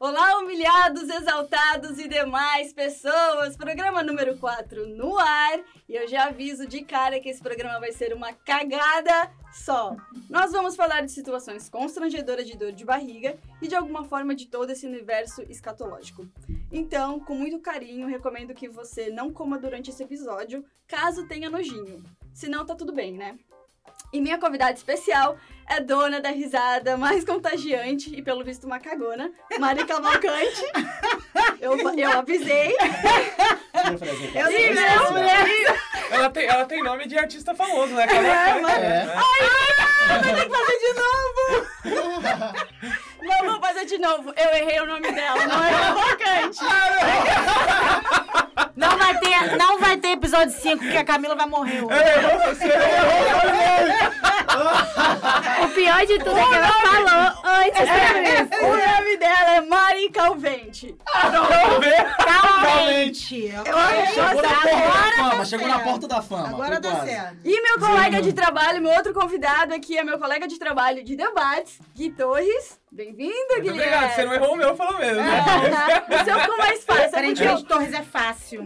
Olá, humilhados, exaltados e demais pessoas! Programa número 4 no ar e eu já aviso de cara que esse programa vai ser uma cagada só. Nós vamos falar de situações constrangedoras de dor de barriga e de alguma forma de todo esse universo escatológico. Então, com muito carinho, recomendo que você não coma durante esse episódio, caso tenha nojinho. Senão, tá tudo bem, né? E minha convidada especial é dona da risada mais contagiante e, pelo visto, uma cagona, Mari Cavalcante. Eu, eu avisei. Eu Ih, sei, meu sei. Ela tem, ela tem nome de artista famoso, né? É, Cara, mano. É. fazer de novo! Não vou fazer de novo. Eu errei o nome dela, não é Cavalcante. Não vai ter, não vai ter episódio 5 que a Camila vai morrer. hoje. O pior de tudo é que ela falou antes pra mim. É, O nome dela é Mari Calvente. Calmente. Eu errei Chegou na essa- porta da fama, chegou na porta da fama. Agora foi dá quase. certo. E meu colega de trabalho, meu outro convidado aqui é meu colega de trabalho de debates, Gui Torres. Bem-vindo, Muito Guilherme. obrigado, você não errou o meu, né? falou mesmo. É, o seu ficou mais fácil, é porque, eu, Aparentemente, Torres é fácil.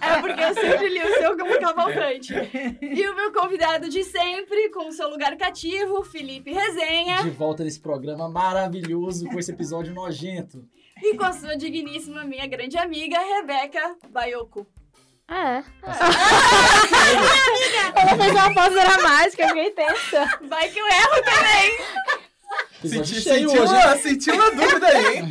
é porque eu sempre li o seu como cavalcante. E o meu convidado de sempre, com o seu lugar cativo, Felipe Resenha. De volta nesse programa maravilhoso com esse episódio nojento. E com a sua digníssima, minha grande amiga, Rebeca Baioco. É. Ela fez uma pausa dramática, eu fiquei tensa. Vai que eu erro também! Episódio Senti, cheio senti, hoje, hein? uma, senti uma dúvida aí, hein?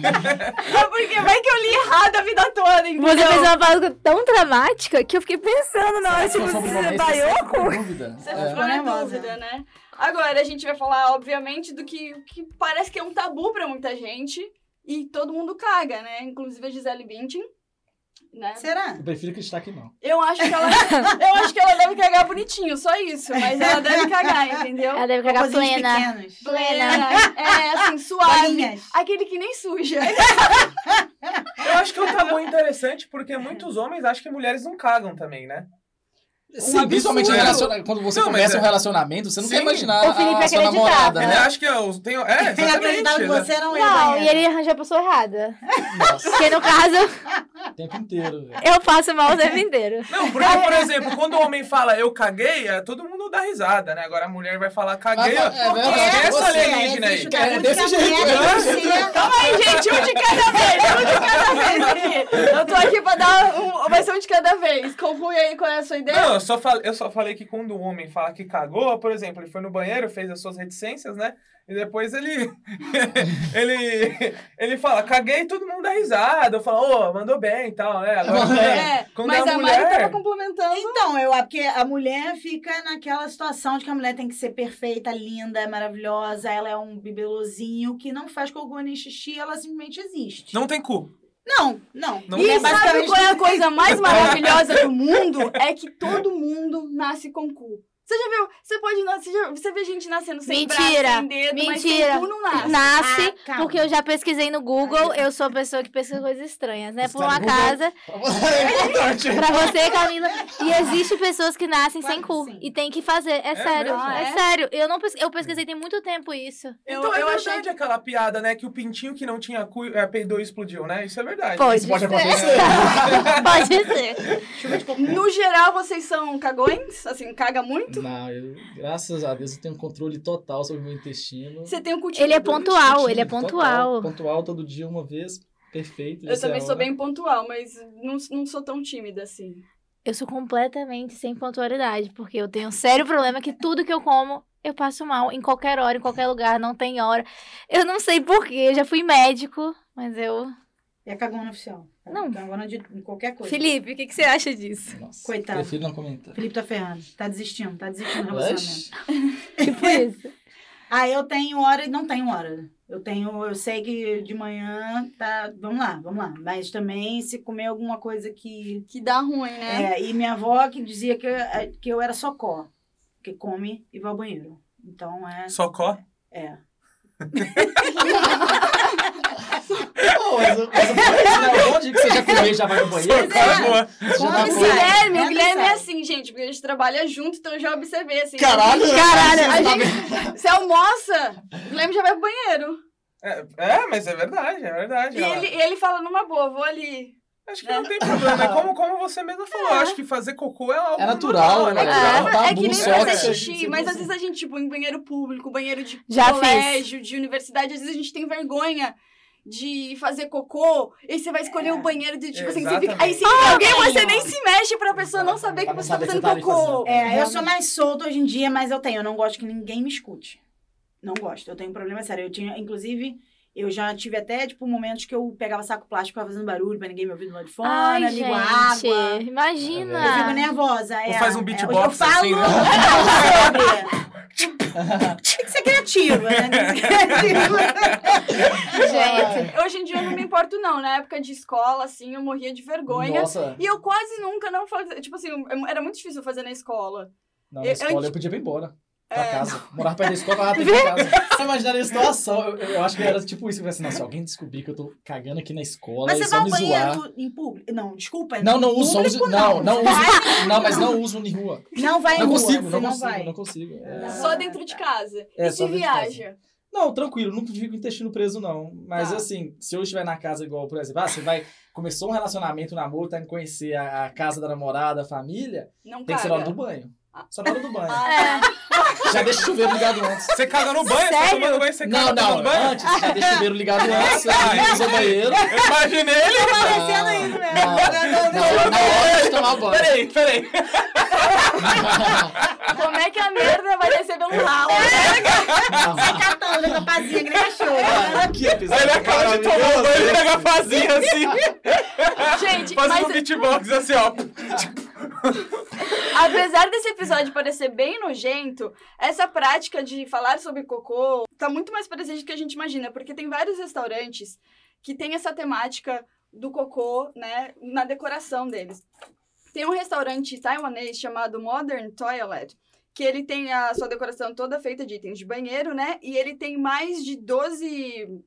É Porque vai que eu li errado a vida toda, entendeu? Você fez uma pausa tão dramática que eu fiquei pensando na hora, tipo, Só sobre o você momento, baioco? sem dúvida. Você É. ficou na Nervosa. dúvida, né? Agora, a gente vai falar, obviamente, do que, que parece que é um tabu pra muita gente. E todo mundo caga, né? Inclusive a Gisele Bündchen. Né? Será? Eu prefiro que destaque não. Eu acho que ela, eu acho que ela deve cagar bonitinho, só isso. Mas ela deve cagar, entendeu? Ela deve cagar Coisinhas plena. pequenas. Plena. É, assim, suave. Bolinhas. Aquele que nem suja. Eu acho que é um tabu interessante, porque muitos homens acham que mulheres não cagam também, né? Sim, principalmente absurdo. relaciona- quando você Não, mas começa é- um relacionamento, você não quer Sim. imaginar O Felipe a sua acreditava, namorada, Eu né? né? acho que eu tenho. É, Quem acreditava que exatamente. você era um Não, e erro. ele arranjou a pessoa errada. Nossa, Porque no caso, o tempo inteiro, velho. eu passo mal o tempo inteiro. Não, porque, por exemplo, quando o homem fala eu caguei, é, todo mundo dá risada, né? Agora a mulher vai falar caguei. Mas, é ó, verdade, esquece você, a alienígena tipo aí. É, desse jeito, Calma aí, gente, um de cada vez, um de cada vez aqui. Eu tô aqui pra dar um, vai ser um de cada vez. Conclui aí qual é a sua ideia. Não, eu só, falei, eu só falei que quando o homem fala que cagou, por exemplo, ele foi no banheiro, fez as suas reticências, né? E depois ele. ele, ele fala, caguei e todo mundo dá risada. Eu falo, ô, mandou bem e tal, né? Agora, É, quando mas é a mulher. Mari tava complementando. Então, eu, porque a mulher fica naquela situação de que a mulher tem que ser perfeita, linda, é maravilhosa, ela é um bibelozinho que não faz cocô nem xixi, ela simplesmente existe. Não tem cu. Não, não. Ah, Não e tem sabe qual é a coisa mais maravilhosa do mundo? É que todo mundo nasce com cu. Você já viu? Você pode nascer, já- você vê gente nascendo sem Mentira, braço, sem dedo, mas sem mentira. cu não nasce. Nasce, Ah, calma. porque eu já pesquisei no Google, eu sou a pessoa que pesquisa coisas estranhas, né? Por Está uma no Google. casa, Pra você é importante. pra você, Camila. E existe pessoas que nascem Claro sem que cu sim. e tem que fazer. É, sério, mesmo? é, Ah, é? sério. Eu não pesquisei, eu pesquisei tem muito tempo isso. Eu, então é eu verdade achei aquela piada, né? Que o pintinho que não tinha cu é, peidou e explodiu, né? Isso é verdade. Isso pode acontecer. Pode ser. Tipo, No geral, vocês são cagões? Assim, caga muito? Não, eu, graças a Deus eu tenho um controle total sobre o meu intestino. Você tem um cu de Ele é dedo? pontual, ele é Total, pontual. Pontual todo dia, uma vez, perfeito. Eu essa é também a sou hora. bem pontual, mas não, não sou tão tímida assim. Eu sou completamente sem pontualidade, porque eu tenho um sério problema que tudo que eu como, eu passo mal em qualquer hora, em qualquer lugar, não tem hora. Eu não sei porquê, eu já fui médico, mas eu. É cagona oficial. Não. Cagona de qualquer coisa. Felipe, o que, que você acha disso? Nossa, Coitado. Prefiro não comentar. Felipe tá ferrando. Tá desistindo, tá desistindo do relacionamento. Mas, Tipo isso. Ah, eu tenho hora e não tenho hora. Eu tenho, eu sei que de manhã tá, vamos lá, vamos lá. Mas também se comer alguma coisa que Que dá ruim, né? É, e minha avó que dizia que, eu- que eu era socó, que come e vai ao banheiro. Então é. Socó? é. Não, mas eu- mas eu falei, né, onde que você já comeu e já vai no banheiro? Socó é boa. Já Come tá O sim. bom. Guilherme, o Nada Guilherme é sai. assim, gente, porque a gente trabalha junto, então eu já observei assim. Caralho! tá A Caralho! gente, você almoça, o Guilherme já vai pro banheiro. É, é, mas é verdade, é verdade. E ela- ele, ele fala numa boa, vou ali. Acho que não Né? tem problema. É como, como você mesma falou. Acho que fazer cocô é algo. É natural, né? É, Ela tá é que bum nem só, fazer você- xixi, você- mas você- às vezes a gente, tipo, em banheiro público, banheiro de Já colégio, de universidade, às vezes a gente tem vergonha de fazer cocô, e você vai escolher É. o banheiro de, tipo assim, você fica... Exatamente. Aí se tem alguém, você nem se mexe pra pessoa não saber que Pra não você tá saber fazendo que você tá ali cocô. fazendo. É, eu sou mais solta hoje em dia, mas eu tenho. Eu não gosto que ninguém me escute. Não gosto. Eu tenho um problema sério. Eu tinha, inclusive, eu já tive até, tipo, momentos que eu pegava saco plástico, ficava fazendo barulho pra ninguém me ouvir do lado de fora, Ai, ligo gente, a água. imagina. Eu Ah. fico nervosa. É, Ou faz um é, beatbox, eu falo, assim, né? eu falo sobre. Tem que ser criativa, né? Tem que ser criativa. Gente, Hoje em dia eu não me importo, não. Na época de escola, assim, eu morria de vergonha. Nossa, E eu quase nunca não fazia. Tipo assim, eu- era muito difícil eu fazer na escola. na eu- escola eu- eu podia ir embora. Pra É. casa. Morar perto da escola, pra ter casa. Você imaginaria a situação? Eu, eu acho que era tipo isso. Eu falei assim, não, se alguém descobrir que eu tô cagando aqui na escola, Mas eles você vai vão ao me zoar. banheiro em público? Não, desculpa. Não, em não uso, só público, uso. Não, não uso. Não, mas Não. não uso em rua. Não vai Não em rua, consigo, você não consigo, vai. não consigo. É. Ah, só dentro de casa. É, e só se dentro de casa. viaja. Não, tranquilo, não fico com o intestino preso, não. Mas Tá. assim, se eu estiver na casa igual, por exemplo, ah, você vai. Começou um relacionamento, um namoro, tá indo conhecer a, a casa da namorada, a família, Não tem que ser na hora do caga. banho. Só na hora do banho. Ah, é. Já deixa o chuveiro ligado antes. Você caga no banho, você tá Sério? tomando banho, você Não, caga não, no banho. antes, já deixa o chuveiro ligado antes, já usa o banheiro. Eu imaginei ele. Tá parecendo isso mesmo. Não, não, não, na hora de tomar banho. Peraí, peraí. como é que a merda vai descer pelo ralo? né? Sai catando essa pazinha tá que nem cachorro. Ah, que episódio Ele acaba de tomar um maravilhoso. banho e pega a fazinha assim. Gente, Fazendo um mas beatbox assim, ó. apesar desse episódio parecer bem nojento, essa prática de falar sobre cocô tá muito mais presente do que a gente imagina, porque tem vários restaurantes que tem essa temática do cocô, né, na decoração deles. Tem um restaurante taiwanês chamado Modern Toilet, que ele tem a sua decoração toda feita de itens de banheiro, né? E ele tem mais de 12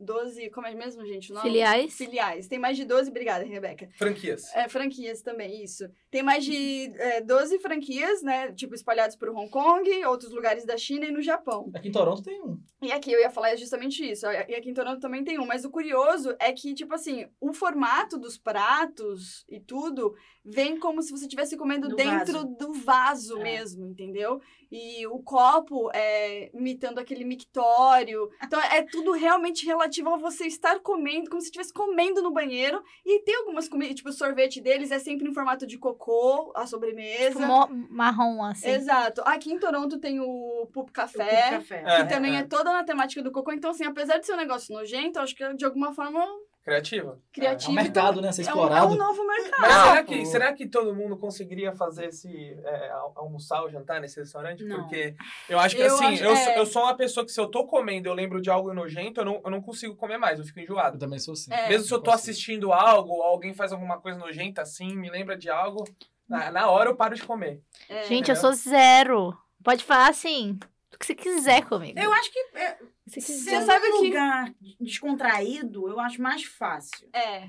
12, como é mesmo, gente, o nome? Filiais? Filiais. Tem mais de 12, obrigada, Rebeca. Franquias. É, franquias também, isso. Tem mais de é, 12 franquias, né? Tipo, espalhadas por Hong Kong, outros lugares da China e no Japão. Aqui em Toronto tem um. E aqui eu ia falar justamente isso. E aqui em Toronto também tem um. Mas o curioso é que, tipo assim, o formato dos pratos e tudo vem como se você estivesse comendo Do dentro vaso. do vaso É. mesmo, entendeu? E o copo é imitando aquele mictório. Então é tudo realmente relativo a você estar comendo, como se estivesse comendo no banheiro. E tem algumas comidas, tipo, o sorvete deles é sempre em formato de cocô, a sobremesa. tipo, mo- marrom assim. Exato. Aqui em Toronto tem o Pup Eu Café. curto café. É. Que também é toda na temática do cocô. Então, assim, apesar de ser um negócio nojento, eu acho que de alguma forma Criativa. Ah, É um criativa. mercado, né? Ser é, um, é um explorado. novo mercado. Mas será que, pô. será que todo mundo conseguiria fazer esse é, al- almoçar ou jantar nesse restaurante? Não. Porque eu acho que Eu assim, acho- eu, é. sou- eu sou uma pessoa que se eu tô comendo e eu lembro de algo nojento, eu não, eu não consigo comer mais, eu fico enjoado. Eu também sou assim. É. Mesmo se eu tô assistindo algo, ou alguém faz alguma coisa nojenta assim, me lembra de algo, na, na hora eu paro de comer. É. Gente, eu sou zero. Pode falar assim, o que você quiser comigo. Eu acho que é, O que você se quiser. é sabe um que- lugar descontraído, eu acho mais fácil. É.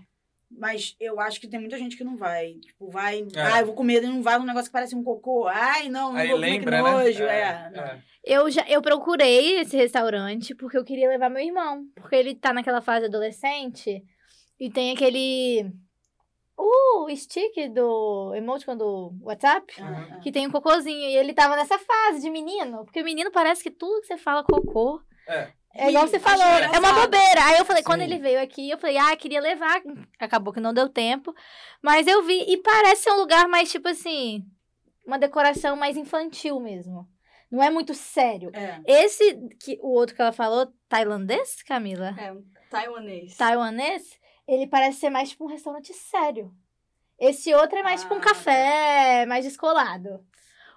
Mas eu acho que tem muita gente que não vai. Tipo, vai. É. Ah, eu vou com medo e não vai num negócio que parece um cocô. Ai, não, não Aí vou lembra, comer que né? nojo. É, É, não. é. Eu já eu procurei esse restaurante porque eu queria levar meu irmão, porque ele tá naquela fase adolescente e tem aquele uh, stick do emoticon do WhatsApp Ah, ah. que tem um cocôzinho e ele tava nessa fase de menino, porque o menino parece que tudo que você fala cocô. É. É igual Sim, você acho falou, é uma engraçado. bobeira. Aí eu falei, quando Sim. ele veio aqui, eu falei, ah, queria levar. Acabou que não deu tempo. Mas eu vi, e parece ser um lugar mais, tipo assim, uma decoração mais infantil mesmo. Não é muito sério. É. Esse, que, o outro que ela falou, tailandês, Camila? É, taiwanês. Taiwanês, ele parece ser mais tipo um restaurante sério. Esse outro é mais tipo um Ah, café, mais descolado.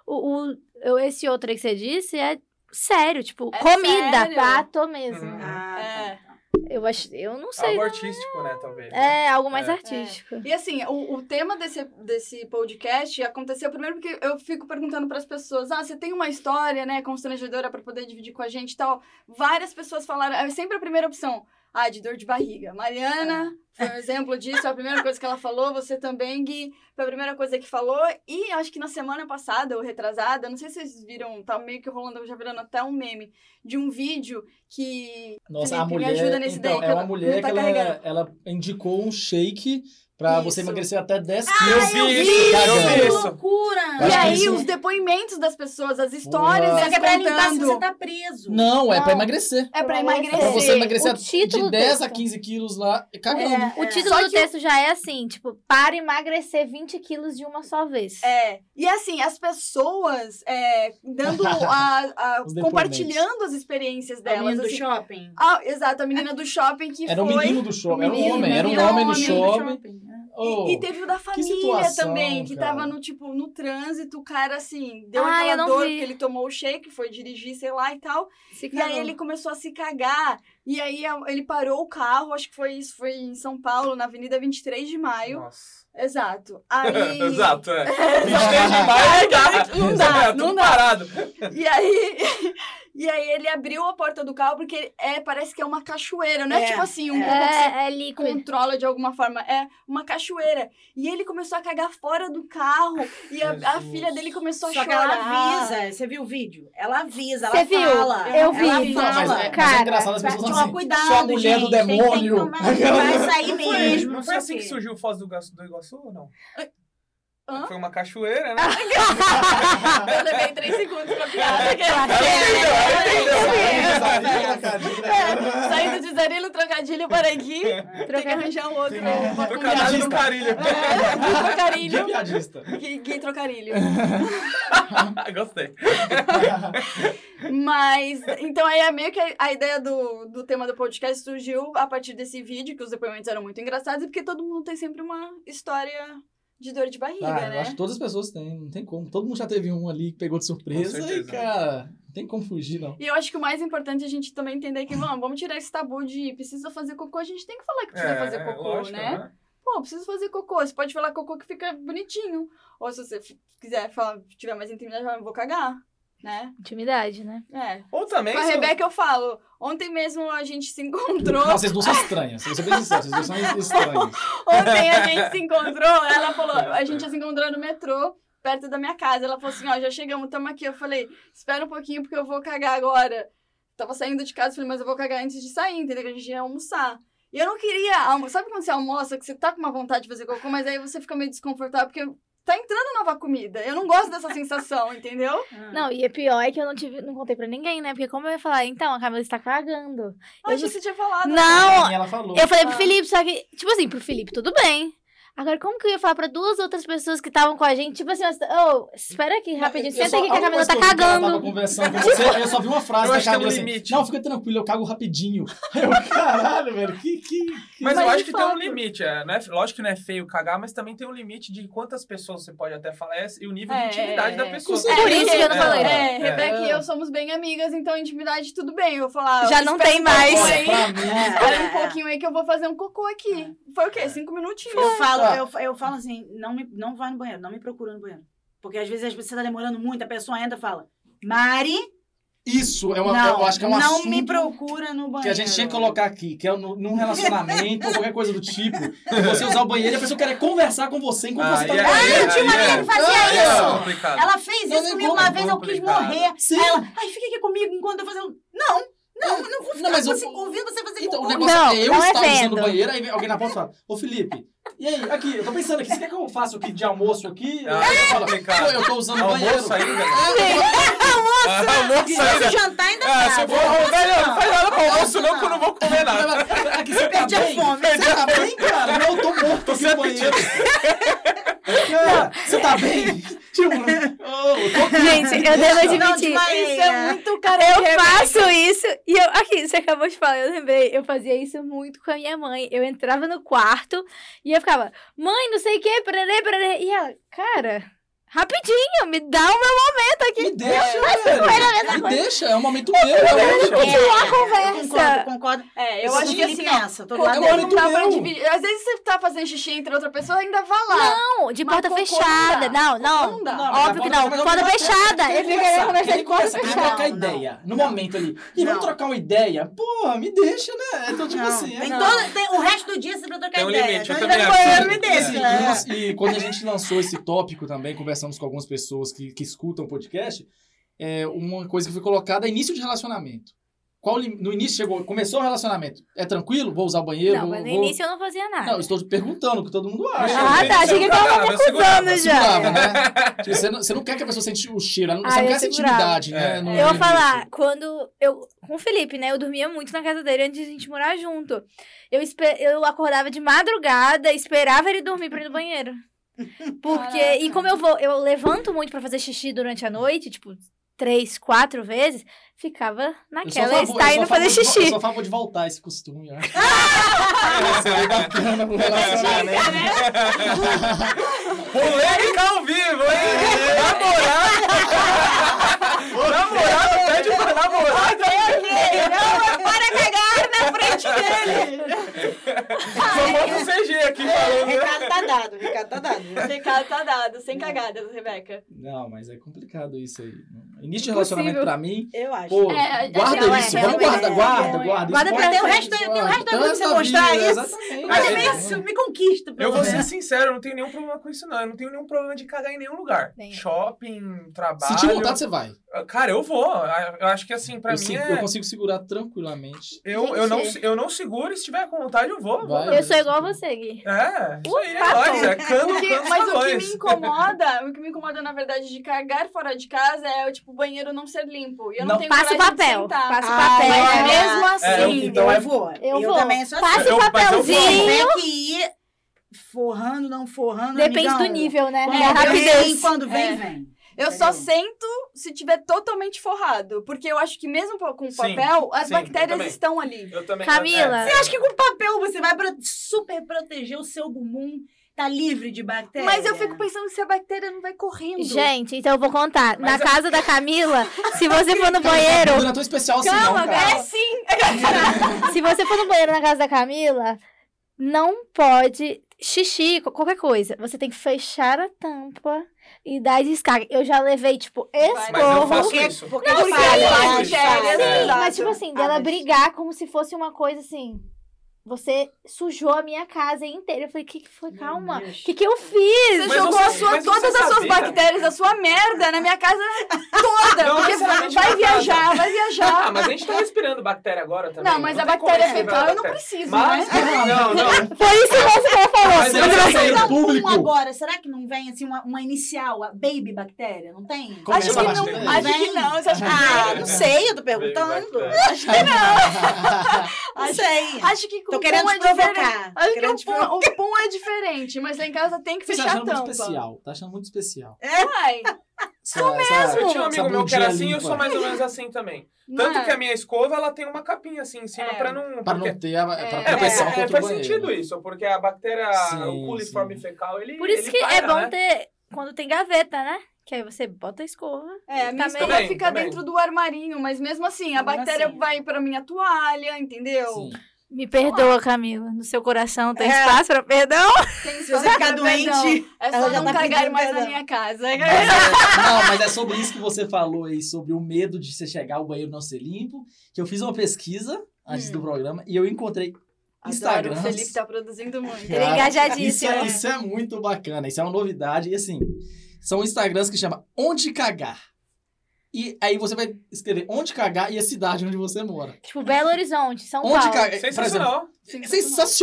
O, o- eu- esse outro aí que você disse é sério, tipo, É comida, sério? prato mesmo. Uhum. Ah, É. tá. Eu acho, eu não sei. Algo artístico, né, talvez. né? É, algo mais É. artístico. E assim, o, o tema desse, desse podcast aconteceu primeiro porque eu fico perguntando pras pessoas: ah, você tem uma história, né, constrangedora pra poder dividir com a gente e tal. Várias pessoas falaram, é sempre a primeira opção. Ah, de dor de barriga. Mariana foi um exemplo disso, a primeira coisa que ela falou, você também, Gui, foi a primeira coisa que falou. E acho que na semana passada, ou retrasada, não sei se vocês viram, tá meio que rolando, já virando até um meme, de um vídeo que Nossa, a Felipe, me mulher. ajuda nesse então, daí, que é eu uma não- mulher não tá que ela, carregando. ela indicou um shake pra Isso. você Ah! emagrecer até 10 quilos. eu vi Isso, isso, cara. eu vi Que isso. loucura! Eu E acho que aí, isso- os depoimentos das pessoas, as histórias, Boa. Só elas que é pra limpar se contando. você tá preso. Não, é pra Não. emagrecer. É pra É pra você emagrecer. emagrecer O título de 10 dessa. a 15 quilos lá, cagando. É, O é. título Só do que o- texto já é assim, tipo, para emagrecer 20 quilos de uma só vez. É. E assim, as pessoas é, dando a- a- Os depoimentos. compartilhando as experiências É o delas. menino do assim. shopping. Ah, exato, a menina do shopping que Era um foi. menino do shopping, era um menino, homem, era um menino, homem do homem do shopping. Oh, E, e teve o da família situação, também, que cara. tava no tipo, no trânsito, o cara assim, deu Ah, eu aquela não dor vi. porque ele tomou o shake, foi dirigir, sei lá e tal. Se E aí ele começou a se cagar. E aí a- ele parou o carro, acho que foi isso, foi em São Paulo, na Avenida 23 de maio. Nossa. Exato. Aí. Exato, é. 23 de maio tá. Não dá, É, não tudo dá. parado. E aí, e aí ele abriu a porta do carro porque é, parece que é uma cachoeira, não é, É, tipo assim, um pouco que É, é você líquido. controla de alguma forma, é uma cachoeira. E ele começou a cagar fora do carro e a, a Jesus. filha dele começou a Só que chorar. ela avisa. Você viu o vídeo? Ela avisa, ela Você viu? fala. Eu vi. Ela Não, mas, fala. é, mas é Cara, engraçado, as Vai pessoas falam tomar assim, cuidado, só a mulher do gente, tem que demônio. tomar- Vai sair Não foi, mesmo. não foi sei assim o que quê. surgiu o Foz do, Iguaçu- do Iguaçu ou não? Hã? Foi uma cachoeira, né? Eu levei três segundos pra piada. assim, né? né? É, saindo de Danilo, trocadilho para aqui. Tem que arranjar um outro. uma Trocadilho piada. do carilho. É, Gui Que Trocarilho. piadista. Gui- Gui Trocarilho. Gostei. Mas, então aí é meio que a, a ideia do, do tema do podcast surgiu a partir desse vídeo, que os depoimentos eram muito engraçados, e porque todo mundo tem sempre uma história de dor de barriga, Ah, eu né? acho que todas as pessoas têm, não tem como. Todo mundo já teve um ali que pegou de surpresa Com e, certeza. cara, não tem como fugir, não. E eu acho que o mais importante é a gente também entender que, mano, vamos tirar esse tabu de precisa fazer cocô, a gente tem que falar que É, precisa fazer cocô, lógico, né? Pô, preciso fazer cocô, você pode falar cocô que fica bonitinho. Ou se você f- quiser falar, tiver mais intimidade, fala, vou cagar, né? Intimidade, né? É. Ou também. Com a se- Rebeca eu falo, ontem mesmo a gente se encontrou. Não, vocês duas são estranhas. Eu sou bem sincero, vocês duas são estranhas. Ontem a gente se encontrou, ela falou, a gente se encontrou no metrô, perto da minha casa. Ela falou assim, ó, já chegamos, tamo aqui. Eu falei, espera um pouquinho porque eu vou cagar agora. Tava saindo de casa, falei, mas eu vou cagar antes de sair, entendeu? Que a gente ia almoçar. E eu não queria almo- Sabe quando você almoça, que você tá com uma vontade de fazer cocô, mas aí você fica meio desconfortável porque tá entrando nova comida. Eu não gosto dessa sensação, entendeu? Ah. Não, e é pior é que eu não tive, não contei pra ninguém, né? Porque como eu ia falar, então, a Camila está cagando. Ah, Eu achei que você tinha falado. Não, E ela falou. eu falei pro Ah. Felipe, só que, tipo assim, pro Felipe, tudo bem. Agora, como que eu ia falar pra duas outras pessoas que estavam com a gente? Tipo assim, ô, espera aqui rapidinho, Eu só- senta aqui que a única Camila coisa que tá eu vi que ela cagando. tava conversando com você, eu só vi uma frase Eu da acho que tem um Camila assim, limite. não, fica tranquilo, eu cago rapidinho. Aí eu, caralho, velho, que... que, que... Mas, Mas eu de acho que tem fato. um limite. É, não é- lógico que não é feio cagar, mas também tem um limite de quantas pessoas você pode até falar essa- e o nível É, de intimidade é, da é. pessoa. Com certeza. Por isso que eu não falei. É, É. Rebeca e É. eu somos bem amigas, então intimidade tudo bem. Eu vou falar. Já não espera tem um pouco mais. aí. Olha, pra É. mim, Espera um pouquinho aí que eu vou fazer um cocô aqui. Foi o quê? Cinco minutinhos. Eu Tá. falo, eu, eu falo assim, não, me, não vai no banheiro, não me procura no banheiro. Porque às vezes você tá demorando muito, a pessoa entra e fala, Mari, isso é uma, não, eu acho que é um não assunto me procura no banheiro. que a gente tinha que colocar aqui, que é no- num relacionamento ou qualquer coisa do tipo, que você usar o banheiro e a pessoa quer conversar com você enquanto você tá... Ah, e no aí- banheiro. Ah, eu tinha uma aí amiga é- que fazia aí é isso. complicado. Ela fez Não, isso não comigo como, uma vez, eu quis complicado. morrer. Sim. Aí ela, ai, fica aqui comigo enquanto eu fazendo. Não, não, eu não vou ficar. Não, mas eu- você convida você a fazer um Então, o cocô. negócio Não, é eu não é estar usando o vendo. banheiro, aí alguém na porta fala, ô Felipe, e aí, aqui, eu tô pensando aqui, você quer que eu faça aqui de almoço aqui? Ah, Aí eu falo, complicado. pô, eu tô usando o banheiro. Almoço ainda. Ah, Se Almoço é fosse ainda. jantar, ainda Ah, se tava. eu for velho, não faz nada pra almoço, não, Não. que eu não vou comer Ela nada. fala, Aqui você tá Perdi a bem? fome. Você tá bem, cara? Não, eu tô morto aqui no banheiro. Cara, você tá bem? Tipo, oh, eu tô Gente, eu devo Não, admitir. demais. Isso é muito cara. Eu faço isso e eu. Aqui, você acabou de falar, eu lembrei. Eu fazia isso muito com a minha mãe. Eu entrava no quarto e eu ficava, mãe, não sei o que, pererê, pererê. E ela, cara, Rapidinho, me dá o meu momento aqui. Me deixa, velho. Me deixa, é um momento meu. Deixa eu é um momento- continuar a Concordo, conversa. concordo. É, eu Vocês acho que não assim, fiquem ó, nessa, tô do quando lado Agora não dela. é muito dá pra meu. dividir. Às vezes você tá fazendo xixi entre outra pessoa, ainda vai lá. Não, de Mas porta cocô não dá. fechada. Não, não. Não dá. Não, mas Óbvio que agora não. você vai Porta jogar fechada. Ele Queria fica querendo conversar, conversar queria de porta conversar, queria fechada. trocar Não, ideia. No momento ali. E Não. vamos trocar uma ideia? Porra, me deixa, né? Então, tipo Não, assim. tem é- todo- tem- o resto do dia você pra trocar Tem um ideia. limite, eu então, também ele acho. vai no banheiro e me E, assim, deixa. né? e nós- e quando a gente lançou esse tópico também, conversamos com algumas pessoas que, que escutam o podcast, é uma coisa que foi colocada é início de relacionamento. Qual, lim- no início chegou, começou o relacionamento. É tranquilo? Vou usar o banheiro? Não, vou, mas no vou- início eu não fazia Não, eu nada. estou perguntando o que todo mundo acha. Ah, tá, achei que ele tava me acusando Você já. segurava, né? Tipo, você, não, você não quer que a pessoa sente o cheiro, ela não- você Ah, não eu quer essa segurava. intimidade, né? É. no Eu vou início. falar, quando eu. Com o Felipe, né? Eu dormia muito na casa dele antes de a gente morar junto. Eu, espe- eu acordava de madrugada, esperava ele dormir pra ir no banheiro. Porque. E como eu vou, eu levanto muito pra fazer xixi durante a noite, tipo, três, quatro vezes, ficava Eu sou a naquela, favor- está eu sou indo a favor fazer de vo- Eu xixi. sou a favor de voltar esse costume. né? Isso aí é bacana pro relacionamento. Polêmica ao vivo, hein? Namorado. Namorado, pede pra namorada. Para cagar na frente dele! Só falta o CG aqui O falando. recado tá dado, o recado tá dado. Recado tá dado, sem cagadas, Rebeca. Não, mas é complicado isso aí. Início de Impossível. relacionamento pra mim, Eu acho. pô, É, guarda não, é, isso, vamos realmente, guardar, é, guarda, é. guarda. Guarda isso pra pode- ter o resto da- tem o resto da vida pra você Tanta mostrar vida, isso. exatamente. Mas É. também assim, me conquista. Eu vou ser né? sincero, eu não tenho nenhum problema com isso, não. Eu não tenho nenhum problema de cagar em nenhum lugar. Nem. Shopping, trabalho. Ah, Se te vontade, você vai. Cara, eu vou. Eu acho que assim, Eu, pra mim sigo- eu é. consigo segurar tranquilamente. Eu, eu, não, Gente. eu não seguro, e se tiver com vontade, eu vou. Vai. Eu sou igual a você, Gui. É, isso aí, é Ufa. nóis. É cano, O que- cano, mas o que salões. me incomoda, o que me incomoda, na verdade, de cagar fora de casa é, tipo, o banheiro não ser limpo. E eu não, Não. tenho Passa o coragem de papel. sentar. Passa o Ah, papel. é. É É, eu- mesmo assim. então então é- eu vou. Eu vou. também sou assim. Passa Eu- o mas eu vou. papelzinho. Tem que ir forrando, não forrando. Depende amigão. do nível, né? Quando É a Vem, rapidez. quando vem, É. vem. Eu só Entendeu? sento se tiver totalmente forrado. Porque eu acho que mesmo com o Sim, papel, as sim, eu bactérias também. estão ali. Eu também. É, Camila. Você acha que com papel você vai pro- super proteger o seu bumbum? Tá livre de bactéria? Mas eu fico pensando se a bactéria não vai correndo. Gente, então eu vou contar. Mas Na eu- casa da Camila, se você for no Cara, banheiro, Não é tão especial assim, Calma, não, cara. É sim! se você for no banheiro na casa da Camila, não pode xixi, co- qualquer coisa. Você tem que fechar a tampa e dar descarga. Eu já levei, tipo, Mas eu esporro. faço Porque- isso. é Porque Não, não, sim, falha, mas mas sim, falha. sim. Sim, Exato. mas tipo assim, Ah, dela mas- brigar como se fosse uma coisa assim. Você sujou a minha casa inteira. Eu falei, o que, que foi? Meu Calma. O Deus. que, que eu fiz? Você Mas jogou você- a sua- mas você todas as suas sabia? bactérias, a sua merda na minha casa toda. Não porque vai, necessariamente na viajar, vai viajar. Ah, mas a gente tá respirando bactéria agora também. não, mas a tem como bactéria respirar fecal eu não bactéria. preciso, Mas, né? não, não. Foi isso mesmo que ela falou. é Mas eu Sandra. sei. Mas Banheiro dá um público. agora, será que não vem assim uma, uma inicial, a baby bactéria? Não tem? Como acho essa que não. bactéria? Acho que Vem. não. Você acha que Ah, vem? não sei, eu tô Baby perguntando. bactéria. Não sei. Acho que com Tô querendo pum é te diferente. provocar. Acho Tô que querendo o te pum, o pum é diferente, mas lá em casa tem que Você tá fechar a achando muito tampa. especial. Tá achando muito especial. Uai, É. Sou mesmo. Eu tinha um amigo meu que era assim, eu sou mais ou menos assim também. Tanto que a minha escova, ela tem uma capinha assim em cima É. pra não... Para porque- não ter a pra É, É, mas proteção é, contra o faz banheiro. sentido isso, porque a bactéria, Sim, o coliforme sim. fecal, ele Por isso ele que é para, bom né? ter quando tem gaveta, né? Que aí você bota a escova. é, a minha Também, escova também, fica também. dentro do armarinho, mas mesmo assim, a Mesmo bactéria assim. vai pra minha toalha, entendeu? Sim. Me perdoa, Camila. No seu coração tem É. espaço pra perdão? Tem Se você ficar espaço pra doente, perdão. É só ela já não tá cagar pedindo mais na perdão. minha casa. Mas é- não, mas é sobre isso que você falou aí, sobre o medo de você chegar ao banheiro não ser limpo. Que eu fiz uma pesquisa antes Hum. do programa e eu encontrei Adoro, Instagrams. o Felipe tá né? produzindo muito. Ele é Isso engajadíssimo. é, isso é muito bacana, isso é uma novidade. E assim, são Instagrams que chama Onde Cagar. E aí você vai escrever onde cagar e a cidade onde você mora. Tipo, Belo Horizonte, São Onde Paulo. cagar. Por exemplo, Sensacional. é Sensacional.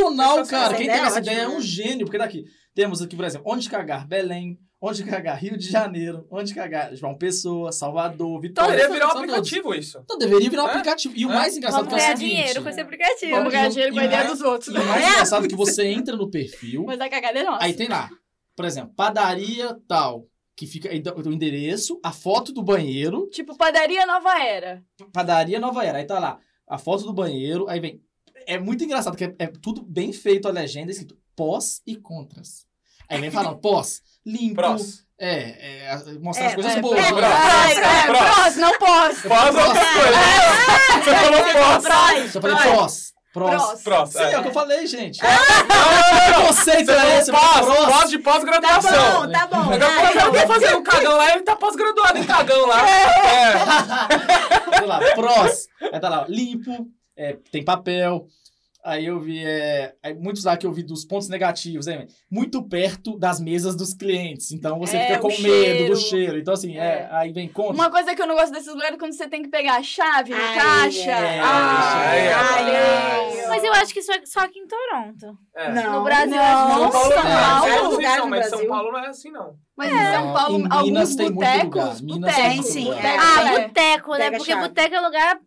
sensacional, cara. Essa Quem teve ideia é essa ótima, ideia é um né? gênio, porque daqui temos aqui, por exemplo, onde cagar Belém, onde cagar Rio de Janeiro, onde cagar João Pessoa, Salvador, Vitória. Poderia virar um São todos. aplicativo isso. Então deveria virar um É? aplicativo. E o É? mais engraçado Vamos que é ganhar o seguinte. dinheiro com esse aplicativo. Vamos ganhar E- dinheiro com a e ideia mais- dos outros. né? E o mais engraçado é que você entra no perfil, Mas a cagada é nossa. aí tem lá, por exemplo, padaria tal, que fica aí dá o endereço, a foto do banheiro, Tipo, padaria Nova Era. padaria Nova Era. Aí tá lá, a foto do banheiro, aí vem. É muito engraçado, que é, é tudo bem feito a legenda, escrito pós e contras. Aí vem falando pós, limpo, Prós. É, é, a- mostrar as É, coisas é, boas. é, né? Ai, é, Prós. prós, não posso. Pós outras coisas. Você falou pós. Prós, Só falei prós. prós. Prós. Prós. Prós. Sei, é o que eu falei, gente. Que conceito é Você esse? falou pós, Prós. pós de Tá pós-graduação. bom, tá bom. Agora, Vai, quando eu tô fazendo um cagão lá, ele tá pós-graduado em cagão lá. É. Sei lá, prós. Aí tá lá, limpo, é, tem papel. Aí eu vi, é, aí muitos lá que eu vi dos pontos negativos, né? muito perto das mesas dos clientes. Então você É, fica o com medo cheiro. do cheiro. Então assim, é, aí vem conta. Uma coisa que eu não gosto desses lugares é quando você tem que pegar a chave na Ai, caixa. Ai, é. ai, Ai, ai. ai. Mas eu acho que isso é só aqui em Toronto. É. Não. No Brasil, Não, acho que São não é Paulo. assim, não, Lugares no mas São Brasil. Paulo não é assim, não. Mas em São Não, Paulo, É. em alguns Minas tem muito botecos. lugar. Minas tem Botecos, muito sim, botecos, é. Ah, é. boteco, né? Pega a Porque chave. boteco é lugar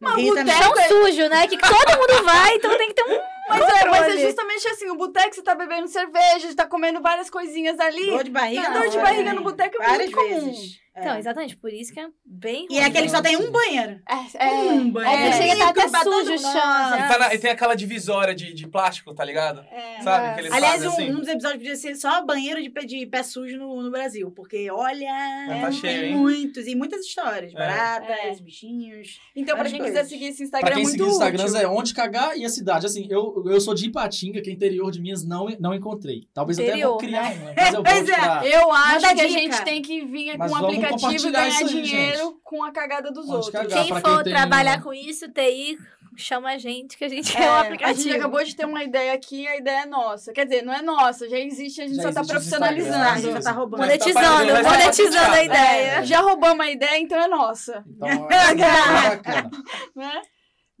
No Rio também. tão sujo, né? Que todo mundo vai, então tem que ter um. Mas é, mas é Controle. justamente assim, o boteco você tá bebendo cerveja, tá comendo várias coisinhas ali. Dor de barriga, Não, não. dor de olha, barriga né? no boteco é Várias muito comum. vezes. É. Então, exatamente, por isso que é bem ruim. E é aquele que só tem um banheiro. É, é. Um É, banheiro. chega a tá até Pra todo sujo o mundo. chão. É. E, tá na- e tem aquela divisória de, de plástico, tá ligado? É. Sabe? Que eles Aliás, um, fazem assim. um dos episódios podia ser só banheiro de pé, de pé sujo no, no Brasil. Porque, olha, Já tá cheio, tem hein? muitos. E muitas histórias. É. Baratas, bichinhos. Então, pra Várias quem coisas. quiser seguir esse Instagram, Pra quem é muito seguir o Instagram útil. é onde cagar e a cidade. Assim, eu, eu sou de Ipatinga, que é interior de Minas, não, não encontrei. Talvez Interior, eu até vou criar né? um, mas eu Pois vou é, pra... Eu acho Manda que a dica. gente tem que vir Mas com um vamos aplicativo e compartilhar ganhar isso aí, dinheiro gente. com a cagada dos Onde outros. cagar. Quem pra quem for tem- trabalhar com isso, TI, chama a gente, que a gente é, É, um a gente aplicativo. acabou de ter uma ideia aqui, a ideia é nossa. Quer dizer, não é nossa, já existe, a gente Já só tá existe né? os Ah, a profissionalizando. gente já tá roubando. É. Mas tá Monetizando, mas tá monetizando a patenteado. ideia. É, já roubamos a ideia, então é nossa. Então, é muito bacana. Né?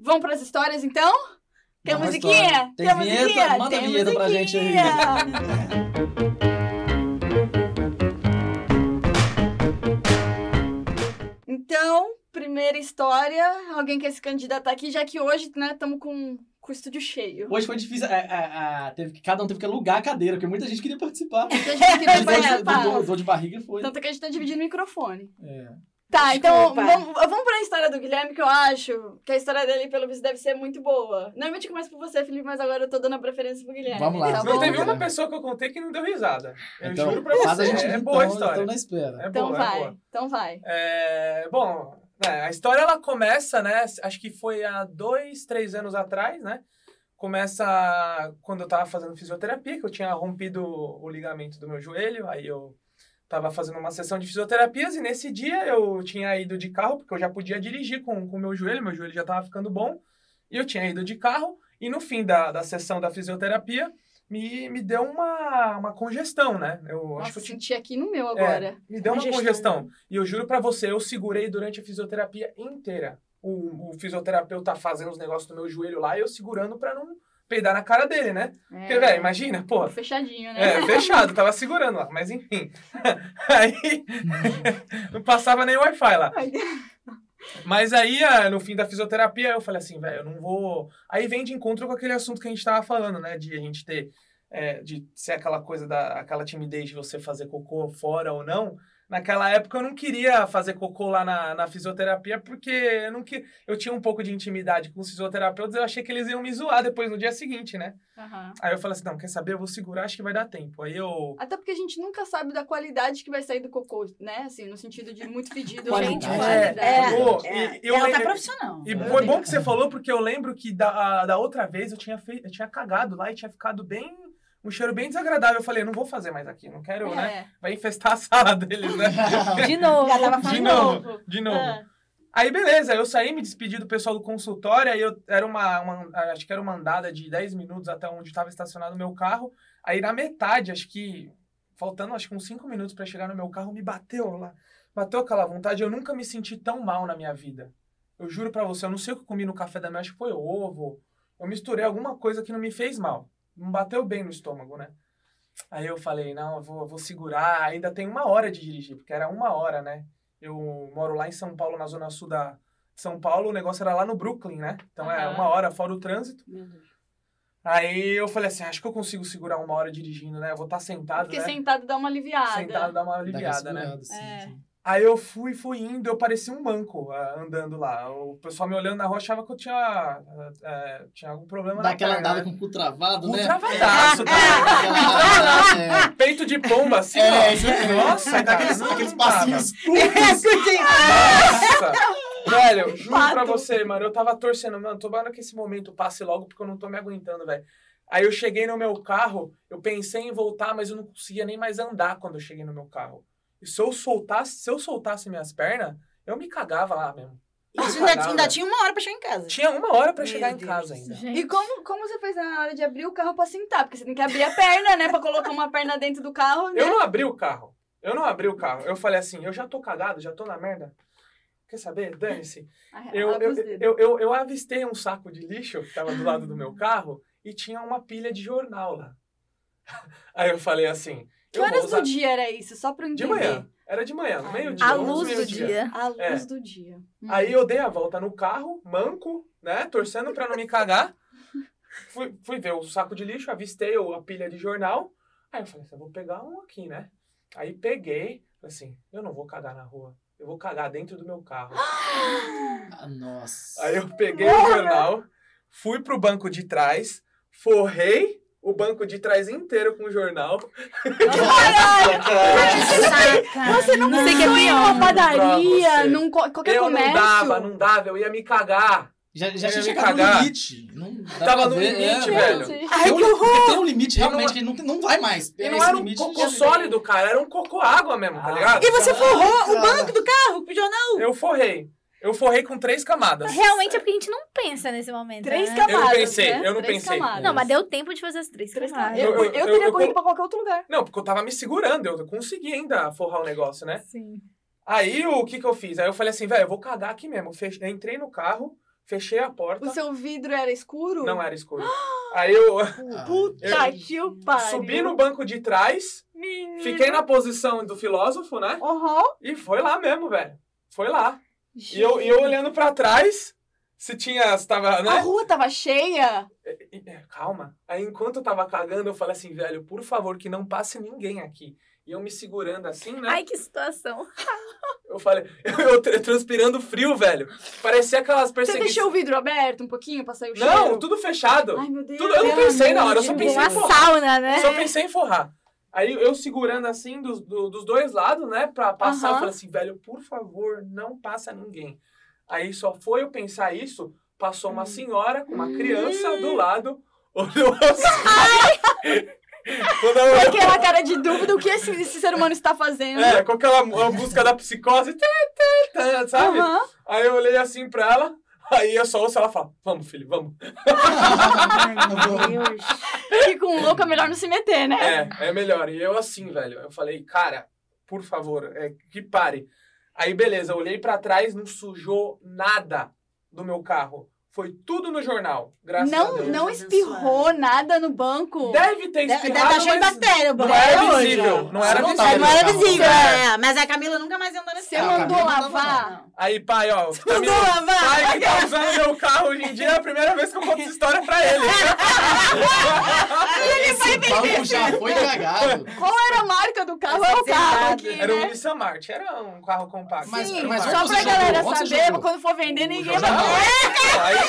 Vamos pras histórias, então? Tem Vamos musiquinha? lá. é Tem Tem vinheta? musiquinha? Manda Tem a vinheta pra gente aí. musiquinha. Então, primeira história. Alguém quer se candidatar tá aqui, já que hoje, né, estamos com, com o estúdio cheio. Hoje foi difícil. é, é, é, teve que, cada um teve que alugar a cadeira, porque muita gente queria participar. Então a gente Mas é queria hoje, participar. dor, dor de barriga foi. Tanto que a gente tá dividindo o microfone. É. Tá, então Desculpa. vamos, vamos pra história do Guilherme, que eu acho que a história dele, pelo visto, deve ser muito boa. Normalmente começa por você, Felipe, mas agora eu tô dando a preferência pro Guilherme. Vamos lá. Tá Não bom? teve uma né? pessoa que eu contei que não deu risada. Eu Então, juro pra faz você. a gente é rir, boa a então, história. Então, na espera. É Então boa, é vai, boa. então vai. É, bom, né, a história ela começa, né? Acho que foi há dois, três anos atrás, né? Começa quando eu tava fazendo fisioterapia, que eu tinha rompido o ligamento do meu joelho, aí eu tava fazendo uma sessão de fisioterapias e nesse dia eu tinha ido de carro, porque eu já podia dirigir com com o meu joelho, meu joelho já tava ficando bom, e eu tinha ido de carro, e no fim da, da sessão da fisioterapia, me, me deu uma, uma congestão, né? Eu acho Nossa, que É. eu tinha senti aqui no meu agora. me deu uma Congestão. congestão. E eu juro pra você, eu segurei durante a fisioterapia inteira. O, o fisioterapeuta fazendo os negócios do meu joelho lá e eu segurando pra não peidar na cara dele, né? É. Porque, velho, imagina, pô. Fechadinho, né? É, fechado, tava segurando lá, mas enfim. Aí É. não passava nem Wi-Fi lá. Ai, Mas aí, ah, no fim da fisioterapia, eu falei assim, velho, eu não vou. Aí vem de encontro com aquele assunto que a gente tava falando, né? De a gente ter. é, de ser aquela coisa da. aquela timidez de você fazer cocô fora ou não. Naquela época eu não queria fazer cocô lá na, na fisioterapia, porque eu, não que... eu tinha um pouco de intimidade com os fisioterapeutas, eu achei que eles iam me zoar depois no dia seguinte, né? Aham. Aí eu falei assim, não, quer saber? Eu vou segurar, acho que vai dar tempo. Aí eu. Até porque a gente nunca sabe da qualidade que vai sair do cocô, né? Assim, no sentido de muito fedido. Qualidade. gente, É, qualidade. Pô, é. então, e- eu Ela tá lembro- profissional. E É. foi bom que você falou, porque eu lembro que da, a- da outra vez eu tinha, fei, eu tinha cagado lá e tinha ficado bem. Um cheiro bem desagradável. Eu falei, não vou fazer mais aqui, não quero, né? É. Vai infestar a sala deles, né? De novo. Já tava De falando. novo, de novo. Ah, Aí, beleza, eu saí, me despedi do pessoal do consultório, aí eu era uma, uma- acho que era uma andada de 10 minutos até onde estava estacionado o meu carro. Aí na metade, acho que faltando acho que uns 5 minutos para chegar no meu carro, me bateu lá. Bateu aquela vontade, eu nunca me senti tão mal na minha vida. Eu juro pra você, eu não sei o que eu comi no café da manhã, acho que foi ovo. Eu misturei alguma coisa que não me fez mal. Não bateu bem no estômago, né? Aí eu falei, não, eu vou, vou segurar, ainda tem uma hora de dirigir, porque era uma hora, né? Eu moro lá em São Paulo, na zona sul da de São Paulo, o negócio era lá no Brooklyn, né? Então é Aham. uma hora fora o trânsito. Meu Deus. Aí eu falei assim, acho que eu consigo segurar uma hora dirigindo, né? Eu vou estar sentado, Porque né? sentado dá uma aliviada. Sentado dá uma Dá aquela aliviada, né? segurada, assim, É. assim. Aí eu fui, fui indo, eu parecia um banco ah, andando lá. O pessoal me olhando na rua achava que eu tinha, ah, ah, tinha algum problema Dá na aquela perna, andada né? com o cu travado, Um né? travadaço, É, tá? aquela andada, né? Peito de pomba, assim, É, ó. isso aí. Nossa, Dá aqueles, cara, aqueles não dá, passinhos. Nossa! Velho, juro Fato. pra você, mano, eu tava torcendo, mano, tomara que esse momento passe logo, porque eu não tô me aguentando, velho. Aí eu cheguei no meu carro, eu pensei em voltar, mas eu não conseguia nem mais andar quando eu cheguei no meu carro. E se eu soltasse, se eu soltasse minhas pernas, eu me cagava lá mesmo. Isso ainda, Caralho. ainda tinha uma hora pra chegar em casa. Tinha uma hora pra Meu chegar em Deus. casa ainda. E como, como você fez na hora de abrir o carro pra sentar? Porque você tem que abrir a perna, né? Pra colocar uma perna dentro do carro, né? Eu não abri o carro. Eu não abri o carro. Eu falei assim, eu já tô cagado, já tô na merda. Quer saber? Dane-se. Ah, eu, abre eu, os dedos. eu, eu, eu avistei um saco de lixo que tava do lado do meu carro e tinha uma pilha de jornal lá. Aí eu falei assim. que eu vou horas usar- do dia era isso? Só pra eu De entender. manhã. Era de manhã, Ai, meio meu dia. A Digamos, luz do dia. A luz É. do dia. Hum. Aí eu dei a volta no carro, manco, né? Torcendo pra não me cagar. Fui, fui ver o saco de lixo, avistei o- a pilha de jornal. Aí eu falei assim, eu vou pegar um aqui, né? Aí peguei, falei assim, eu não vou cagar na rua. Eu vou cagar dentro do meu carro. Ah, Nossa. Aí eu peguei o jornal, fui pro banco de trás, forrei o banco de trás inteiro com o jornal. Saca. Você não Você conseguia quer ir numa não. padaria, você. num co- qualquer eu comércio? não dava, não dava, eu ia me cagar. Já, já tinha Eu ia me chegado no cagar. limite. Não dá Tava pra no ver, limite, é, velho. Tem, um, tem um limite Eu não- é- realmente que não, tem- não vai mais. E É não esse era um limite, cocô já- sólido, cara, era um cocô água mesmo, tá Ah. ligado? E você forrou Cara. o banco do carro pro jornal. Eu forrei. Eu forrei com três camadas. Realmente é porque a gente não pensa nesse momento. Três né? camadas. Eu não pensei, né? eu não Três pensei. Camadas. Não, mas deu tempo de fazer as três. Três camadas. camadas. Eu, Eu- eu eu- teria eu- corrido pra qualquer outro lugar. Não, porque eu tava me segurando, eu consegui ainda forrar o negócio, né? Sim. Aí o que que eu fiz? Aí eu falei assim, velho, eu vou cagar aqui mesmo. Fechei- entrei no carro, fechei a porta. O seu vidro era escuro? Não é. era escuro. Aí eu Ah, Puta que o pariu. subi no banco de trás, Menino. fiquei na posição do filósofo, né? Uhum. E foi lá mesmo, velho. Foi lá. E eu, e eu olhando pra trás, se tinha. Se tava, A né? rua tava cheia? E- e- Calma. Aí enquanto eu tava cagando, eu falei assim, velho, por favor, que não passe ninguém aqui. E eu me segurando assim, né? Ai, que situação. Eu falei, eu tra- transpirando frio, velho. Parecia aquelas Você deixou perseguições. o vidro aberto um pouquinho pra sair o cheiro? Não, tudo fechado. Ai, meu Deus. tudo- eu não pelo pensei na amor hora, eu de só Deus. Tipo, pensei uma em forrar. sauna, É. né? Só pensei em forrar. Aí eu segurando assim dos, do- dos dois lados, né, pra passar, eu Aham. falei assim, velho, por favor, não passa ninguém. Aí só foi eu pensar isso, passou Hum. uma senhora com uma criança do lado, olhou assim. Quando ela Com olhou- aquela cara de dúvida, o que esse, esse ser humano está fazendo? É, com aquela mu- a música da psicose, tê, tê, tê, sabe? Aham. Aí eu olhei assim pra ela, aí eu só ouço ela falar, vamos, filho, vamos. Ai, meu Deus. Que com louco é melhor não se meter, né? É, é melhor. E eu assim, velho, eu falei, cara, por favor, é, que pare. Aí, beleza, eu olhei pra trás, não sujou nada do meu carro. Foi tudo no jornal, graças a Não, Deus. não espirrou nada no banco. Deve ter Deve espirrado, estar cheio de mas bactéria, não Bruno. era né? Até hoje, visível. ó. Não era Não visível. tava Mas não era Tá bom. visível, é. Mas a Camila nunca mais andou nesse Você carro. mandou Camila não lavar? Não. Aí, pai, ó, Você mandou lavar? pai que tá usando meu carro hoje em dia é a primeira vez que eu conto essa história pra ele. um Esse banco já foi cagado. Qual era a marca do carro? É o carro aqui, Era um né? Nissan March, era um carro compacto. um Mas- Sim, mas só onde pra você jogou? galera Onde você saber, jogou? quando for vender, O ninguém vai jornal? é ver.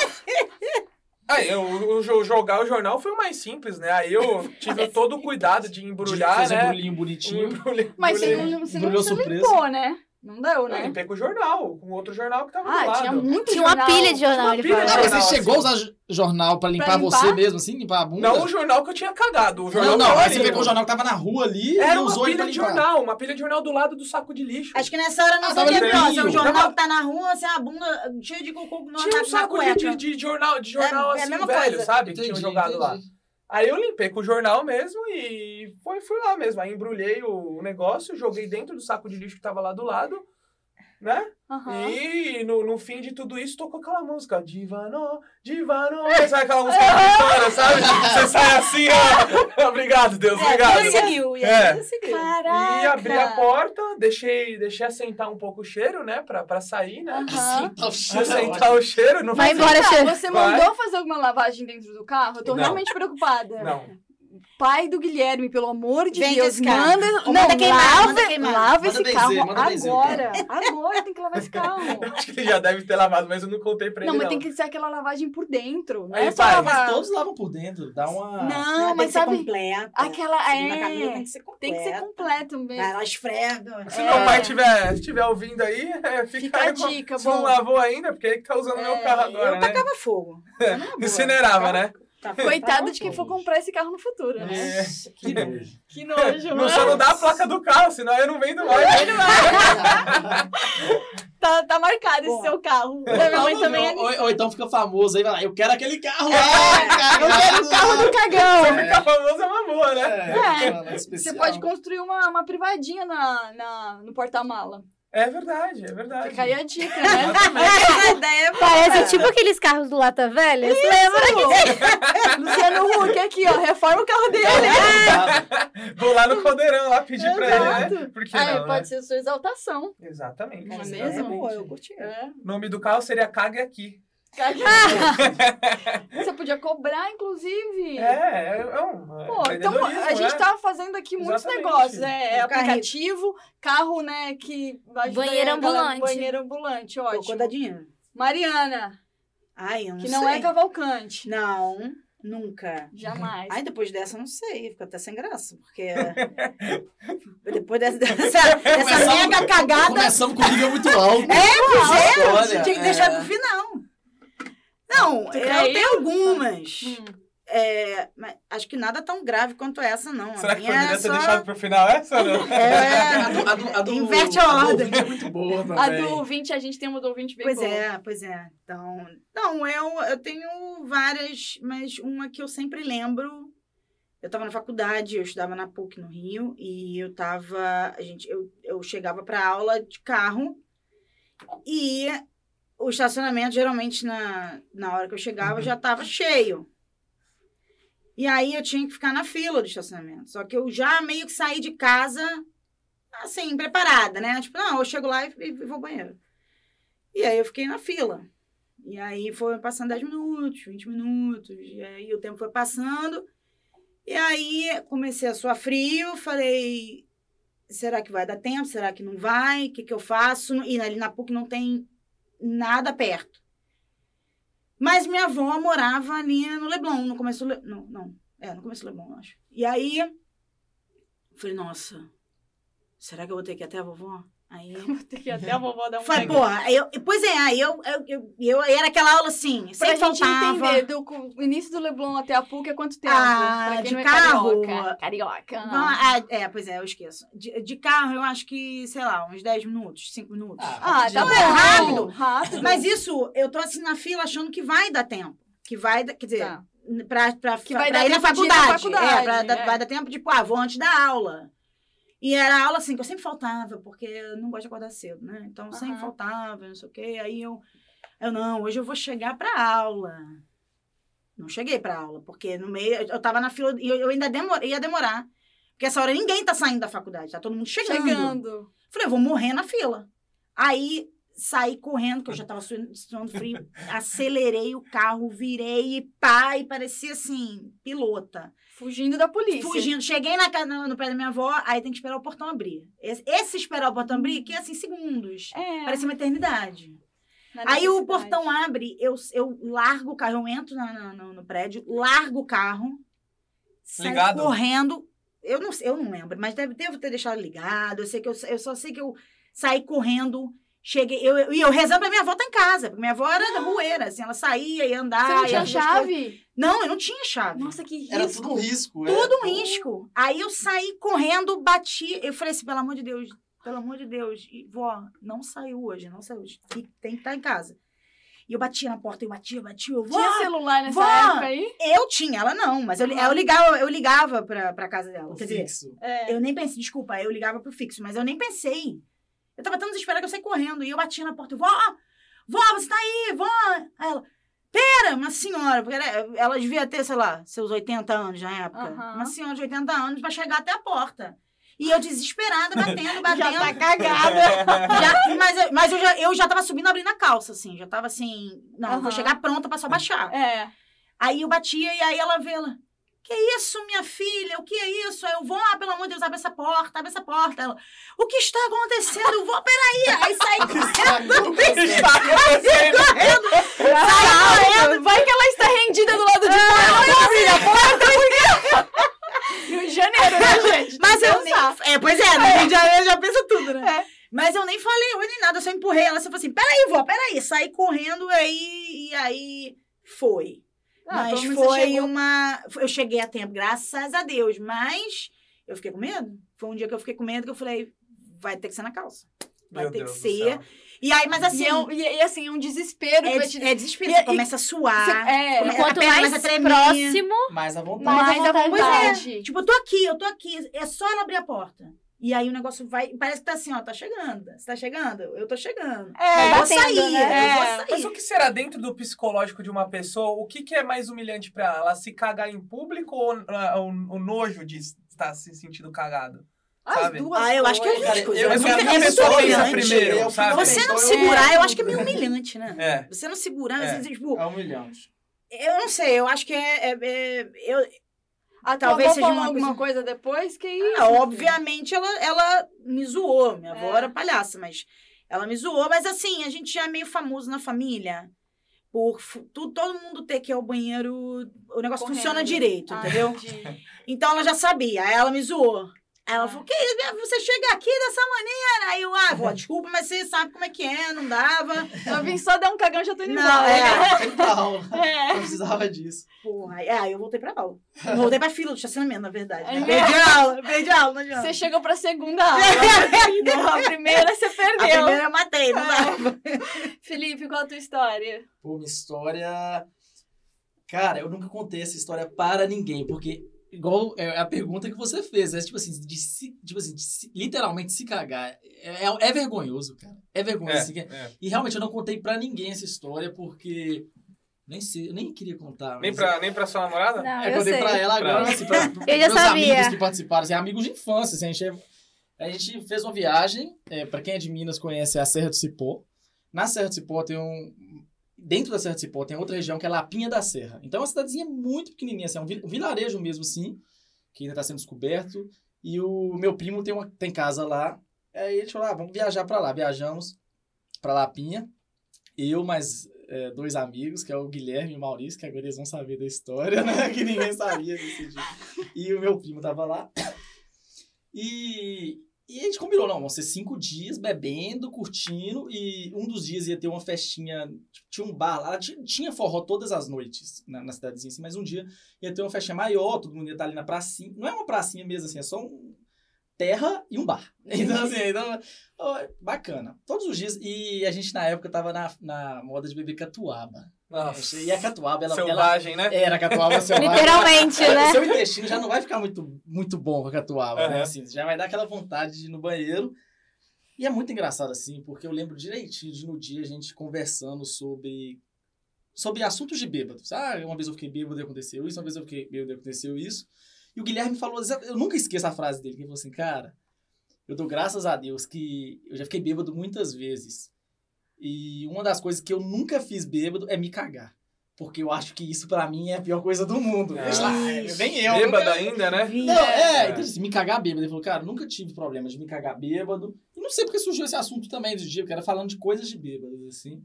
Aí, aí eu, o jo- jogar o jornal foi o mais simples, né? Aí eu tive todo o cuidado de embrulhar, Fez um né? embrulhinho bonitinho. Embrulhei- Mas você embrulhei. não, você não, Embrulhou você não surpresa. limpou, né? Não deu, Eu né? limpei com o jornal, com outro jornal que tava do Ah, lado. tinha muito Tinha uma jornal. pilha de jornal, ele pilha falou. Ah, mas jornal, você chegou a assim. usar j- jornal pra limpar, Pra você limpar? mesmo, assim? Limpar a bunda? Não o jornal que eu tinha cagado. O jornal não, não. que eu Aí você li. pegou o jornal que tava na rua ali e Era uma usou ele pra pilha de limpar. jornal, uma pilha de jornal do lado do saco de lixo. Acho que nessa hora não Ah, sei o que é tava pior. Se é um limpinho. jornal Tava- que tá na rua, se é uma bunda cheia de cocô na, Tinha tá na, um na saco de, de, cueca. de jornal, de jornal É, é a assim, mesma velho, coisa. sabe? Que Entendi, tinham jogado lá. entendi. Aí eu limpei com o jornal mesmo e foi, fui lá mesmo. Aí embrulhei o negócio, joguei dentro do saco de lixo que tava lá do lado, né? Aham. E no, no fim de tudo isso tocou aquela música Divano, Divano. Sabe aquela música vitória, sabe? Você sai assim, ó. Obrigado, Deus, É, obrigado. ele seguiu. E É. aí ele seguiu. Caraca. E abri a porta, deixei, deixei assentar um pouco o cheiro, né? Pra, pra sair, né? Tá Aham. Assentar o cheiro, não Vai fazia- embora, Tá, chefe. você Vai. mandou fazer alguma lavagem dentro do carro? Eu tô Não. realmente preocupada. Não. pai do Guilherme, pelo amor de Vende Deus, esse carro. manda, Manda não, queimar, lava, manda queimar. lava Manda esse benzer, carro manda benzer o agora. Agora tem que lavar esse carro. Acho que ele já deve ter lavado, mas eu não contei pra Não, ele. mas tem que ser aquela lavagem por dentro. Não é Aí, só pai, lavar. Mas todos lavam por dentro, dá Não, uma... Né, tem Ah, mas que ser sabe, completa. aquela- Segunda é, camisa tem que ser completa. tem que ser completo Vai mesmo. lá, esfrega. assim, Se meu É. pai tiver, estiver ouvindo aí, é, fica, Fica a aí com- dica, Se não bom. lavou ainda, porque ele que tá usando É, meu carro agora, eu né? tacava fogo. Tá na boa. Incinerava, né? Tá- tá Coitado bom. É. de quem for comprar esse carro no futuro, né? Nossa, que nojo. Que nojo, Não só mano. não dá a placa do carro, senão eu não vendo mais. Tá, tá marcado esse Boa. seu carro. Da minha mãe também é ou, ou- ou então fica famoso aí, vai lá, eu quero aquele carro lá, cara. Eu quero o carro do cagão. Ficar famoso é uma boa, né? É, Você pode construir uma, uma privadinha na, na- no porta-mala. É verdade, é verdade. Fica aí a dica, né? Essa ideia é Parece tipo aqueles carros do Lata Velha. Você lembra? Luciano Huck aqui, ó. Reforma o carro dele. construir. Vou lá no caldeirão lá pedir pra ele, né? Exato. Por que Ah, não, pode né? ser sua exaltação. Exatamente. Não é Essa mesmo? ideia é boa, eu exatamente. curti. É. O nome do carro seria Cague Aqui. Você podia cobrar, inclusive. É, é, é um. é Pô, então empreendedorismo, a gente né? tava fazendo aqui muitos Exatamente. negócios, né? É Um carrinho. aplicativo, carro, né, que ajuda Banheiro a galera- ambulante. Banheiro ambulante, Cocô dá ótimo. dinheiro. Mariana, Ai, eu não que sei. não é Cavalcante. Não, nunca. Jamais. Ai, depois dessa, eu não sei. Fica até sem graça, porque... depois dessa, dessa, dessa Começamos- mega cagada, Começamos com um nível muito alto. É, Olha, tinha que é. deixar pro final. Não, Tu eu caiu? tenho algumas. Hum. É, mas acho que nada tão grave quanto essa, não. A Será que minha poderia é ter só- deixado pro final é, essa ou não? A É, do- a do- do- Inverte a do ordem. ouvinte é muito boa também. A do ouvinte, a gente tem uma do ouvinte bem pois boa. é, pois é. Então, não, eu, eu tenho várias, mas uma que eu sempre lembro. Eu estava na faculdade, eu estudava na PUC no Rio, e eu tava. A gente, eu, eu chegava para aula de carro e o estacionamento, geralmente, na, na hora que eu chegava, já estava cheio. E aí eu tinha que ficar na fila do estacionamento. Só que eu já meio que saí de casa, assim, preparada, né? Tipo, não, eu chego lá e, e vou ao banheiro. E aí eu fiquei na fila. E aí foi passando 10 minutos, 20 minutos, e aí o tempo foi passando. E aí comecei a suar frio, falei, será que vai dar tempo? Será que não vai? O que, que eu faço? E ali na PUC não tem nada perto. Mas minha avó morava ali no Leblon, no começo do Le... Não, não. É, no começo do Leblon, eu acho. E aí, eu falei, nossa, será que eu vou ter que ir até a vovó? Aí... Vou ter que ir até a vovó dar um Falei, jeito. porra, aí eu, pois é, aí eu, eu, eu, eu- aí era aquela aula assim, Pra sem gente faltava. entender, do co- início do Leblon até a PUC é quanto tempo? Ah, pra quem de não é carro? Carioca. carioca. Vamos lá, ah, é, pois é, eu esqueço. De, de carro, eu acho que, sei lá, uns 10 minutos, 5 minutos. Ah, tá Não, bom. é rápido. Rápido. Mas isso, eu tô assim na fila achando que vai dar tempo. Que vai, dar- quer dizer, Tá. pra, pra, Que vai pra dar ir na tempo de ir na faculdade. faculdade, é, pra dar- é. vai dar tempo de, pô, ah, vou antes da aula. E era aula assim, que eu sempre faltava, porque eu não gosto de acordar cedo, né? Então eu sempre Aham. faltava, não sei o quê. Aí eu, eu, não, hoje eu vou chegar pra aula. Não cheguei pra aula, porque no meio, eu- eu tava na fila, e eu, eu ainda demor, ia demorar. Porque essa hora ninguém tá saindo da faculdade, tá todo mundo chegando. Chegando. Falei, eu vou morrer na fila. Aí saí correndo, que eu já tava suando, suando frio, acelerei o carro, virei e pá, e parecia assim, pilota. Tipo, Fugindo da polícia. Fugindo, cheguei na, casa- no, no pé da minha avó, aí tem que esperar o portão abrir. Esse, esse esperar o portão abrir, que é assim, segundos. É. Parecia uma eternidade. Tá na Aí o necessidade. portão abre, eu, eu largo o carro, eu entro na- na- no, no prédio, largo o carro, saio Ligado? correndo. Eu não, sei- eu não lembro, mas deve, devo ter deixado ligado. Eu, sei que eu, eu só sei que eu saí correndo, cheguei. eu- eu- E eu, rezando pra minha avó estar em casa, porque minha avó era da rueira, assim, ela saía e andava. Ah. Você não e tinha fazia as coisas. chave? Não, eu não tinha chave. Nossa, que risco. Era tudo um risco. é. Tudo um risco. Aí eu saí correndo, bati. Eu falei assim, pelo amor de Deus, pelo amor de Deus. E, vó, não saiu hoje, não saiu hoje. Tem- Tem que estar em casa. E eu batia na porta, eu batia, eu batia, eu vó. Tinha celular nessa Vó! época aí? Eu tinha, ela não, mas eu, li- eu ligava, eu ligava pra, pra casa dela. Um Quer dizer, fixo. É. eu nem pensei, desculpa, eu ligava pro fixo, mas eu nem pensei. Eu tava tão desesperada que eu saí correndo. E eu batia na porta, vó, vó, você tá aí, vó. Aí ela, pera, uma senhora, porque era- ela devia ter, sei lá, seus 80 anos na época. Aham. Uma senhora de 80 anos pra chegar até a porta. E eu desesperada, batendo, batendo. Já tá cagada. Já- mas eu- mas eu, já, eu já tava subindo, abrindo a calça, assim. Já tava assim, não, eu Aham. vou chegar pronta pra só baixar. É. Aí eu batia e aí ela vê ela. Que é isso, minha filha? O que é isso? Aí Eu vou, ah, pelo amor de Deus, abre essa porta, abre essa porta. Ela, o que está acontecendo? Eu vou, peraí. Aí sai Está tá correndo, acontecendo. correndo. Sai correndo, vai que Ah, ela está rendida do lado de É. fora. tá assim, Olha, filha, porta, porque... Rio de Janeiro, né, gente? Mas eu nem. Pensar. É, pois é, no Rio de Janeiro já pensa tudo, né? É. Mas eu nem falei oi nem nada, eu só empurrei ela. Você falou assim: peraí, vó, peraí. Saí correndo, aí. E aí. Foi. Ah, mas pelo menos você foi um- chegou. uma. Eu cheguei a tempo, graças a Deus. Mas eu fiquei com medo. Foi um dia que eu fiquei com medo que eu falei: vai ter que ser na calça. Vai Meu ter Deus que do ser. céu. E aí, mas assim. E, é um- e- e assim, é um desespero. É, vai des- te- é desespero, e- você e- começa a você- suar. é, É. Come- a Quanto perna mais começa a tremer. próximo, Mais à vontade. mais Mais à à vontade. vontade. Tipo, eu tô aqui, eu tô aqui. É só ela abrir a porta. E aí o negócio vai. Parece que tá assim, ó, tá chegando. Você tá chegando? Eu tô chegando. É, eu vou batendo, sair, né? eu É, vou Mas sair. o que será dentro do psicológico de uma pessoa? O que, que é mais humilhante pra ela? Ela se cagar em público ou ah, o, o nojo de estar se sentindo cagado? as sabe? duas Ah, eu acho que é coisas. Cara, eu- Mas o que eu- que eu- a pessoa eu- pensa eu- primeiro, eu- sabe? Você não Então, eu- segurar, eu acho que é meio humilhante, né? É. Você não segurar, É. você, tipo, É humilhante. eu não sei, eu acho que é. é- é- eu, A tua Talvez avó seja falou uma alguma coisa depois que isso. tá Ah, obviamente ela, ela me zoou. Minha avó É. era palhaça, mas ela me zoou. Mas assim, a gente já é meio famoso na família. Por fu- tu- todo mundo ter que ir ao banheiro. O negócio Correndo. funciona direito, Ah, entendeu? entendi. Então ela já sabia. Aí ela me zoou. Aí ela Ah. falou: que isso, minha- você chega aqui dessa maneira? Aí eu, ah, vó, desculpa, mas você sabe como é que é, não dava. Eu vim só dar um cagão e já tô indo Não, embora. é. Então, É. eu precisava disso. Porra, aí aí eu voltei pra aula. Eu voltei pra fila do estacionamento, na verdade. É né? Perdi a aula, perdi a aula, não adianta. Você chegou pra segunda aula. Não, a primeira você A perdeu. primeira eu matei, não dava. Felipe, qual a tua história? Pô, minha história. Cara, eu nunca contei essa história para ninguém, porque, igual é a pergunta que você fez, é tipo assim, de se- tipo assim de se- literalmente se cagar. É, é- é vergonhoso, cara. É vergonhoso. assim, que- É, é. E realmente eu não contei pra ninguém essa história, porque. Nem sei, eu nem queria contar. Nem, mas- pra, nem pra sua namorada? Não, É, eu contei sei. pra ela agora, Pra- mas assim, pra, Eu já meus sabia. amigos que participaram, assim, amigos de infância, assim, a gente, é- a gente fez uma viagem, é, pra quem é de Minas conhece a Serra do Cipó. Na Serra do Cipó tem um... Dentro da Serra do Cipó tem outra região que é Lapinha da Serra. Então é uma cidadezinha muito pequenininha, assim, é um vi- um vilarejo mesmo, assim, que ainda tá sendo descoberto. E o meu primo tem, uma, tem casa lá. Aí ele falou, ah, vamos viajar pra lá. Viajamos pra Lapinha. Eu mais é, dois amigos, que é o Guilherme e o Maurício, que agora eles vão saber da história, né? Que ninguém sabia desse dia. E o meu primo tava lá. E, e a gente combinou, não, vão ser cinco dias bebendo, curtindo. E um dos dias ia ter uma festinha, tipo, tinha um bar lá, ti- tinha forró todas as noites na, na cidadezinha, assim, mas um dia ia ter uma festinha maior, todo mundo ia estar ali na pracinha. Não é uma pracinha mesmo, assim, é só um terra e um bar. Então, assim, então, ó, bacana. Todos os dias. E a gente, na época, tava na, na moda de beber catuaba. Nossa. E a catuaba, ela... ela Selvagem, né? era catuaba selvagem. Literalmente, né? Seu é intestino já não vai ficar muito, muito bom com a catuaba, né? Aham. Assim, já vai dar aquela vontade de ir no banheiro. E é muito engraçado, assim, porque eu lembro direitinho de no dia a gente conversando sobre, sobre assuntos de bêbados. Ah, uma vez eu fiquei bêbado e aconteceu isso, uma vez eu fiquei bêbado e aconteceu isso. E o Guilherme falou, exa- eu nunca esqueço a frase dele, que ele falou assim, cara, eu dou graças a Deus que eu já fiquei bêbado muitas vezes. E uma das coisas que eu nunca fiz bêbado é me cagar. Porque eu acho que isso pra mim é a pior coisa do mundo. Eu falei, "Ah, Ixi, nem eu. Bêbado nunca- ainda, né? Não, é, É. então assim, me cagar bêbado. Ele falou, cara, nunca tive problema de me cagar bêbado. E não sei porque surgiu esse assunto também do dia, que era falando de coisas de bêbados, assim.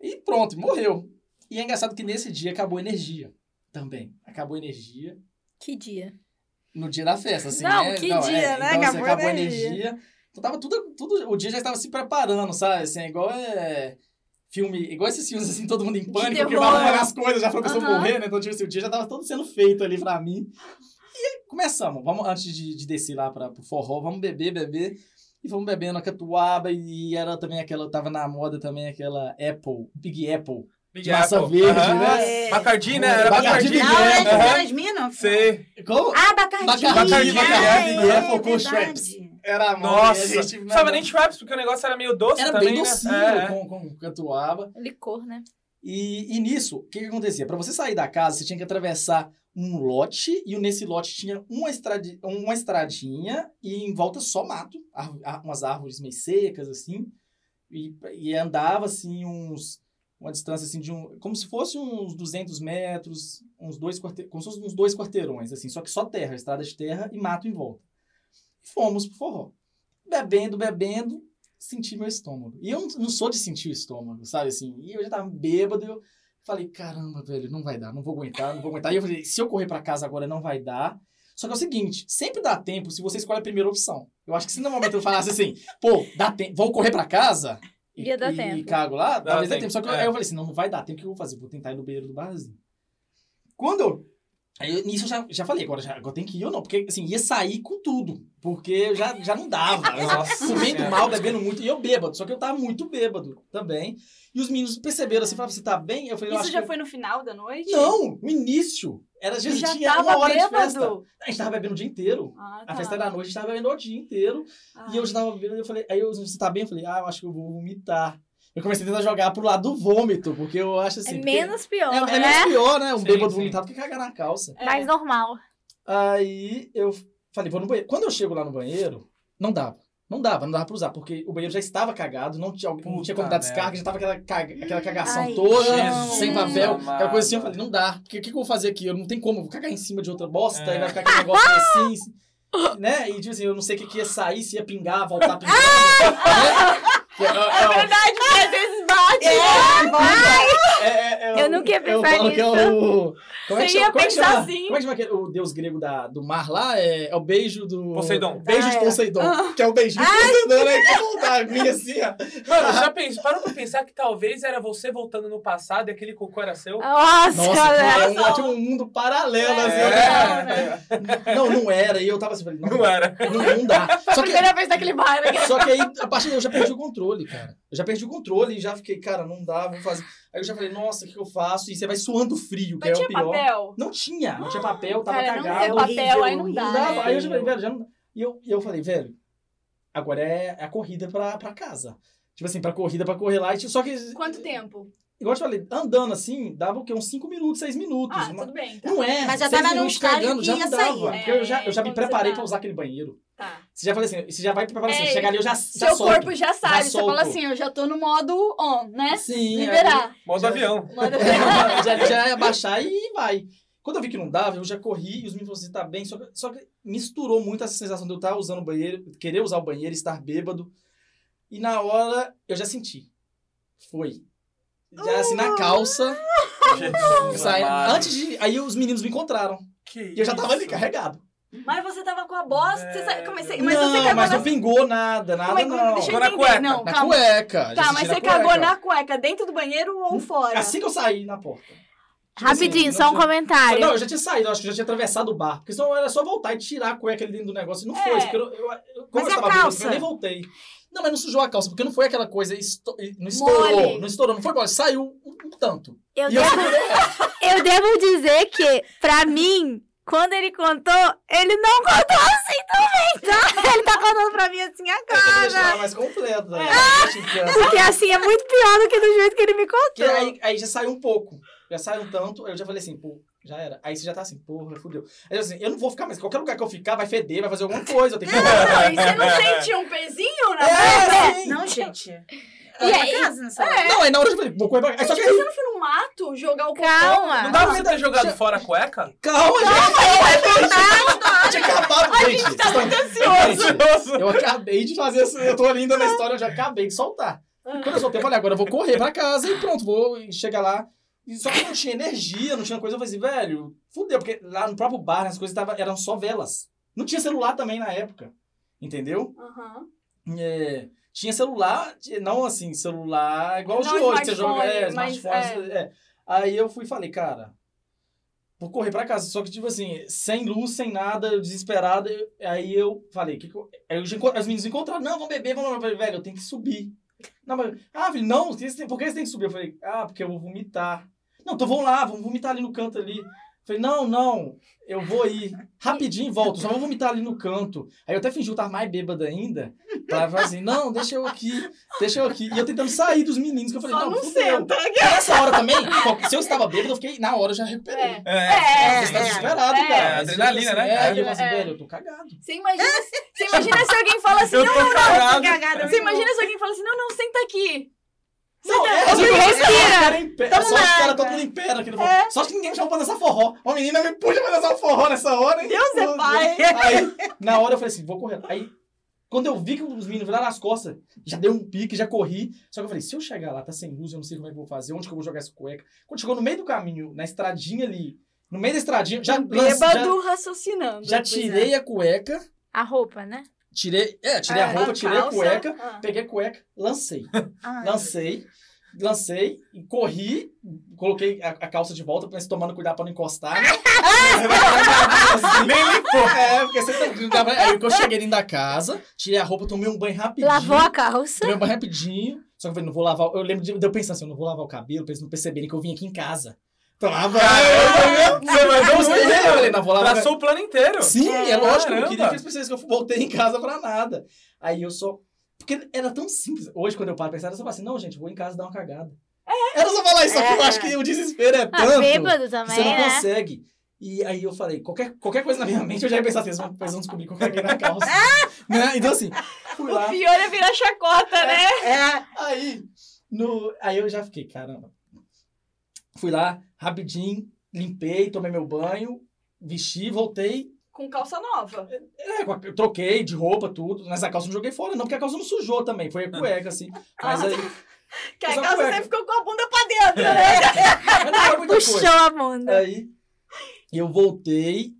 E pronto, morreu. E é engraçado que nesse dia acabou a energia também. Acabou a energia Que dia. no dia da festa, assim, Não, né? que dia, né? Então, assim, Acabou a acabou a energia. energia. Então tava tudo, tudo... O dia já estava se preparando, sabe? Assim, é igual é... Filme... Igual esses filmes, assim, todo mundo em pânico, que terror. vai apagar as coisas, já foi pessoa Aham. morrer, né? Então, tipo assim, o dia já tava todo sendo feito ali pra mim. E aí, começamos. Vamos, antes de, de descer lá pra, pro forró, vamos beber, beber. E fomos bebendo a catuaba e era também aquela... Tava na moda também aquela Apple, Big Apple. Big De massa Apple. verde, Aham. né? É. Bacardi, né? Era Bacardi Bacardi. Big né? Não, Apple. era é de Aham. Paraismina? Sei. Como? Ah, Bacardi. Bacardi, Bacardi, Bacardi, Ah, Apple com Schweppes. Era a moda. e a Nossa. gente- né? Não precisava nem de Schweppes, porque o negócio era meio doce Era também, bem né? docinho É, é. com, com catuaba. Licor, né? E, e nisso, o que, que acontecia? Pra você sair da casa, você tinha que atravessar um lote, e nesse lote tinha uma, estradi- uma estradinha, e em volta só mato, ar- ar- umas árvores meio secas, assim. E, e andava, assim, uns uma distância assim de um. Como se fosse uns 200 metros, uns dois quarte- como se fosse uns dois quarteirões, assim, só que só terra, estrada de terra e mato em volta. E fomos pro forró. Bebendo, bebendo, senti meu estômago. E eu não- não sou de sentir o estômago, sabe assim? E eu já tava bêbado, eu falei, caramba, velho, não vai dar, não vou aguentar, não vou aguentar. E eu falei, se eu correr pra casa agora, não vai dar. Só que é o seguinte, sempre dá tempo se você escolhe a primeira opção. Eu acho que se no momento eu falasse assim, pô, dá tempo, vou correr pra casa e, Ia dar e tempo. cago lá, Dá talvez dê tempo, tempo. Só que eu- é. aí eu falei assim, não, não vai dar tempo, o que eu vou fazer? Vou tentar ir no banheiro do barzinho. Quando eu... Aí eu- nisso eu já, já falei, agora, já, agora tem que ir ou não, porque assim, ia sair com tudo, porque eu já, já não dava. Eu Nossa comendo Senhora. mal, bebendo muito, e eu bêbado, só que eu tava muito bêbado também. E os meninos perceberam assim, falaram, você tá bem? Eu falei, eu Isso acho já que eu- foi no final da noite? Não, no início. Era, já, Você já tinha uma tava hora de festa. bêbado. A gente tava bebendo o dia inteiro. Ah, A festa era à noite, a gente tava bebendo o dia inteiro. Ah. E eu já tava bebendo, eu falei, aí eu, você tá bem? Eu falei, ah, eu acho que eu vou vomitar. Eu comecei a tentar jogar pro lado do vômito, porque eu acho assim. É porque- menos pior, é, é né? menos pior, né? Um Sim, bêbado sim. vomitar do que cagar na calça. É. Mais normal. Aí eu falei, vou no banheiro. Quando eu chego lá no banheiro, não dava. Não dava, não dava pra usar, porque o banheiro já estava cagado, não tinha, não Puta tinha como dar descarga, merda. já tava aquela, caga- aquela cagação Ai, toda, Jesus sem papel, amado. aquela coisa assim, Ah, eu falei, tá. não dá, porque o que, que eu vou fazer aqui? Eu não tem como, eu vou cagar em cima de outra bosta, É. e vai ficar aquele negócio assim, assim, né? E tipo assim, eu não sei o que, que ia sair, se ia pingar, voltar pingando. né? É verdade, porque às vezes bate. né? É, é, é, é Eu o- nunca ia Eu pensar falo que é o... Como é que Você ia chama? Como é que pensar chama? assim. Como é que chama aquele, o deus grego da, do mar lá? É, é o beijo do... Poseidon. Beijo Ah, de é. Poseidon. Que é o beijinho de Poseidon, né? Que volta a minha assim, ó. Mano, já pensou, parou pra pensar que talvez era você voltando no passado e aquele cocô era seu? Nossa, né? Nossa, velho. que é um, ótimo mundo paralelo, assim. É. ó. Não, não era. E eu tava assim, falei, não, Não era. não, não dá. Só que, Primeira vez naquele bar. né? só que aí, a partir daí, eu já perdi o controle, cara. Eu já perdi o controle e já fiquei, cara, não dá, vou fazer... Aí eu já falei, nossa, o que que eu faço? E você vai suando frio, que Mas é tinha o pior. papel. Não tinha, não tinha papel, tava Cara, não cagado. Tem É papel, aí não horrível, dá. Não Ah, dava. né? Aí eu já falei, velho, já não dá. E eu, e eu falei, velho, agora é a corrida pra, pra casa. Tipo assim, pra corrida, pra correr lá. E, tipo, só que, Quanto tempo? igual eu te falei, andando assim, dava o quê? Uns 5 minutos, 6 minutos. Ah, Uma- tudo bem. Tá. Não é. Mas seis já tava num minutos estágio cagando, que já ia não sair. dava. Porque eu já, eu já É, me Quando você preparei tá- pra usar aquele banheiro. tá. Você já fala assim, você já vai preparando assim, É, chegar ali eu já, já Seu solto. corpo já sabe. Você solto. fala assim, eu já tô no modo on, né? Sim, aí- Liberar. Modo Já- avião. Manda É, já, já ia baixar e vai. Quando eu vi que não dava, eu já corri e os meninos falaram assim, tá bem. Só que, só que misturou muito essa sensação de eu estar usando o banheiro, querer usar o banheiro, estar bêbado. E na hora, eu já senti. Foi. Já assim, na calça. Ah! Jesus saí- amado. antes de... Aí os meninos me encontraram. Que E eu já tava ali, isso? carregado. Mas você tava com a bosta, você sa... comecei... mas você não, cagou mas na... não pingou nada, nada Como é que- não. Deixa eu Ficou na entender, cueca. não, Na calma. cueca. já Tá, mas senti na você cueca. cagou na cueca, dentro do banheiro ou fora? Assim que eu saí na porta. Tipo assim, Rapidinho, não só um tinha- comentário. Não, eu já tinha saído, eu acho que eu já tinha atravessado o bar. Porque senão era só voltar e tirar a cueca ali dentro do negócio. E não É. foi, porque eu, eu, eu, como eu Mas e a estava bêbado, calça? eu nem voltei. Não, mas não sujou a calça, porque não foi aquela coisa. esto- Não estourou, Mole. não estourou, não foi mole. Saiu um, um tanto. Eu E eu "É." devo, eu devo dizer que, pra mim, quando ele contou, ele não contou assim também, tá? Ele tá contando pra mim assim Eu agora. deixei ela mais completa. É. né? Porque assim é muito pior do que do jeito que ele me contou. Porque aí, aí já saiu um pouco. Já saiu um tanto, aí eu já falei assim, pô, já era. Aí você já tá assim, porra, fudeu. Aí eu assim, eu não vou ficar mais. Qualquer lugar que eu ficar, vai feder, vai fazer alguma coisa. Eu tenho que Não, e você não sentiu um pezinho na É, sim. Não, gente. E Pra aí- casa nessa hora. Não, aí na hora eu falei, vou correr pra... Aí só que Tipo, Você não foi no mato jogar o cocô? Não Calma. dá pra você ter jogado fora a cueca? Calma, gente! Calma, gente! Eu tinha acabado, gente! gente tá Vocês muito estão- É Gente, Ansioso. Eu acabei de fazer isso, eu tô ali ainda na história, eu já acabei de soltar. Quando eu soltei, eu falei, agora eu vou correr pra casa e pronto, vou chegar lá. E Só que eu não tinha energia, não tinha coisa, eu falei assim, velho, fudeu, porque lá no próprio bar as coisas tava, eram só velas. Não tinha celular também na época, entendeu? Aham. É, tinha celular, não assim, celular igual os de Não hoje, que você smartphone, joga, é, mas, smartphones, é. Aí eu fui e falei, cara, vou correr pra casa. Só que, tipo assim, sem luz, sem nada, eu desesperado. eu- aí eu falei, que que eu, aí eu já encont- os meninos encontraram, não, vamos beber, vamos. Eu falei, velho, eu tenho que subir. Não, mas, ah, filho, não, vocês têm- por que você tem que subir? Eu falei, ah, porque eu vou vomitar. Não, então vamos lá, vamos vomitar ali no canto ali. Eu falei, não, não, eu vou ir. Rapidinho e volto, só vou vomitar ali no canto. Aí eu até fingi que eu tava mais bêbado ainda. Pra falar assim, não, deixa eu aqui, deixa eu aqui. E eu tentando sair dos meninos, que eu falei, Só não, não fudeu. senta. Nessa hora também, se eu estava bêbado, eu fiquei, na hora eu já recuperei. É. É. Você está É, desesperado, é. cara. É, adrenalina, né? É, e eu falo assim, É. velho, eu tô cagado. Você imagina, você imagina se alguém fala assim, Eu não, tô Tô cagado. cagada. você imagina se alguém fala assim, não, não, senta aqui. Não, é, Você tipo, respira. Os caras em pé, Tamo só os na caras água. todo mundo em pé naquele forró. Só que ninguém me chamou pra dançar forró. Uma menina me puxa pra dançar um forró nessa hora. hein? Deus é Meu pai. Aí, na hora eu falei assim, vou correr. Aí, quando eu vi que os meninos viraram nas costas, já dei um pique, já corri. Só que eu falei, se eu chegar lá, tá sem luz, eu não sei como é que eu vou fazer, onde que eu vou jogar essa cueca. Quando chegou no meio do caminho, na estradinha ali, no meio da estradinha, já, lance- já, Bêbado é. raciocinando. já tirei a cueca, A roupa, né? tirei, é, tirei a Ah, roupa, tirei a calça. cueca, Ah. peguei a cueca, lancei. Ai, Lancei, lancei, corri, coloquei a, a calça de volta, pensei, tomando cuidado pra não encostar. né? Você vai ficar com a calça assim. Nem limpou. É, porque você não tava. Aí eu cheguei dentro da casa, tirei a roupa, tomei um banho rapidinho. Lavou a calça. Tomei um banho rapidinho. Só que eu falei, não vou lavar. o- Eu lembro de de eu pensar assim, eu não vou lavar o cabelo pra eles não perceberem né, que eu vim aqui em casa. Então, ah, vai. Você vai Eu ver falei, o não vou lavar. Traçou o plano inteiro. Sim, é lógico, eu não queria Caramba. que eles pensassem que eu voltei em casa pra nada. Aí eu só. Porque era tão simples. Hoje, quando eu paro pra pensar, eu só falo assim, não, gente, vou em casa dar uma cagada. Era só falar isso, só que eu É. acho que o desespero é Ah, tanto. bêbado que também, você não né? consegue. E aí eu falei, qualquer, qualquer coisa na minha mente, eu já ia pensar assim, eles vão, eles vão descobrir que eu caguei na calça. né? Então assim, fui lá. O pior é virar chacota, né? É, Aí, no, aí eu já fiquei, caramba. Fui lá, rapidinho, limpei, tomei meu banho, vesti, voltei, Com calça nova. É, com a- eu troquei de roupa, tudo. Mas a calça eu não joguei fora, não, porque a calça não sujou também. Ah. Foi a cueca, assim. Mas aí. Ah, Que a Só calça cueca. sempre ficou com a bunda pra dentro, né? É, mas não foi muita Puxou coisa. a bunda. Aí eu voltei,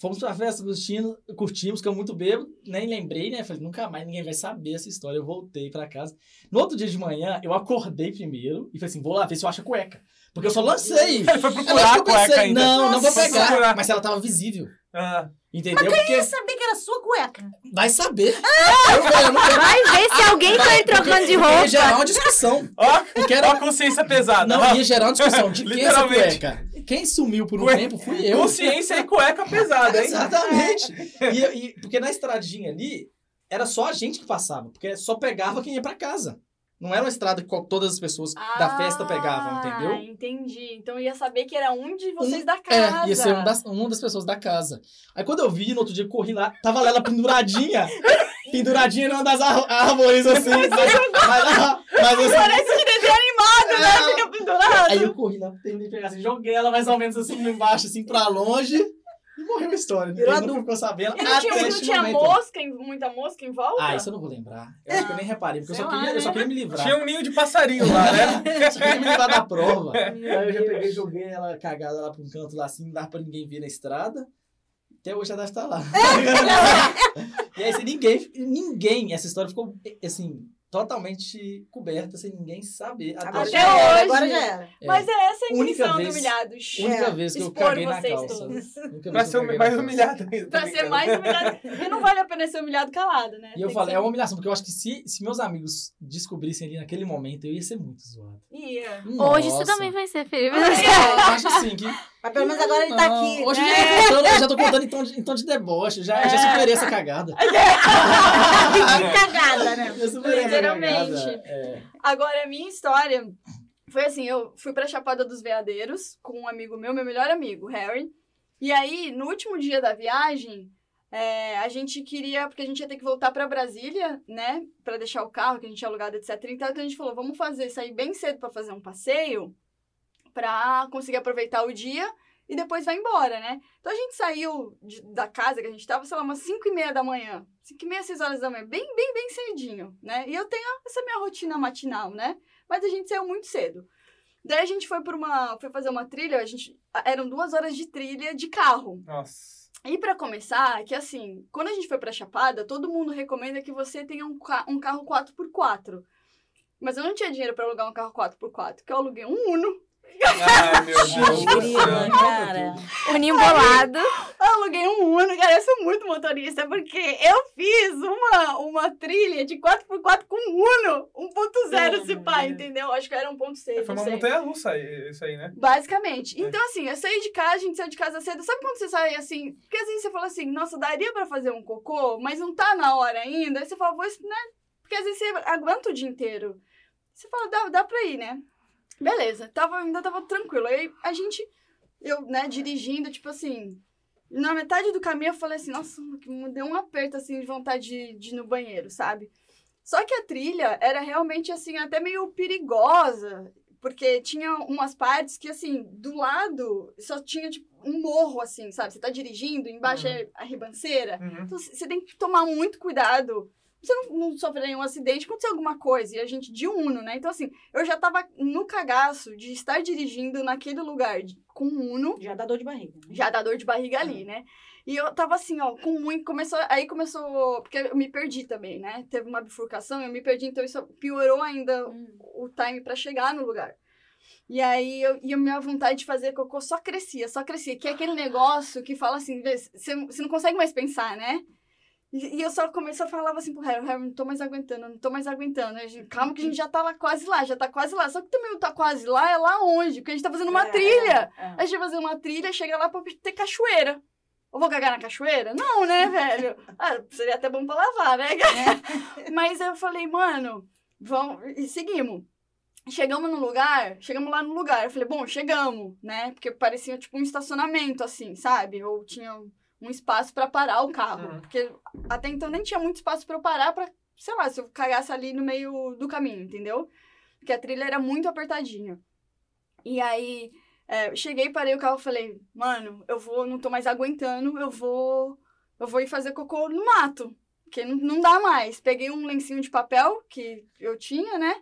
fomos pra festa, curtindo, curtimos, ficamos muito bêbado. Nem lembrei, né? Falei, nunca mais ninguém vai saber essa história. Eu voltei pra casa. No outro dia de manhã, eu acordei primeiro e falei assim: vou lá ver se eu acho a cueca. Porque eu só lancei. Ele foi É lógico procurar que a eu cueca pensei, ainda. não, não vou Nossa. pegar. Mas ela tava visível. Ah, Entendeu? Porque sabia que era sua cueca. vai saber. Ah! Eu falei, eu não quero Vai ver se alguém foi trocando tá de roupa. Ia gerar uma discussão. Ó, Porque era ó a consciência pesada. Não, ó. ia gerar uma discussão de quem é essa Ah, Literalmente. cueca. Quem sumiu por um Cueca. tempo fui eu. Consciência e cueca pesada, hein? Exatamente. É. E, e- porque na estradinha ali, era só a gente que passava. Porque só pegava quem ia pra casa. Não era uma estrada que qual- todas as pessoas da festa pegavam, Ah, entendeu? entendi. Então ia saber que era um de vocês da casa. É, ia ser um das- uma das pessoas da casa. Aí quando eu vi, no outro dia, eu corri lá, tava lá ela penduradinha. penduradinha numa das ar- árvores, assim. mas, mas, mas assim, É. Parece que desenho animado, né? Fica pendurado. Aí eu corri lá, tentei pegar assim, joguei ela mais ou menos assim embaixo, assim, pra longe. E morreu a história. né? Virou Ele não ficou sabendo. E não tinha, até não este tinha Ah, momento. mosca, em- muita mosca em volta? Ah, isso eu não vou lembrar. Eu acho que eu nem reparei, porque eu Sei só, lá, queria, eu só né? queria me livrar. Tinha um ninho de passarinho lá, né? só queria me livrar da prova. Meu Aí eu já Deus. peguei, joguei ela cagada lá pra um canto lá assim, não dava pra ninguém ver na estrada. Até hoje ela deve estar lá. e aí assim, ninguém, ninguém, essa história ficou assim, totalmente coberta, sem ninguém saber. Agora Até já era, hoje. agora já era. É. Mas é essa a Única intenção do vez- Humilhados. única É, vez que eu expor caguei na vocês calça. todos. Única Pra vez que ser eu hum- caguei mais na calça. humilhado ainda. Pra tô ser brincando. mais humilhado. Porque não vale a pena ser humilhado calado, né? E eu Tem que falei, ser- é uma humilhação, porque eu acho que se, se meus amigos descobrissem ali naquele momento, eu ia ser muito zoado. Ia. Hoje um Nossa. você também vai ser, filho. Eu acho assim que. Mas pelo menos agora ele tá Não, aqui. Hoje né? eu já tô contando, eu já tô contando em tom de, em tom de deboche, já, já superei essa cagada. tá Que cagada, né? Já superei essa cagada. Literalmente. É. Agora, a minha história foi assim: eu fui pra Chapada dos Veadeiros com um amigo meu, meu melhor amigo, Harry. E aí, no último dia da viagem, é, a gente queria, porque a gente ia ter que voltar pra Brasília, né? Pra deixar o carro que a gente tinha alugado, etc. Então a gente falou: vamos fazer, sair bem cedo pra fazer um passeio, pra conseguir aproveitar o dia e depois vai embora, né? Então a gente saiu de- da casa que a gente tava, sei lá, umas 5 e meia da manhã. 5 e meia, 6 horas da manhã, bem, bem, bem cedinho, né? E eu tenho essa minha rotina matinal, né? Mas a gente saiu muito cedo. Daí a gente foi para uma, foi fazer uma trilha, a gente eram duas horas de trilha de carro. Nossa. E pra começar, que assim, quando a gente foi pra Chapada, todo mundo recomenda que você tenha um, ca- um carro 4x4. Mas eu não tinha dinheiro pra alugar um carro 4x4, que eu aluguei um Uno. Ai, meu Deus. do Querida, céu. cara. Uninho bolado. Eu aluguei um Uno, cara, eu sou muito motorista, porque eu fiz uma, uma trilha de 4x4 com um Uno, 1.0 se Meu pá, Deus. entendeu? Acho que era 1.6, É, não Foi uma sei. montanha russa aí, isso aí, né? Basicamente. É. Então, assim, eu saí de casa, a gente saiu de casa cedo. Sabe quando você sai assim? Porque às vezes você fala assim, nossa, daria pra fazer um cocô, mas não tá na hora ainda. Aí você fala, vou, es- né? Porque às vezes você aguenta o dia inteiro. Você fala, dá, dá pra ir, né? Beleza, tava, ainda tava tranquilo. Aí a gente, eu, né, dirigindo, tipo assim, na metade do caminho eu falei assim, nossa, que me deu um aperto assim de vontade de, de ir no banheiro, sabe? Só que a trilha era realmente, assim, até meio perigosa, porque tinha umas partes que, assim, do lado só tinha, tipo, um morro, assim, sabe? Você tá dirigindo, embaixo é a ribanceira. Uhum. Então, c- você tem que tomar muito cuidado. Você não, não sofrer nenhum acidente, aconteceu alguma coisa, e a gente de Uno, né? Então, assim, eu já tava no cagaço de estar dirigindo naquele lugar de- com Uno, Já dá dor de barriga. né? já dá dor de barriga ali, né? E eu tava assim, ó, com muito. Começou, aí começou. Porque eu me perdi também, né? Teve uma bifurcação, eu me perdi, então isso piorou ainda o time pra chegar no lugar. E aí, eu, e a minha vontade de fazer cocô só crescia, só crescia. Que é aquele negócio que fala assim, vê, você você não consegue mais pensar, né? E, e eu só comecei a falar assim pro Harry, Harry, não tô mais aguentando, não tô mais aguentando. Aí, gente, Calma que a gente já tá lá, quase lá, já tá quase lá. Só que também o tá quase lá é lá onde? Porque a gente tá fazendo uma É, trilha. é, A gente vai fazer uma trilha, chega lá pra ter cachoeira. Eu vou cagar na cachoeira? Não, né, velho? Ah, seria até bom pra lavar, né? Mas eu falei, mano, vamos. E seguimos. Chegamos no lugar, chegamos lá no lugar. Eu falei, bom, chegamos, né? Porque parecia tipo um estacionamento, assim, sabe? Ou tinha um- um espaço pra parar o carro. Uhum. Porque até então nem tinha muito espaço pra eu parar pra, sei lá, se eu cagasse ali no meio do caminho, entendeu? Porque a trilha era muito apertadinha. E aí, é, eu cheguei, parei o carro e falei, mano, eu vou, não tô mais aguentando, eu vou, eu vou ir fazer cocô no mato, porque não, não dá mais. Peguei um lencinho de papel que eu tinha, né?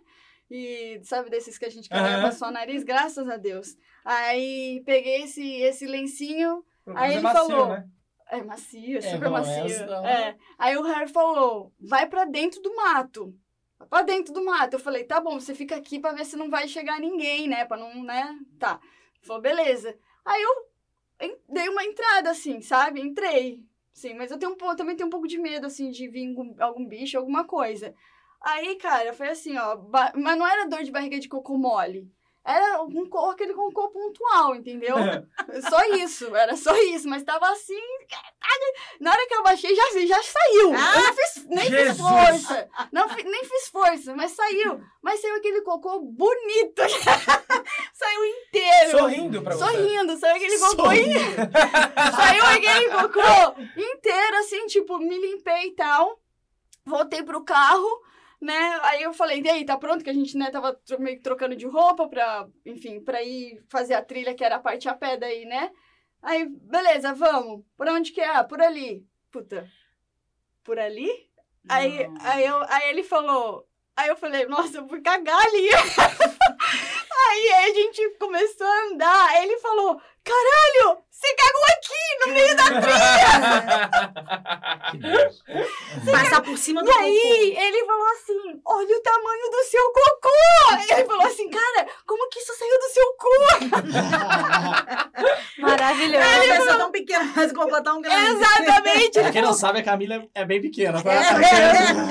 E sabe desses que a gente carrega Aham. pra só o nariz, graças a Deus. Aí peguei esse, esse lencinho, Pelo Aí menos é ele macio, falou, né? é macio, é É, né? super não, macio. essa não. É. Aí o Harry falou, vai pra dentro do mato. Vai pra dentro do mato. Eu falei, tá bom, você fica aqui pra ver se não vai chegar ninguém, né? Pra não, né? Tá. Ele Falou, beleza. Aí eu en- dei uma entrada, assim, sabe? Entrei. Sim, mas eu tenho um pouco, também tenho um pouco de medo, assim, de vir algum, algum bicho, alguma coisa. Aí, cara, foi assim, ó. ba- Mas não era dor de barriga de cocô mole. Era um, co- aquele cocô pontual, entendeu? É. Só isso, era só isso, mas tava assim. caralho. Na hora que eu baixei, já, já saiu. Ah, eu não fiz, nem fiz Jesus. força. Não, fi- nem fiz força, mas saiu. Mas saiu aquele cocô bonito. saiu inteiro. Sorrindo pra você. Sorrindo, saiu aquele cocô Sorrindo. Saiu aquele cocô inteiro, assim, tipo, me limpei e tal. Voltei pro carro, né? Aí eu falei, e aí, tá pronto? Que a gente, né, tava tro- meio que trocando de roupa pra, enfim, pra ir fazer a trilha, que era a parte a pé daí, né? Aí, beleza, vamos. Por onde que é? Ah, Por ali. Puta. Por ali? Aí, não. aí, eu, aí ele falou. Aí eu falei, nossa, eu fui cagar ali. aí a gente começou a andar. Aí ele falou, caralho, você cagou aqui! né? É, Que nojo. Passar por cima do E aí ele falou assim, olha o tamanho do seu cocô! Ele falou assim, cara, como que isso saiu do seu cu? Maravilhoso. É uma pessoa tão pequena, mas o tão grande. Exatamente! Pra quem não sabe, a Camila é bem pequena. Pra essa É, é,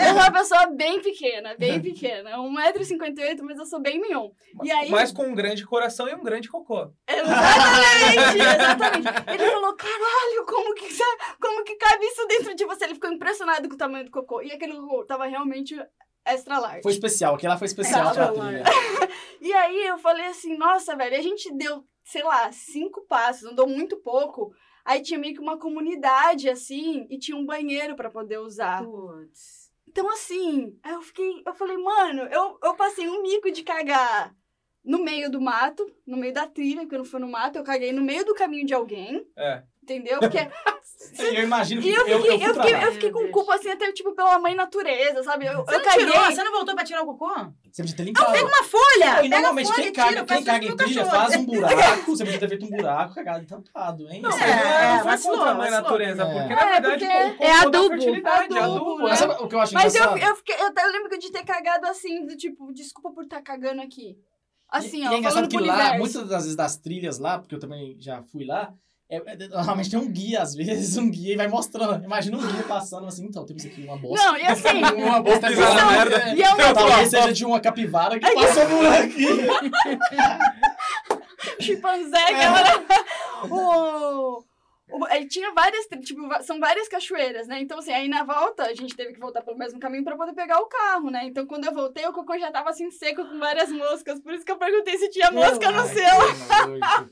é. Eu sou uma pessoa bem pequena, bem pequena. 1,58m, mas eu sou bem mignon. E aí... Mas com um grande coração e um grande cocô. Exatamente, exatamente. Ele falou, caralho, como que, sa- como que cabe isso dentro de você? Ele ficou impressionado com o tamanho do cocô. E aquele cocô tava realmente extra large. é- Foi especial, aquela foi especial pra trilha. E aí eu falei assim, nossa, velho, a gente deu, sei lá, cinco passos, andou muito pouco. Aí tinha meio que uma comunidade, assim, e tinha um banheiro pra poder usar. Putz. Então, assim, aí eu fiquei. Eu falei, mano, eu, eu passei um mico de cagar no meio do mato, no meio da trilha, porque eu não fui no mato, eu caguei no meio do caminho de alguém, É. entendeu? Porque. E Eu imagino que e eu fiquei, eu, eu fui pra fiquei, lá. eu fiquei com Meu culpa, assim, até tipo pela mãe natureza, sabe? Eu, Você eu não caguei. tirou? Você não voltou pra tirar o cocô? Você podia ter limpado. Uma e folha! Pega a normalmente folha quem e caga, tira, quem faz caga isso em pro trilha cachorro. faz um buraco. Você podia ter feito um buraco, cagado e tampado, hein? Não, Isso mas é- É, não, não foi vacilou, contra a mãe vacilou. natureza, É. porque na É, verdade porque o cocô é dá adubo, fertilidade, adubo, né? adubo, é. Mas sabe o que eu acho Mas eu, engraçado? eu, fiquei, eu até lembro de ter cagado assim, do tipo, desculpa por estar cagando aqui. Assim, e, ó, e é engraçado falando que pro lá, universo. muitas das vezes das trilhas lá, porque eu também já fui lá, é- é- normalmente tem um guia, às vezes, um guia e vai mostrando. Imagina um guia passando assim, então, temos aqui uma bosta. Não, e assim, Uma bosta é Pisar na bosta, merda. Então, é- E é uma Talvez bosta. seja de uma capivara que passou por aqui. chimpanzé, É. que era... o... o- aí tinha várias, tri- tipo, va- são várias cachoeiras, né? Então, assim, aí na volta, a gente teve que voltar pelo mesmo caminho pra poder pegar o carro, né? Então, quando eu voltei, o cocô já tava, assim, seco com várias moscas. Por isso que eu perguntei se tinha mosca no Ai, seu. que nojo.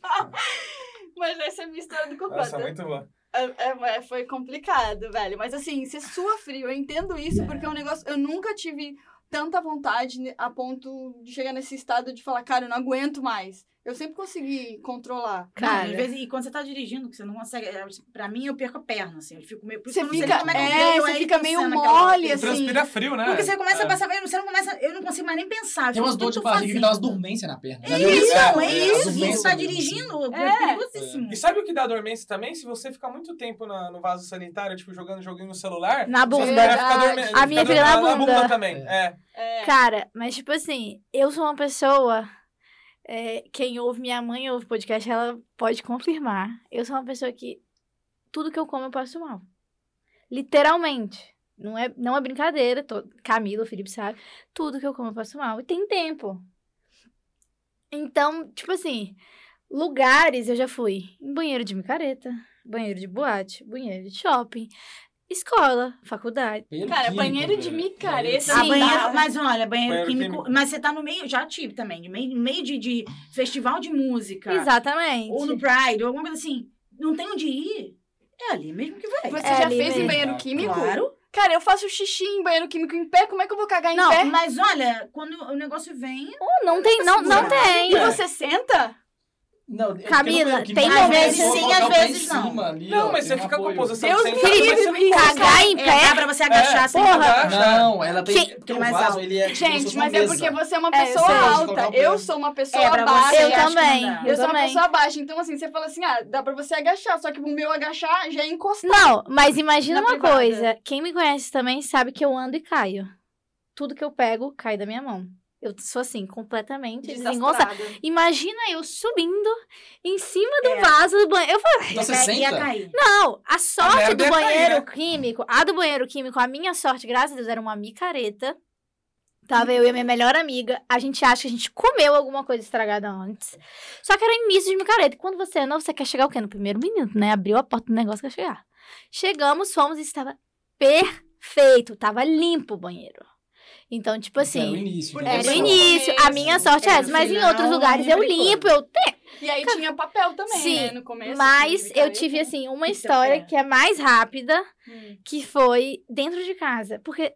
Mas essa é a minha história do cocô. Nossa, tá? muito bom. É, é, foi complicado, velho. Mas assim, você sua frio. Eu entendo isso, porque é um negócio. Eu nunca tive tanta vontade ne- a ponto de chegar nesse estado de falar, cara, eu não aguento mais. Eu sempre consegui controlar. Cara. Não, às vezes, e quando você tá dirigindo, que você não consegue. é, Pra mim, eu perco a perna, assim. Eu fico meio. por isso Você que eu não sei fica, nem como que eu é, vejo você ele fica meio pensando naquela- mole, assim. Transpira frio, né? Porque você começa É. a passar. eu não- Você não começa. Eu não consigo mais nem pensar. eu Tem fico, umas o dores de que eu tô barriga que dá umas fazendo? dormências na perna. É Já viu isso, É, é, é, isso. as E você dormências mesmo, tá assim. dirigindo, é, É. perigosíssimo. E sabe o que dá dormência também? Se você ficar muito tempo na- no vaso sanitário, tipo, jogando joguinho no celular. Na você bunda. vai ficar dorme- A fica minha dormindo fica na bunda. também. É. É. Cara, mas tipo assim, eu sou uma pessoa. é, quem ouve minha mãe ouve podcast, ela pode confirmar. Eu sou uma pessoa que tudo que eu como eu passo mal. Literalmente. Não é, não é brincadeira. Tô, Camila, o Felipe sabe. Tudo que eu como eu passo mal. E tem tempo. Então, tipo assim, lugares eu já fui. Em banheiro de micareta, banheiro de boate, banheiro de shopping, escola, faculdade. Banheiro Cara, químico, banheiro de velho. É micareta. Ah, Sim, banheiro- dá. mas olha, banheiro, Banheiro químico, químico. Mas você tá no meio, já tive também, no meio, no meio de, de festival de música. Exatamente. Ou no Pride, ou alguma coisa assim. Não tem onde ir. É ali mesmo que vai. Você É já ali fez em mesmo. banheiro Ah, químico? Claro. Cara, eu faço xixi em banheiro químico em pé, como é que eu vou cagar em Não, pé? mas olha, quando o negócio vem. Ou não tem, não, não Segurar. tem. E você senta? Não, é porque no Camila, banheiro químico, tem a pessoa momentos coloca sim, às o pé em vezes não. cima ali, Não, ó, tem mas você um fica com a assim, apoio. posição Deus sem me mas livre, você não cara. consegue. Cagar em É, pé? dá pra você agachar sem porra. agachar. Não, ela tem. Gente, porque o mais vaso, alto. ele é. tipo como se Gente, fosse uma mas é mesa. porque você é uma É, eu pessoa sei. alta. Eu sou uma pessoa É, pra baixa. você Eu acho que não também. dá. Eu sou uma também. pessoa baixa, então assim, você fala assim, ah, dá pra você agachar, só que o meu agachar já é encostar. Não, mas imagina Na uma privada. coisa. Quem me conhece também sabe que eu ando e caio. Tudo que eu pego cai da minha mão. Eu sou assim, completamente desengonçada. Imagina eu subindo em cima do É. vaso do banheiro. Eu falei, Então você Ia- ia senta. cair. não, a sorte merda do ia cair, banheiro né? químico, a do banheiro químico, a minha sorte, graças a Deus, era uma micareta. Tava eu e a minha melhor amiga. A gente acha que a gente comeu alguma coisa estragada antes. Só que era início de micareta. E Quando você é novo, você quer chegar o quê? No primeiro minuto, né? Abriu a porta do negócio, quer chegar. Chegamos, fomos e estava perfeito. Tava limpo o banheiro. Então, tipo Era É o assim... início. Era né, Era o pessoal? início. A minha sorte é Era essa. Mas em final, outros lugares eu misericórdia. limpo, eu E aí tinha papel também, Sim, né, no começo. Mas assim, eu picareta. tive, assim, Então, uma história é. que é mais rápida, Hum. que foi dentro de casa. Porque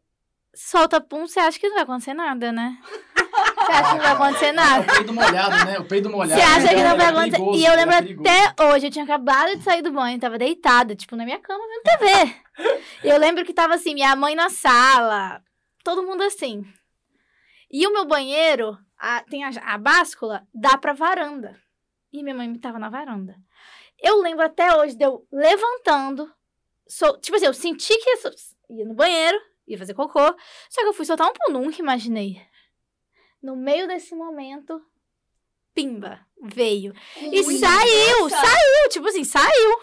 solta pum, você acha que não vai acontecer nada, né? Você acha que não vai acontecer nada. O peido molhado, né? O peido molhado. Você acha que não Era vai acontecer. perigoso, E eu era lembro perigoso. até hoje, eu tinha acabado de sair do banho, tava deitada, tipo, na minha cama vendo TV. E eu lembro que tava assim, minha mãe na sala, todo mundo assim. E o meu banheiro, a- tem a, a báscula, dá pra varanda. E minha mãe tava na varanda. Eu lembro até hoje de eu levantando, sol- tipo assim, eu senti que eu ia no banheiro, ia fazer cocô, só que eu fui soltar um pum, nunca imaginei. No meio desse momento, pimba, veio. Com E muita saiu, força. saiu, tipo assim, saiu.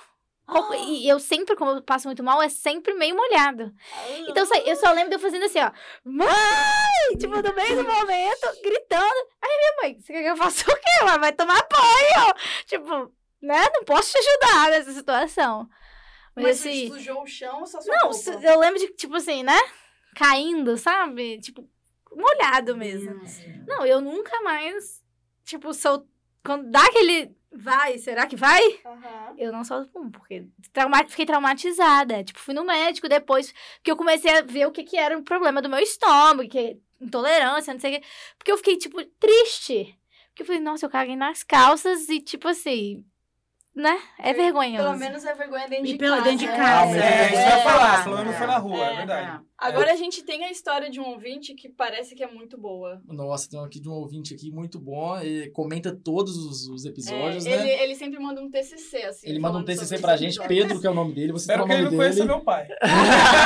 Co- Ah. E eu sempre, como eu passo muito mal, é sempre meio molhado. Ah. Então sa- eu só lembro de eu fazendo assim, ó. Mãe! Tipo, no meio do momento, gritando. Aí minha mãe, você quer que eu faça o quê? Ela vai tomar banho! Tipo, né? Não posso te ajudar nessa situação. Mas, Mas assim. você sujou o chão, só sua Não, roupa. se- eu lembro de, tipo assim, né? Caindo, sabe? Tipo, molhado mesmo. Não, eu nunca mais, tipo, sou. Quando dá aquele. Vai, será que vai? Aham. Eu não solto pum, porque trauma- fiquei traumatizada. Tipo, fui no médico depois, porque eu comecei a ver o que, que era o problema do meu estômago, que é intolerância, não sei o quê. Porque eu fiquei, tipo, triste. Porque eu falei, nossa, eu caguei nas calças e, tipo assim, né? É vergonhoso. Pelo menos é vergonha dentro E de pelo casa. dentro de né? Ah, casa. mas é, isso que eu ia É. falar. É. Falando não foi na rua, é, É. verdade. Agora a gente tem a história de um ouvinte que parece que é muito boa. Nossa, tem um aqui de um ouvinte aqui muito bom. Ele comenta todos os, os episódios, É, né? ele, ele sempre manda um TCC, assim. Ele manda um falando TCC sobre pra esse gente, né? episódio. Pedro, que é o nome dele. Você Espero o que ele nome não conheça dele. meu pai.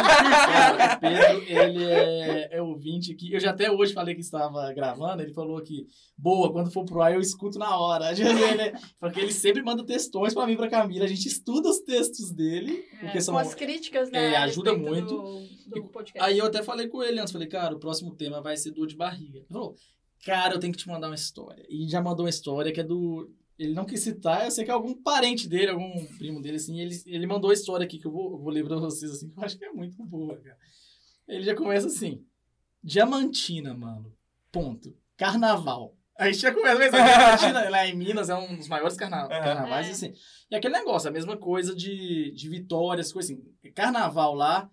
O Pedro, ele é, é ouvinte aqui. Eu já até hoje falei que estava gravando. Ele falou que, boa, quando for pro ar eu escuto na hora. Ele- é, Porque ele sempre manda textões pra mim, e pra Camila. A gente estuda os textos dele, porque são É, Com as críticas, né? É, a ajuda respeito muito. Do, do podcast. É. Aí eu até falei com ele antes, falei, cara, o próximo tema vai ser dor de barriga. Ele falou, cara, eu tenho que te mandar uma história. E já mandou uma história que é do. Ele não quis citar, eu sei que é algum parente dele, algum primo dele, assim. Ele, ele mandou a história aqui que eu vou, eu vou ler pra vocês, assim, que eu acho que é muito boa, cara. Ele já começa assim: Diamantina, mano. Ponto. Carnaval. A gente tinha conversa, mas aqui, imagina, lá em Minas é um dos maiores carna- carnavais, É. assim. E aquele negócio, a mesma coisa de, de vitórias, coisa assim. Carnaval lá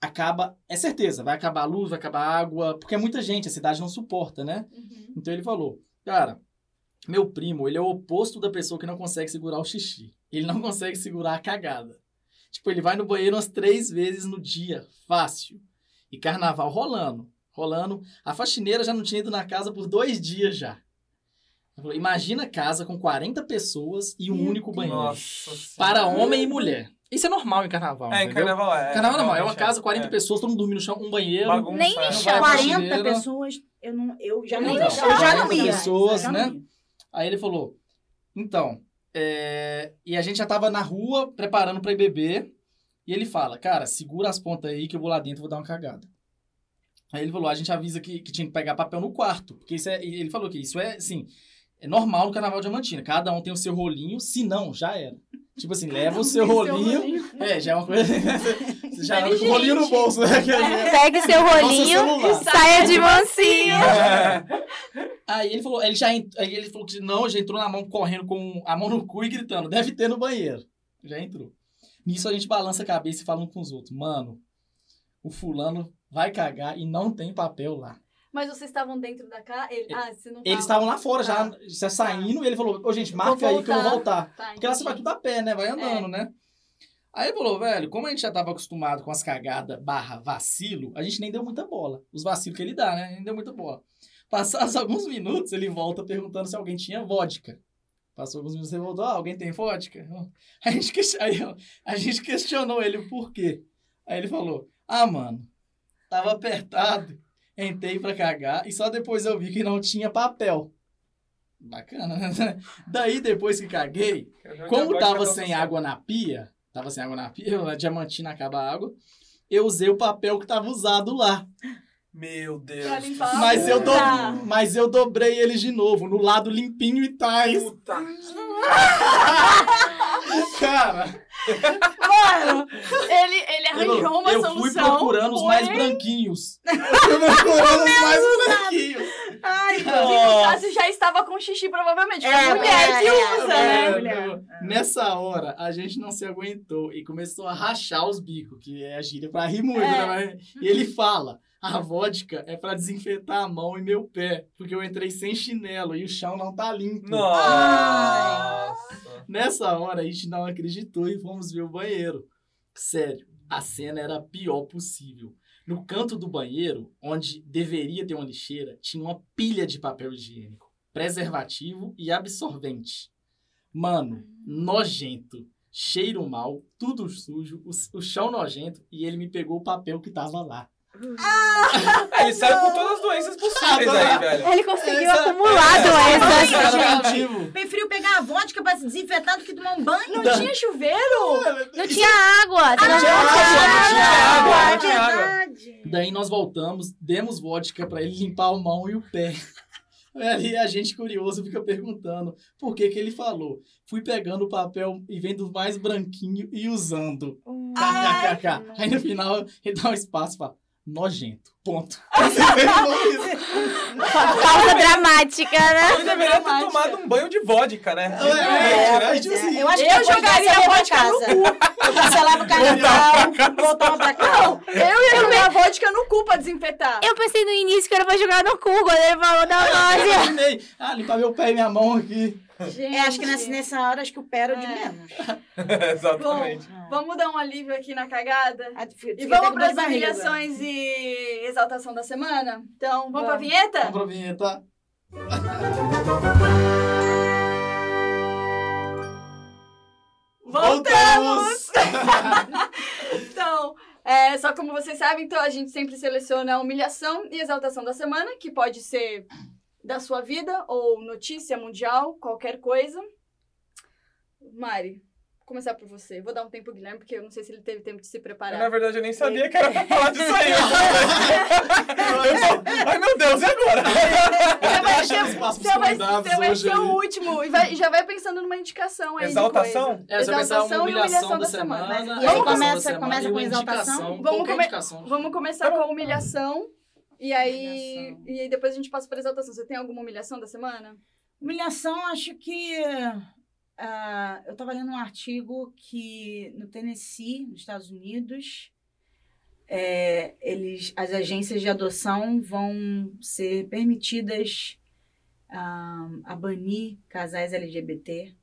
acaba, é certeza, vai acabar a luz, vai acabar a água, porque é muita gente, a cidade não suporta, né? Uhum. Então ele falou, cara, meu primo, ele é o oposto da pessoa que não consegue segurar o xixi. Ele não consegue segurar a cagada. Tipo, ele vai no banheiro umas três vezes no dia, fácil. E carnaval rolando, rolando. A faxineira já não tinha ido na casa por dois dias já. Ele falou, imagina a casa com 40 pessoas e um Meu único banheiro. Nossa Para homem e mulher. Isso é normal em carnaval, É, em entendeu? carnaval é. Carnaval é normal, é uma realmente casa, 40 é. pessoas, todo mundo dorme no chão, um banheiro. Bagunça, Nem é. me chama. 40 faxineira. pessoas, eu, não, eu já Eu não, nem eu deixava. já não 40 ia. pessoas, Já não né? ia. Aí ele falou: Então, é, e a gente já tava na rua preparando pra ir beber. E ele fala: Cara, segura as pontas aí que eu vou lá dentro e vou dar uma cagada. Aí ele falou: A gente avisa que, que tinha que pegar papel no quarto. Porque isso é. e Ele falou que isso é, assim, é normal no Carnaval Diamantina. Cada um tem o seu rolinho. Se não, já era. Tipo assim, leva o seu rolinho. É, já é uma coisa. Você já anda com o rolinho no Inteligente. bolso, né? Quer dizer, Pegue seu rolinho, celular. saia de mansinho. É. Aí ele falou, ele já ent- aí ele falou que não, já entrou na mão correndo com a mão no cu e gritando, deve ter no banheiro. Já entrou. Nisso a gente balança a cabeça e fala um com os outros. Mano, o fulano vai cagar e não tem papel lá. Mas vocês estavam dentro da casa? Ele... Ah, você não Eles tava. estavam lá fora já, Tá. já saindo, e ele falou, ô gente, marca aí que eu vou voltar. voltar. Tá, Porque lá você vai entendi. tudo a pé, né? Vai andando, né? Aí ele falou, velho, como a gente já tava acostumado com as cagadas barra vacilo, a gente nem deu muita bola. Os vacilos que ele dá, né? Nem deu muita bola. Passados alguns minutos, ele volta perguntando se alguém tinha vodka. Passou alguns minutos, ele voltou, ah, alguém tem vodka? A gente, que- aí, ó, a gente questionou ele o porquê. Aí ele falou, ah, mano, tava apertado, entrei pra cagar e só depois eu vi que não tinha papel. Bacana, né? Daí, depois que caguei, como tava sem água na pia, tava sem água na pia, a diamantina acaba a água, eu usei o papel que tava usado lá. Meu Deus. Pra do limpar céu. a Mas eu, do... Tá. Mas eu dobrei ele de novo, no lado limpinho e tais. Puta. Cara, Mano, ele, ele arranjou uma eu solução. fui procurando os foi- mais branquinhos. Eu fui procurando os mais branquinhos. Ai, Que no caso já estava com xixi, provavelmente. porque É, tipo, mulher é, que é, usa, é. né? Mano, mulher? Nessa hora, a gente não se aguentou e começou a rachar os bicos, que é a gíria pra rir muito, É. né? Mas- E ele fala, a vodka é pra desinfetar a mão e meu pé, porque eu entrei sem chinelo e o chão não tá limpo. Nossa. Nessa hora, a gente não acreditou e fomos ver o banheiro. Sério, a cena era a pior possível. No canto do banheiro, onde deveria ter uma lixeira, tinha uma pilha de papel higiênico, preservativo e absorvente. Mano, nojento, cheiro mal, tudo sujo, o, o chão nojento e ele me pegou o papel que tava lá. Ah, É, Ele saiu com todas as doenças Ah, possíveis tá. aí, velho. Ele conseguiu Essa- acumular Ai, doenças. Preservativo. Preferiu pegar a vodka pra se desinfetar do que tomar um banho. Não Tá. tinha chuveiro? Ah, Não tinha água. você Não tinha água, não tinha água. é não né? tinha água. verdade. Daí nós voltamos, demos vodka pra ele limpar a mão e o pé. Aí a gente curioso fica perguntando por que que ele falou. Fui pegando o papel e vendo os mais branquinho e usando. Hum. KKKK. Aí no final ele dá um espaço e fala, nojento, ponto. é Causa dramática, né? Ele deveria ter Dramática. tomado um banho de vodka, né? É, Realmente, tipo É, assim, Eu acho que Eu depois jogaria dessa eu ia pra vodka no casa. Eu cancelava o carnaval, voltava pra casa. Eu ia jogar vodka no cu pra desinfetar. Eu pensei no início que era pra jogar no cu, quando ele falou da eu loja. imaginei, ah, limpar meu pé e minha mão aqui. É, acho que nessa, nessa hora, acho que o pé era o de É. menos. né? Exatamente. Vamos dar um alívio aqui na cagada? Ah, E fiquei- fiquei até vamos com para dor de as barriga. humilhações e exaltação da semana? Então, né? vamos, Vamos. pra vinheta? Vamos pra vinheta. Voltamos! Então, é, só como vocês sabem, então a gente sempre seleciona a humilhação e exaltação da semana, que pode ser da sua vida ou notícia mundial, qualquer coisa. Mari, vou começar por você. Vou dar um tempo, pro Guilherme, porque eu não sei se ele teve tempo de se Eu, na preparar. verdade, eu nem sabia que era pra falar disso aí. né? Eu tô- Ai, meu Deus, e agora? Você vai Deixa ser- os passos você vai- convidados você vai hoje ser aí. o último e vai- já vai pensando numa indicação aí. de coisa. Exaltação? É, você vai pensar uma Exaltação e humilhação humilhação da, da semana. semana. a Mas- E aí exaltação começa- da semana começa e com uma exaltação? indicação, Vamos qualquer come- indicação. Vamos começar com a humilhação E aí, Humilhação. e aí depois a gente passa pra exaltação. Você tem alguma humilhação da semana? Humilhação, acho que. ah, eu estava lendo um artigo que no Tennessee, nos Estados Unidos, é, eles, as agências de adoção vão ser permitidas ah, a banir casais LGBT.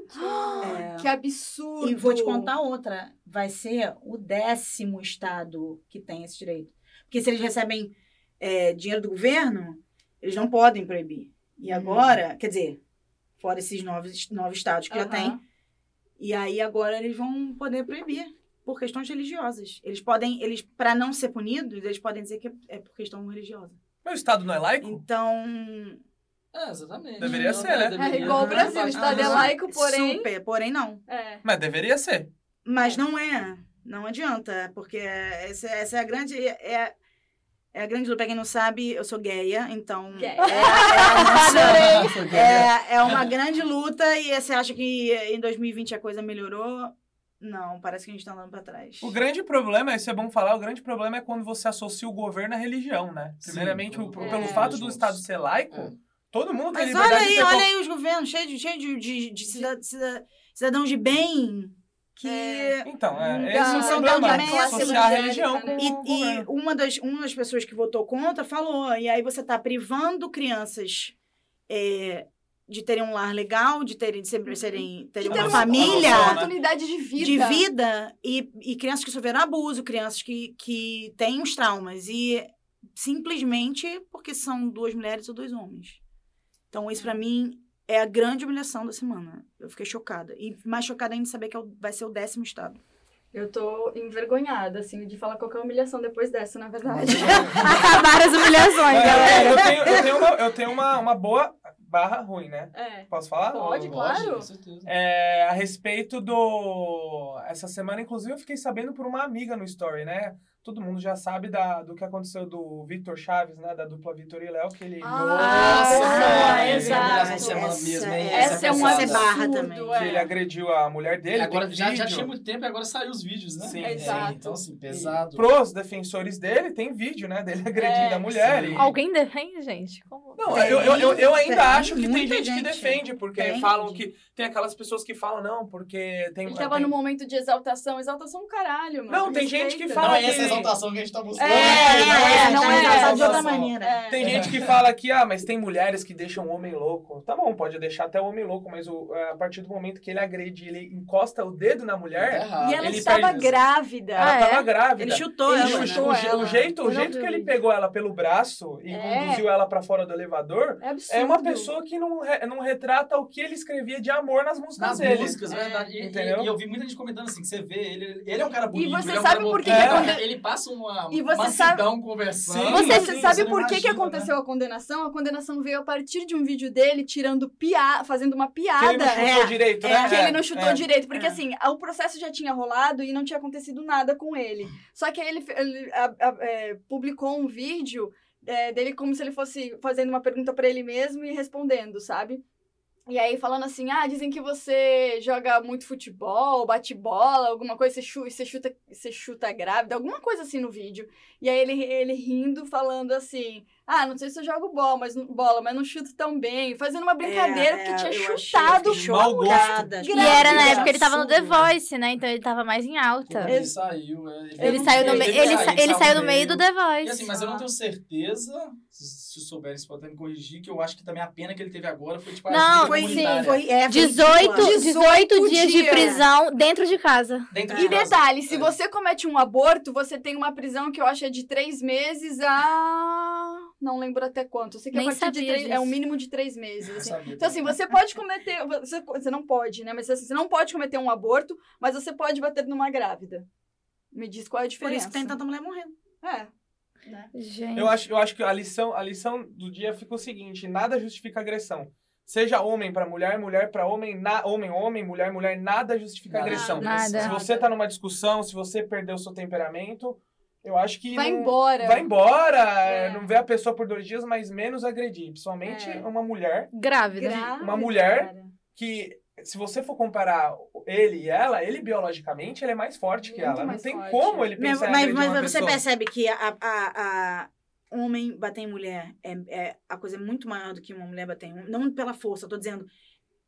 Mentira. Que absurdo! Ah! E vou te contar outra. Vai ser o décimo estado que tem esse direito. Porque se eles recebem é, dinheiro do governo, eles não podem proibir. Uhum. E agora, quer dizer, fora esses novos, nove estados que já Aham. tem. E aí agora eles vão poder proibir por questões religiosas. Eles podem, eles para não ser punidos, eles podem dizer que é- é por questão religiosa. Meu estado não é laico? Então, É, exatamente. Deveria Não, ser, né? deveria. Ah, É igual o Brasil, Aham. estado é laico, porém. ah, super, porém não. É. Mas deveria ser. Mas não é. Não adianta, porque essa, essa é a grande. É, é a grande luta. Pra quem não sabe, eu sou gaia, então. Gay. É, é a nossa- Foi bem, né? é, é uma grande luta e você acha que em 2020 a coisa melhorou? Não, parece que a gente tá andando pra trás. O grande problema, isso é bom falar, o grande problema é quando você associa o governo à religião, né? Sim, Primeiramente, o- pelo- pelo é. fato do Estado ser laico, É. todo mundo tem Mas olha liberdade de aí, ter olha aí os governos, cheio de, cheio de, de- de cida- cida- cidadãos de bem que. É. Então, Não é, esse é dá, o não problema, dá é classe associar a evangélica, religião com né? o E, e governo. uma, das, uma das pessoas que votou contra falou, e aí você está privando crianças é, de terem um lar legal, de terem, de serem, serem- terem Que Tá tem uma bom, uma família tá bom, oportunidade de vida. de vida, e, e crianças que sofreram abuso, crianças que, que têm os traumas, e simplesmente porque são duas mulheres ou dois homens. Então, isso para mim é a grande humilhação da semana. Eu fiquei chocada. E mais chocada ainda de saber que é o- vai ser o décimo estado. Eu tô envergonhada, assim, de falar qualquer humilhação depois dessa, na verdade. Acabaram as humilhações, É, galera. Eu tenho, eu tenho, uma, eu tenho uma, uma boa barra ruim, né? é. Posso falar? Pode, claro. com certeza. É, a respeito do. Essa semana, inclusive, eu fiquei sabendo por uma amiga no story, né? Todo mundo já sabe da, do que aconteceu do Vitor Chaves, né? Da dupla Vitor e Léo, que ele. é Nossa, é Nossa, exato. essa semana mesmo, hein? Essa, é um pesada. Essa Ah, é barra também. absurdo, que ele é. agrediu a mulher dele. agora tem já, já vídeo. tinha muito tempo e agora saiu os vídeos, né? Sim. É, Exato. Então, assim, pesado. Pros defensores dele, tem vídeo, né? Dele agredindo a mulher. sim. e- Alguém defende, gente? Como? Não, Tem, eu, eu, eu, eu ainda tem acho que tem muita gente, que gente. defende, porque Tem. falam que. Tem aquelas pessoas que falam, não, porque tem. Ele tava tem- num momento de exaltação. Exaltação, é um caralho, mano. Não, tem gente que Respeita. Não fala é essa que- exaltação que a gente tá buscando. É, é, não é essa não tá é. engraçado de outra exaltação. maneira. É. Tem gente que fala que, ah, mas tem mulheres que deixam o homem louco. Tá bom, pode deixar até o homem louco, mas o- a partir do momento que ele agride, ele encosta o dedo na Tá mulher, errado. E ela ele estava perde- grávida. ela Ah, é? tava grávida. Ele chutou Ele ela, chutou né? o, je- ela. o jeito, Eu o não jeito vi que o ele vídeo. pegou ela pelo braço e É. conduziu ela pra fora do elevador, É absurdo. é uma pessoa que não, re- não retrata o que ele escrevia de amor nas músicas Nas dele. músicas, É, verdade. E, entendeu? e- e eu vi muita gente comentando assim, que você vê, ele, ele é um cara bonito. você ele é um sabe cara por que bonito, que ele- aconte- Ele passa uma E você macidão conversando. Sim, Você assim, sabe você não por que, que imagina, né? aconteceu a condenação? A condenação veio a partir de um vídeo dele tirando piada, fazendo uma Que ele não piada. chutou É, direito, é, né? Que ele não chutou é. direito, porque É. assim, o processo já tinha rolado e não tinha acontecido nada com ele. Só que aí ele, fe- ele, a- a- é, publicou um vídeo é, dele como se ele fosse fazendo uma pergunta pra ele mesmo e respondendo, sabe? E aí falando assim, ah, dizem que você joga muito futebol, bate bola, alguma coisa, você chuta, você chuta, você chuta grávida, alguma coisa assim no vídeo. E aí ele, ele rindo, falando assim, ah, não sei se eu jogo bola, mas, não- bola, mas não chuto tão bem. Fazendo uma brincadeira, É, porque tinha é, eu achei, eu chutado fiquei do mau gosto. chocada. E E era na Grávida. época que ele tava no The Absurdo. Voice, né? Então ele tava mais em alta. Ele saiu. é, Ele não saiu, sei, no ele meio, ele, saiu, sa- ele saiu no meio do E The assim, Voice. mas eu não Ah. tenho certeza, se, se souberem, se podem me corrigir, que eu acho que também a pena que ele teve agora foi tipo a Não, ajuda Foi, comunitária. sim, foi, é, foi 18, ridícula. 18 dias de dias. prisão dentro de casa. Dentro de E casa. detalhe, se É. você comete um aborto, você tem uma prisão que eu acho é de três meses a. Não lembro até quanto. Eu sei que Nem a partir de sabia três. É disso. um mínimo de três meses. Eu assim. sabia Então, assim, também. você pode cometer. Você, você não pode, né? Mas assim, você não pode cometer um aborto, mas você pode bater numa grávida. Me diz qual é a Por isso diferença. que tá tem tanta mulher morrendo. É. Gente. Eu acho, eu acho que a lição, a lição do dia fica o seguinte: nada justifica agressão. Seja homem pra mulher, mulher pra homem, na, homem, homem, mulher, mulher, nada justifica Nada. agressão. Nada. Se você tá numa discussão, se você perdeu seu temperamento, eu acho que. Vai não- embora. Vai embora, É. é, não vê a pessoa por dois dias, mas menos agredir. Principalmente É. uma mulher Grávida. Grávida, Uma mulher. cara. que, se você for comparar ele e ela, ele biologicamente ele é mais forte que Muito ela. Não mais tem forte. como ele Mas, pensar em mas- agredir mas uma você pessoa. percebe que a, a, a, homem bater em mulher é, é a coisa é muito maior do que uma mulher bater em homem. Não pela força, eu tô dizendo.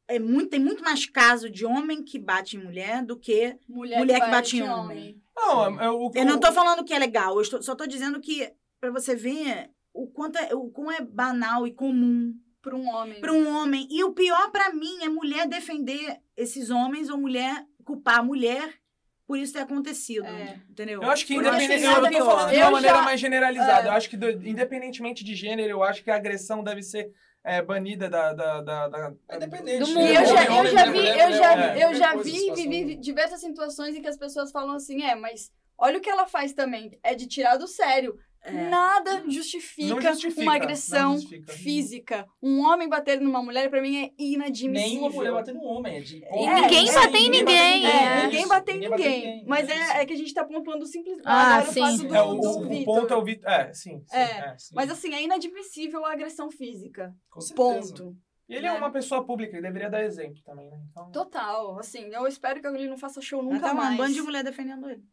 É muito, tem muito mais caso de homem que bate em mulher do que. Mulher, Mulher que que bate bate em em homem. Não, é- é o, assim, Eu não tô falando que é legal, eu estou- só tô dizendo que, pra você ver o quanto é, o quão é banal e comum Pra um homem. pra um homem. E o pior pra mim é mulher defender esses homens ou mulher culpar a mulher por isso ter acontecido. É. Entendeu? Eu acho que Eu acho que independente. nada Eu tô é pior. falando de Eu uma maneira já- mais generalizada. é. Eu acho que, do- independentemente de gênero, eu acho que a agressão deve ser é, banida da. da, da, da- É independente. Do né? mundo. E eu já, Homem, eu homem, já vi, mulher, eu mulher, já, homem, eu já qualquer vi e coisa, vivi situação. diversas situações em que as pessoas falam assim, é, mas olha o que ela faz também, é de tirar do sério. É. Nada justifica, Não justifica, uma não agressão justifica. física. Um homem bater numa mulher, pra mim, é inadmissível. Nenhuma mulher bater no homem. É de... ninguém Isso, bate em bate ninguém, É, é. ninguém bate bateu em ninguém. Mas isso. é, é que a gente tá pontuando simplesmente Ah, agora o fato sim. do, É, o, do o Vitor. ponto é o Vitor. É, sim. sim, É, sim. Mas assim, é inadmissível a agressão física. Com certeza. Ponto. E ele é uma pessoa pública, ele deveria dar exemplo também, né? Então, Total. Assim, eu espero que ele não faça show Mas nunca tá um mais. bando de mulher defendendo ele.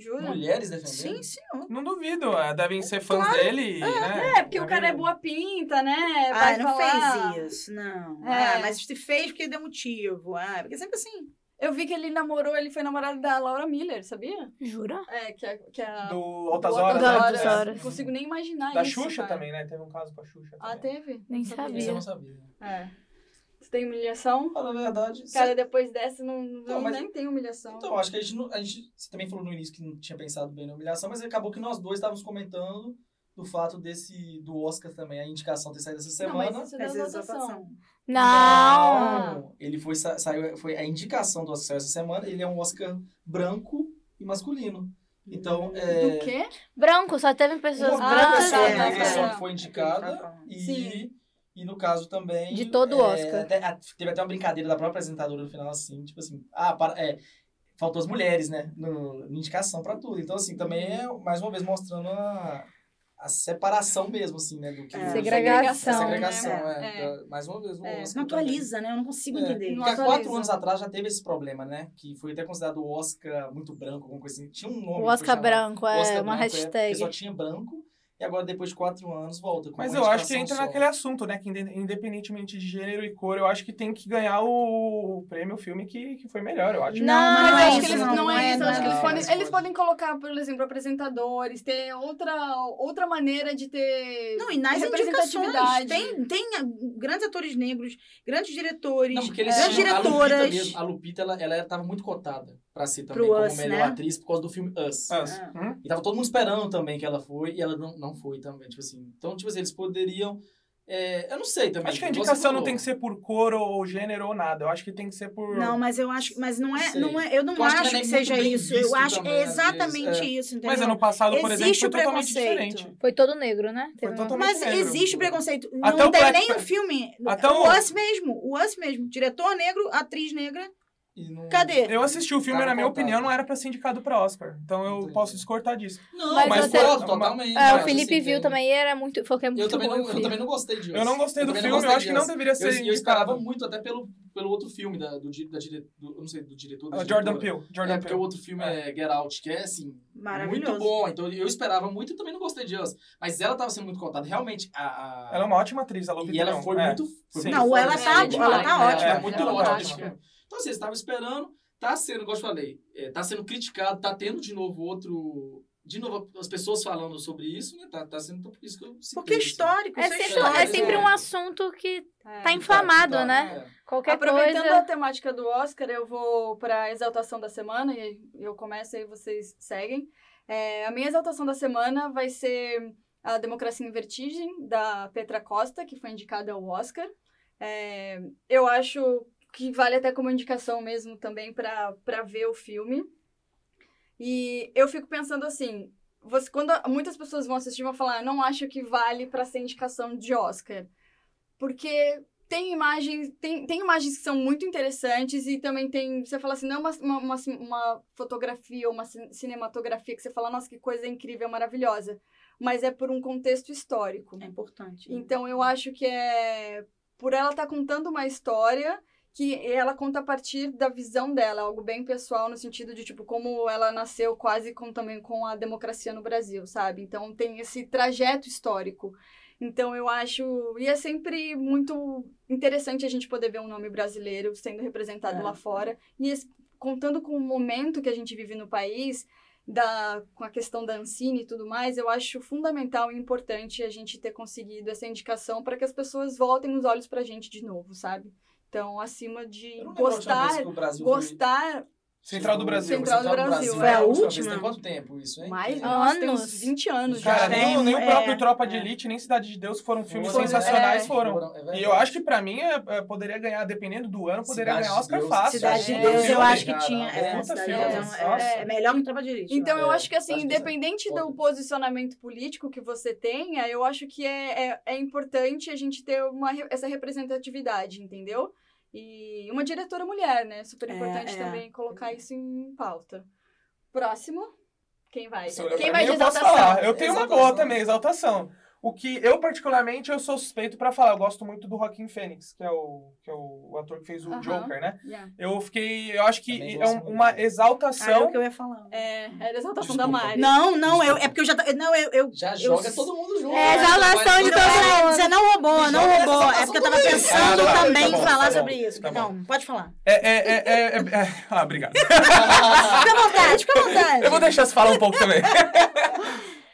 Jura? Mulheres Tá defendendo? Sim, senhor. não duvido, é, devem ser fãs dele. né? É, porque o cara é Devem- boa pinta, né? Ah, Vai não falar- fez isso, não. É. Ah, mas se fez porque deu motivo. Ah, porque é sempre assim. Eu vi que ele namorou, ele foi namorado da Laura Miller, sabia? Jura? É, que é, que é a... Do Altas do Altas Horas. né? Horas. É. Horas. Não consigo nem imaginar Da isso, Xuxa cara. também, né? Teve um caso com a Xuxa. Ah, também. teve? Nem Isso eu sabia. não sabia. É. Você tem humilhação? Fala a verdade. Cara, depois dessa, não, não, Não, mas- nem tem humilhação. Então, acho que a gente, não- a gente. Você também falou no início que não tinha pensado bem na humilhação, mas acabou que nós dois estávamos comentando do fato desse. do Oscar também, a indicação ter saído essa não, semana. mas Ah! isso é da Às vezes a exaltação. votação. Não. Não, Ele foi. sa- Saiu, foi a indicação do Oscar saiu essa semana. Ele é um Oscar branco e masculino. Então, é. Do quê? Branco, só teve pessoas Uma brancas. pessoa tá, tá, negra tá. só que foi É o que ele indicada. tá falando. E, Sim. e no caso também. é, De todo o Oscar. até- a- teve até uma brincadeira da própria apresentadora no final, assim, tipo assim, ah, para, é, faltou as mulheres, né? No, na indicação pra tudo. Então, assim, também é mais uma vez mostrando a, a separação mesmo, assim, né? Do que É. do- Segregação, A segregação, né? é. Da- mais uma vez o É. Oscar. Não também. atualiza, né? Eu não consigo É. entender. Não Porque há quatro atualiza. anos atrás já teve esse problema, né? Que foi até considerado o Oscar muito branco, alguma coisa assim. Tinha um nome. O que foi Oscar chamado. branco, é Oscar uma branco, porque hashtag. só tinha branco. E agora, depois de quatro anos, volta. com Mas uma eu acho que indicação entra só. naquele assunto, né? Que inde- independentemente de gênero e cor, eu acho que tem que ganhar o, o prêmio, o filme que, que foi melhor, eu acho. Não, mas Mas não eu é acho que isso, eles não, é isso, eu acho que eles não, podem, não. eles podem colocar, por exemplo, apresentadores, ter outra, outra maneira de ter. Não, e nas Representatividade. indicações tem, tem ah, grandes atores negros, grandes diretores, Não, porque eles É. grandes tinham a Lupita diretoras. mesmo. A Lupita, ela, ela tava muito cotada pra ser também Pro como Us, melhor né? atriz por causa do filme Us. Ah, Ah. hum? E tava todo mundo esperando também que ela foi, e ela não, não foi também, tipo assim. Então, tipo assim, eles poderiam... é, eu não sei também. é Acho que a igual você indicação não falou. tem que ser por cor ou gênero ou nada. Eu acho que tem que ser por. Não, mas eu acho, mas não é, Sei. não é, eu não Eu acho acho, que ela é que muito seja bem isso. visto Eu acho também, é às vezes, exatamente é. isso, entendeu? Mas ano passado, por exemplo, Existe foi o totalmente preconceito. diferente. Foi todo negro, né? Foi Teve uma- totalmente Mas negro. existe preconceito. Até não o tem Black nenhum Pan- filme. Até o o- Us mesmo. O Us mesmo. Diretor negro, atriz negra. E não- Cadê? Eu assisti o filme, Tava na minha contado. opinião, não era pra ser indicado pra Oscar. Então eu Entendi. posso discordar disso. Não, Mas mas, você- concordo totalmente. É, mas, o Felipe assim, viu tem- também e era muito. Falou que é muito Eu também, bom. não, o eu filme. também não gostei disso. Eu não gostei do também filme, eu acho gostei que não disso. deveria Eu, ser. eu indicado. esperava muito, até pelo, pelo outro filme da, do, di- da dire, do, eu não sei, do diretor. da Ah, Jordan diretora. Peele. É, Jordan porque o Peele. outro filme é Get Out, que é assim, Maravilhoso. muito bom. Então eu esperava muito e também não gostei de Us. Mas ela tava sendo muito contada. Realmente, a. a- Ela é uma ótima atriz, a Lupita. E ela Nyong'o. foi É. muito. Foi Sim. muito Não, foda ela nesse tá- filme. ela tá Ela ótima. é muito Ela tá ótima. ótima. Então, assim, estava esperando, tá sendo, igual eu te falei, é, tá sendo criticado, tá tendo de novo outro. De novo, as pessoas falando sobre isso, né? Tá, tá sendo por isso que eu citei, Porque é assim. histórico. É isso sempre, histórico. é sempre um né? assunto que É. tá inflamado, Tá, né? é. Qualquer Aproveitando coisa. a temática do Oscar, eu vou para a exaltação da semana e eu começo e vocês seguem. É, a minha exaltação da semana vai ser a Democracia em Vertigem, da Petra Costa, que foi indicada ao Oscar. É, eu acho que vale até como indicação mesmo também para ver o filme. E eu fico pensando assim, você, quando a- muitas pessoas vão assistir vão falar, "Ah, não acho que vale para ser indicação de Oscar. Porque tem imagens, tem, tem imagens que são muito interessantes e também tem, você fala assim, não é uma, uma, uma, cin- uma fotografia ou uma cin- cinematografia que você fala, nossa, que coisa incrível, maravilhosa, mas é por um contexto histórico. É importante. Então eu acho que é por ela estar contando uma tá história que ela conta a partir da visão dela, algo bem pessoal no sentido de tipo como ela nasceu quase com também com a democracia no Brasil, sabe? Então tem esse trajeto histórico. Então eu acho e é sempre muito interessante a gente poder ver um nome brasileiro sendo representado É. lá fora e esse- contando com o momento que a gente vive no país, da, com a questão da Ancine e tudo mais, eu acho fundamental e importante a gente ter conseguido essa indicação para que as pessoas voltem os olhos para a gente de novo, sabe? Então, acima de Eu não lembro a última vez gostar, que o Brasil foi- gostar Central do Brasil. Central do Brasil, é. né? Foi a última última? Vez. Tem quanto tempo isso, hein? mais Que- nossa, tem uns Anos. 20 anos Cara, já. né? Tem, nem, nem o é, próprio Tropa de é. Elite, nem Cidade de Deus foram filmes um- Foram, sensacionais, é. foram. é verdade. E eu acho que pra mim é- é, poderia ganhar, dependendo do ano, poderia Cidade ganhar de Oscar Deus. fácil. Cidade de É, Deus, eu filme, acho que cara, tinha. é É, puta Cidade de filme, Deus é, um- tá nossa. é melhor que Tropa de Elite. eu Então, É, eu acho que, assim, acho que isso é independente do foda. posicionamento político que você tenha, eu acho que é, é, é importante a gente ter uma, re- essa representatividade, entendeu? E uma diretora mulher, né? Super É, importante é. também colocar isso em pauta. Próximo. Quem vai? Se olhar Quem pra vai mim, de eu posso exaltação? falar. Eu tenho uma boa Exaltação. também, exaltação. O que eu, particularmente, eu sou suspeito pra falar. Eu gosto muito do Joaquin Phoenix, que é o, que é o, o ator que fez o Aham. Joker, né? Yeah. Eu fiquei. Eu acho que Também é gosto um- muito. uma Ah, é exaltação. o que eu ia falar. É, era a Desculpa. exaltação da Mari. Não, não, eu, é porque eu já. tá- Não, eu. eu Já eu- joga todo mundo junto. É, né? exalação de Então, todo vai- mundo. Você não roubou, não Joga roubou. essa É porque eu tava pensando Ah, tá bom, também tá em bom, falar tá bom, sobre isso. tá bom. Não, pode falar. É, é, é, é, é- é- Ah, obrigado. Fica à vontade, fica à Tá vontade. Eu vou deixar você falar um pouco também.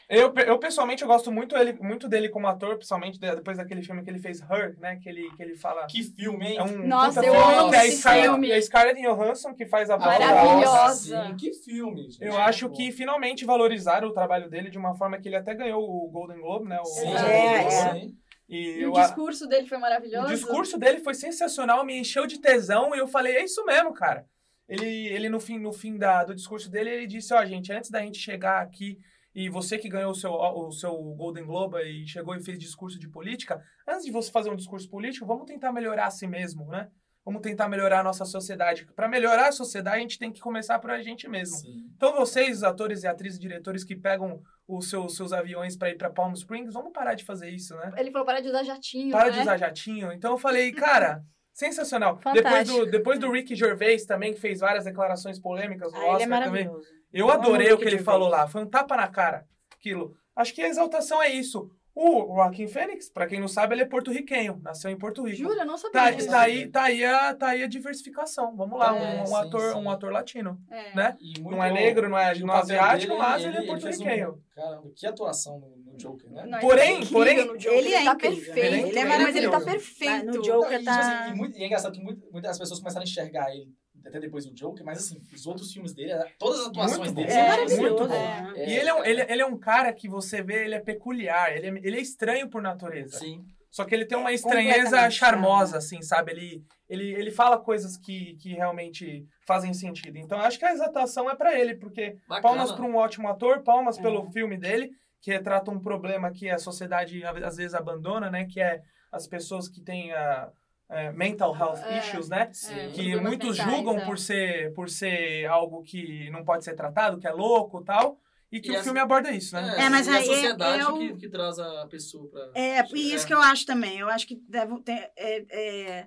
Eu, pe- eu pessoalmente eu gosto muito, ele, muito dele como ator, principalmente de- depois daquele filme que ele fez Her, né? Que ele, que ele fala. Que filme, hein? É um Nossa, puta eu filme, amo que é a esse Scarlett- filme. é a Scarlett Johansson que faz a voz da Maravilhosa. Elsa. Maravilhosa. Ah, Sim, que filme, gente. Eu acho que finalmente valorizaram o trabalho dele de uma forma que ele até ganhou o Golden Globe, né? O, Sim, Exato. É, é. sim. E, E o eu a- discurso dele foi maravilhoso. o discurso dele foi sensacional, me encheu de tesão e eu falei, é isso mesmo, cara. Ele, ele no fim, no fim da, do discurso dele, ele disse, ó, gente, antes da gente chegar aqui e você que ganhou o seu, o seu Golden Globe e chegou e fez discurso de política, antes de você fazer um discurso político, vamos tentar melhorar a si mesmo, né? Vamos tentar melhorar a nossa sociedade. Para melhorar a sociedade, a gente tem que começar por a gente mesmo. Sim. Então vocês, atores e atrizes, diretores que pegam os seus, seus aviões para ir para Palm Springs, vamos parar de fazer isso, né? Ele falou, para de usar jatinho, Para né? de usar jatinho. Então eu falei, cara, sensacional. Depois Fantástico. do, depois do Ricky Gervais também, que fez várias declarações polêmicas no Ah, ele é Oscar também. maravilhoso. Eu Eu amo adorei o o que ele Ricky falou Gervais. lá. Foi um tapa na cara. Aquilo. Acho que a exaltação é isso. O Joaquim Fênix, para quem não sabe, ele é porto-riquenho. Nasceu em Porto Rico. Jura? Não sabia Tá, disso. tá aí, tá, aí a, tá aí a diversificação. Vamos lá, É, um, um sim, ator, sim. um ator latino. É. né? E muito- Não é negro, não é, e o não é papel asiático, dele, mas ele, é fez um- porto-riquenho. Caramba, que atuação no, no Joker, né? Não, Porém, ele é porém, incrível no Joker, ele é tá incrível, perfeito. ele é Mas ele tá maravilhoso. perfeito. Ah, no Joker. Não, e, tipo tá- assim, e muito- e é engraçado que muito- muitas pessoas começaram a enxergar ele até depois do Joker, mas assim, os outros filmes dele, todas as atuações Muito bom. dele É, maravilhoso. muito bom. É. E ele é, um, ele, ele é um cara que você vê, ele é peculiar, ele é, ele é estranho por natureza. Sim. Só que ele tem uma estranheza completamente né? charmosa, assim, sabe? Ele, ele, ele fala coisas que, que realmente fazem sentido. Então, acho que a exaltação é pra ele, porque palmas pra um ótimo ator, palmas É. pelo filme dele, que retrata um problema que a sociedade a- às vezes abandona, né? Que é as pessoas que têm ah, eh, mental health É. issues, né? Sim. que Problemas muitos mentais, julgam é. por ser por ser algo que não pode ser tratado, que é louco e tal, e que E o as- filme aborda isso, né? É, mas e aí é- a sociedade é o- que, que traz a pessoa pra... É, e isso que eu acho também. Eu acho que deve ter. é, é,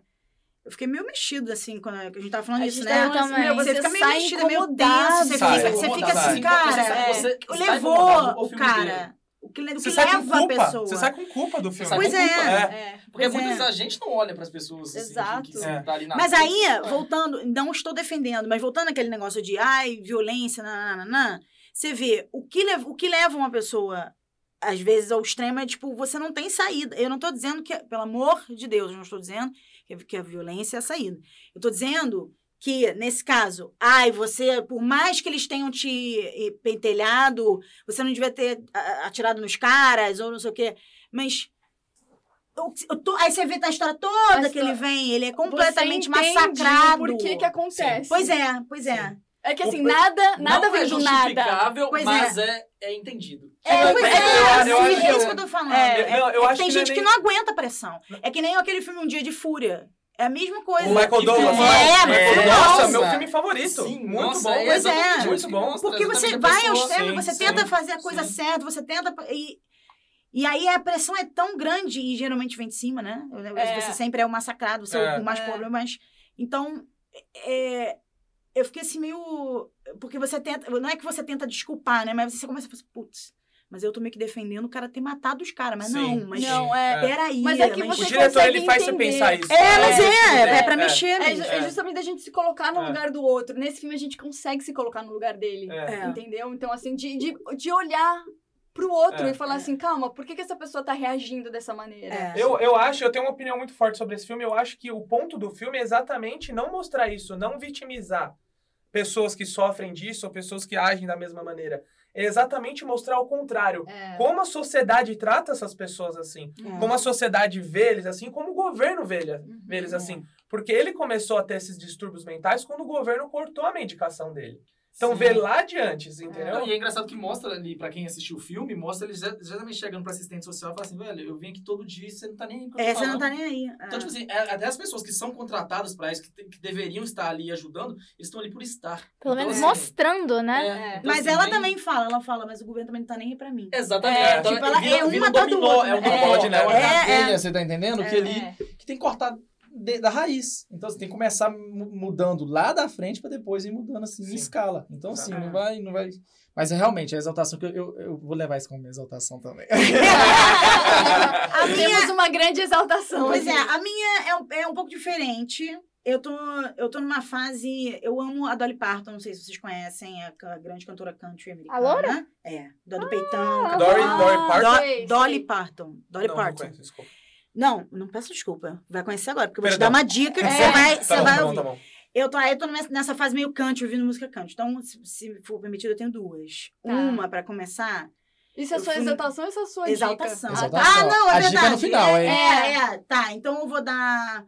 eu fiquei meio mexido, assim, quando a gente tava falando A isso, gente né? tava Eu falando assim, também. meu, Você Você fica meio sai mexida, meio incomodado. tenso, você Sai. fica, você fica incomodado. assim, Sim, cara, você é, sai- você o sai incomodado com levou o o filme dele. cara, o que, le- o que Você sai com leva a culpa, pessoa. você sai com culpa do filme. sai Pois com é. culpa, né? É. Porque Pois muitas é. a gente não olha pras pessoas assim, que- Exato. que, que tá ali na Mas frente. aí, voltando, não estou defendendo, mas voltando àquele negócio de ai, violência, nananana, você vê o que, leva, o que leva uma pessoa, às vezes, ao extremo é tipo, você não tem saída. Eu não estou dizendo que, pelo amor de Deus, eu não estou dizendo que, que a violência é a saída. Eu estou dizendo que, nesse caso, ai, você, por mais que eles tenham te eh, pentelhado, você não devia ter ah, atirado nos caras, ou não sei o quê, mas. eu- eu tô- aí você vê na história toda Mas que ele tá- vem, ele é Você completamente entende massacrado. Por que que acontece? Pois é, pois é. É que assim, O- nada, Não nada é vem do nada. justificável, Pois é. mas é, é entendido. É, pois é, eu assim, acho que é isso eu- que eu tô falando. É, não, eu É que acho tem que não é gente que nem- não aguenta a pressão. É que nem aquele filme Um Dia de Fúria. É a mesma coisa. O Michael Que Douglas. filme. né? É, mas é, nossa, nossa. meu filme favorito. muito nossa, bom. é pois é. exatamente Muito isso que bom. mostra, Porque você exatamente a vai ao pessoa. extremo, sim, você sim, tenta fazer a coisa sim. certa, você tenta. E, e aí a pressão é tão grande, e geralmente vem de cima, né? É. Você sempre é o massacrado, você é É. o mais É. pobre, mas. Então, é, eu fiquei assim meio. Porque você tenta. Não é que você tenta desculpar, né? Mas você começa a falar assim, putz, mas eu tô meio que defendendo o cara ter matado os caras. Mas Sim. não, mas. Não, é. Peraí, Mas é que O você diretor, consegue ele faz você entender. pensar isso. É, mas é, é, É, pra é. mexer É, mesmo. ju- é justamente a gente se colocar no É. lugar do outro. Nesse filme a gente consegue se colocar no lugar dele. É. Entendeu? Então, assim, de, de, de olhar pro outro É. e falar assim, calma, por que, que essa pessoa tá reagindo dessa maneira? É. Eu, eu acho, eu tenho uma opinião muito forte sobre esse filme. Eu acho que o ponto do filme é exatamente não mostrar isso, não vitimizar pessoas que sofrem disso ou pessoas que agem da mesma maneira. É exatamente mostrar o contrário. É. Como a sociedade trata essas pessoas assim. É. Como a sociedade vê eles assim, como o governo vê, ele- Uhum. vê É. eles assim. Porque ele começou a ter esses distúrbios mentais quando o governo cortou a medicação dele. Então vê lá de antes, entendeu? Não, Ah. e é engraçado que mostra ali, pra quem assistiu o filme, mostra eles exatamente chegando pra assistente social e fala assim, velho, eu vim aqui todo dia e você não tá nem aí. pro que eu tô É, você não falando." tá nem aí. É. Então, tipo assim, é- até as pessoas que são contratadas pra isso, que, te- que deveriam estar ali ajudando, eles estão ali por estar. Pelo Então, menos É. assim, mostrando, né? é, então, Mas assim, ela nem- também fala, ela fala, mas o governo também não tá nem aí pra mim. Exatamente. É, Então, tipo, ela é uma um atrás do dominó, outro, é um né? dominó de É uma negócio. cadeia, você tá entendendo? que ali É. que tem que cortar de- da raiz. Então você tem que começar mu- mudando lá da frente pra depois ir mudando assim em Sim. escala. Então assim, Exato. não vai, não vai. Mas é realmente a exaltação que eu, eu, eu vou levar isso como minha exaltação também. A minha, Temos uma grande exaltação. pois é, aqui. a minha é um, é um pouco diferente. Eu tô, eu tô numa fase. Eu amo a Dolly Parton, não sei se vocês conhecem, é a, ca- grande cantora country americana. A loura? É, do, do peitão. a Dory, Ah, Dory Parton. Do- Sei, Dolly sei. Parton. Dolly Não, não Parton. É, conheço, desculpa. Não, não peço desculpa. Vai conhecer agora, porque eu vou te dar Perdão. uma dica que É. você vai, você Tá bom, vai tá bom, ouvir. tá bom. Eu tô, aí eu tô nessa- nessa fase meio country, ouvindo música country. Então, se, se for permitido, eu tenho duas. Tá. Uma pra começar. Isso é Eu sua fui- exaltação ou isso é sua Exaltação. dica? Exaltação. Ah, não, é A verdade. dica é no final, é, hein? é, é. tá. Então eu vou dar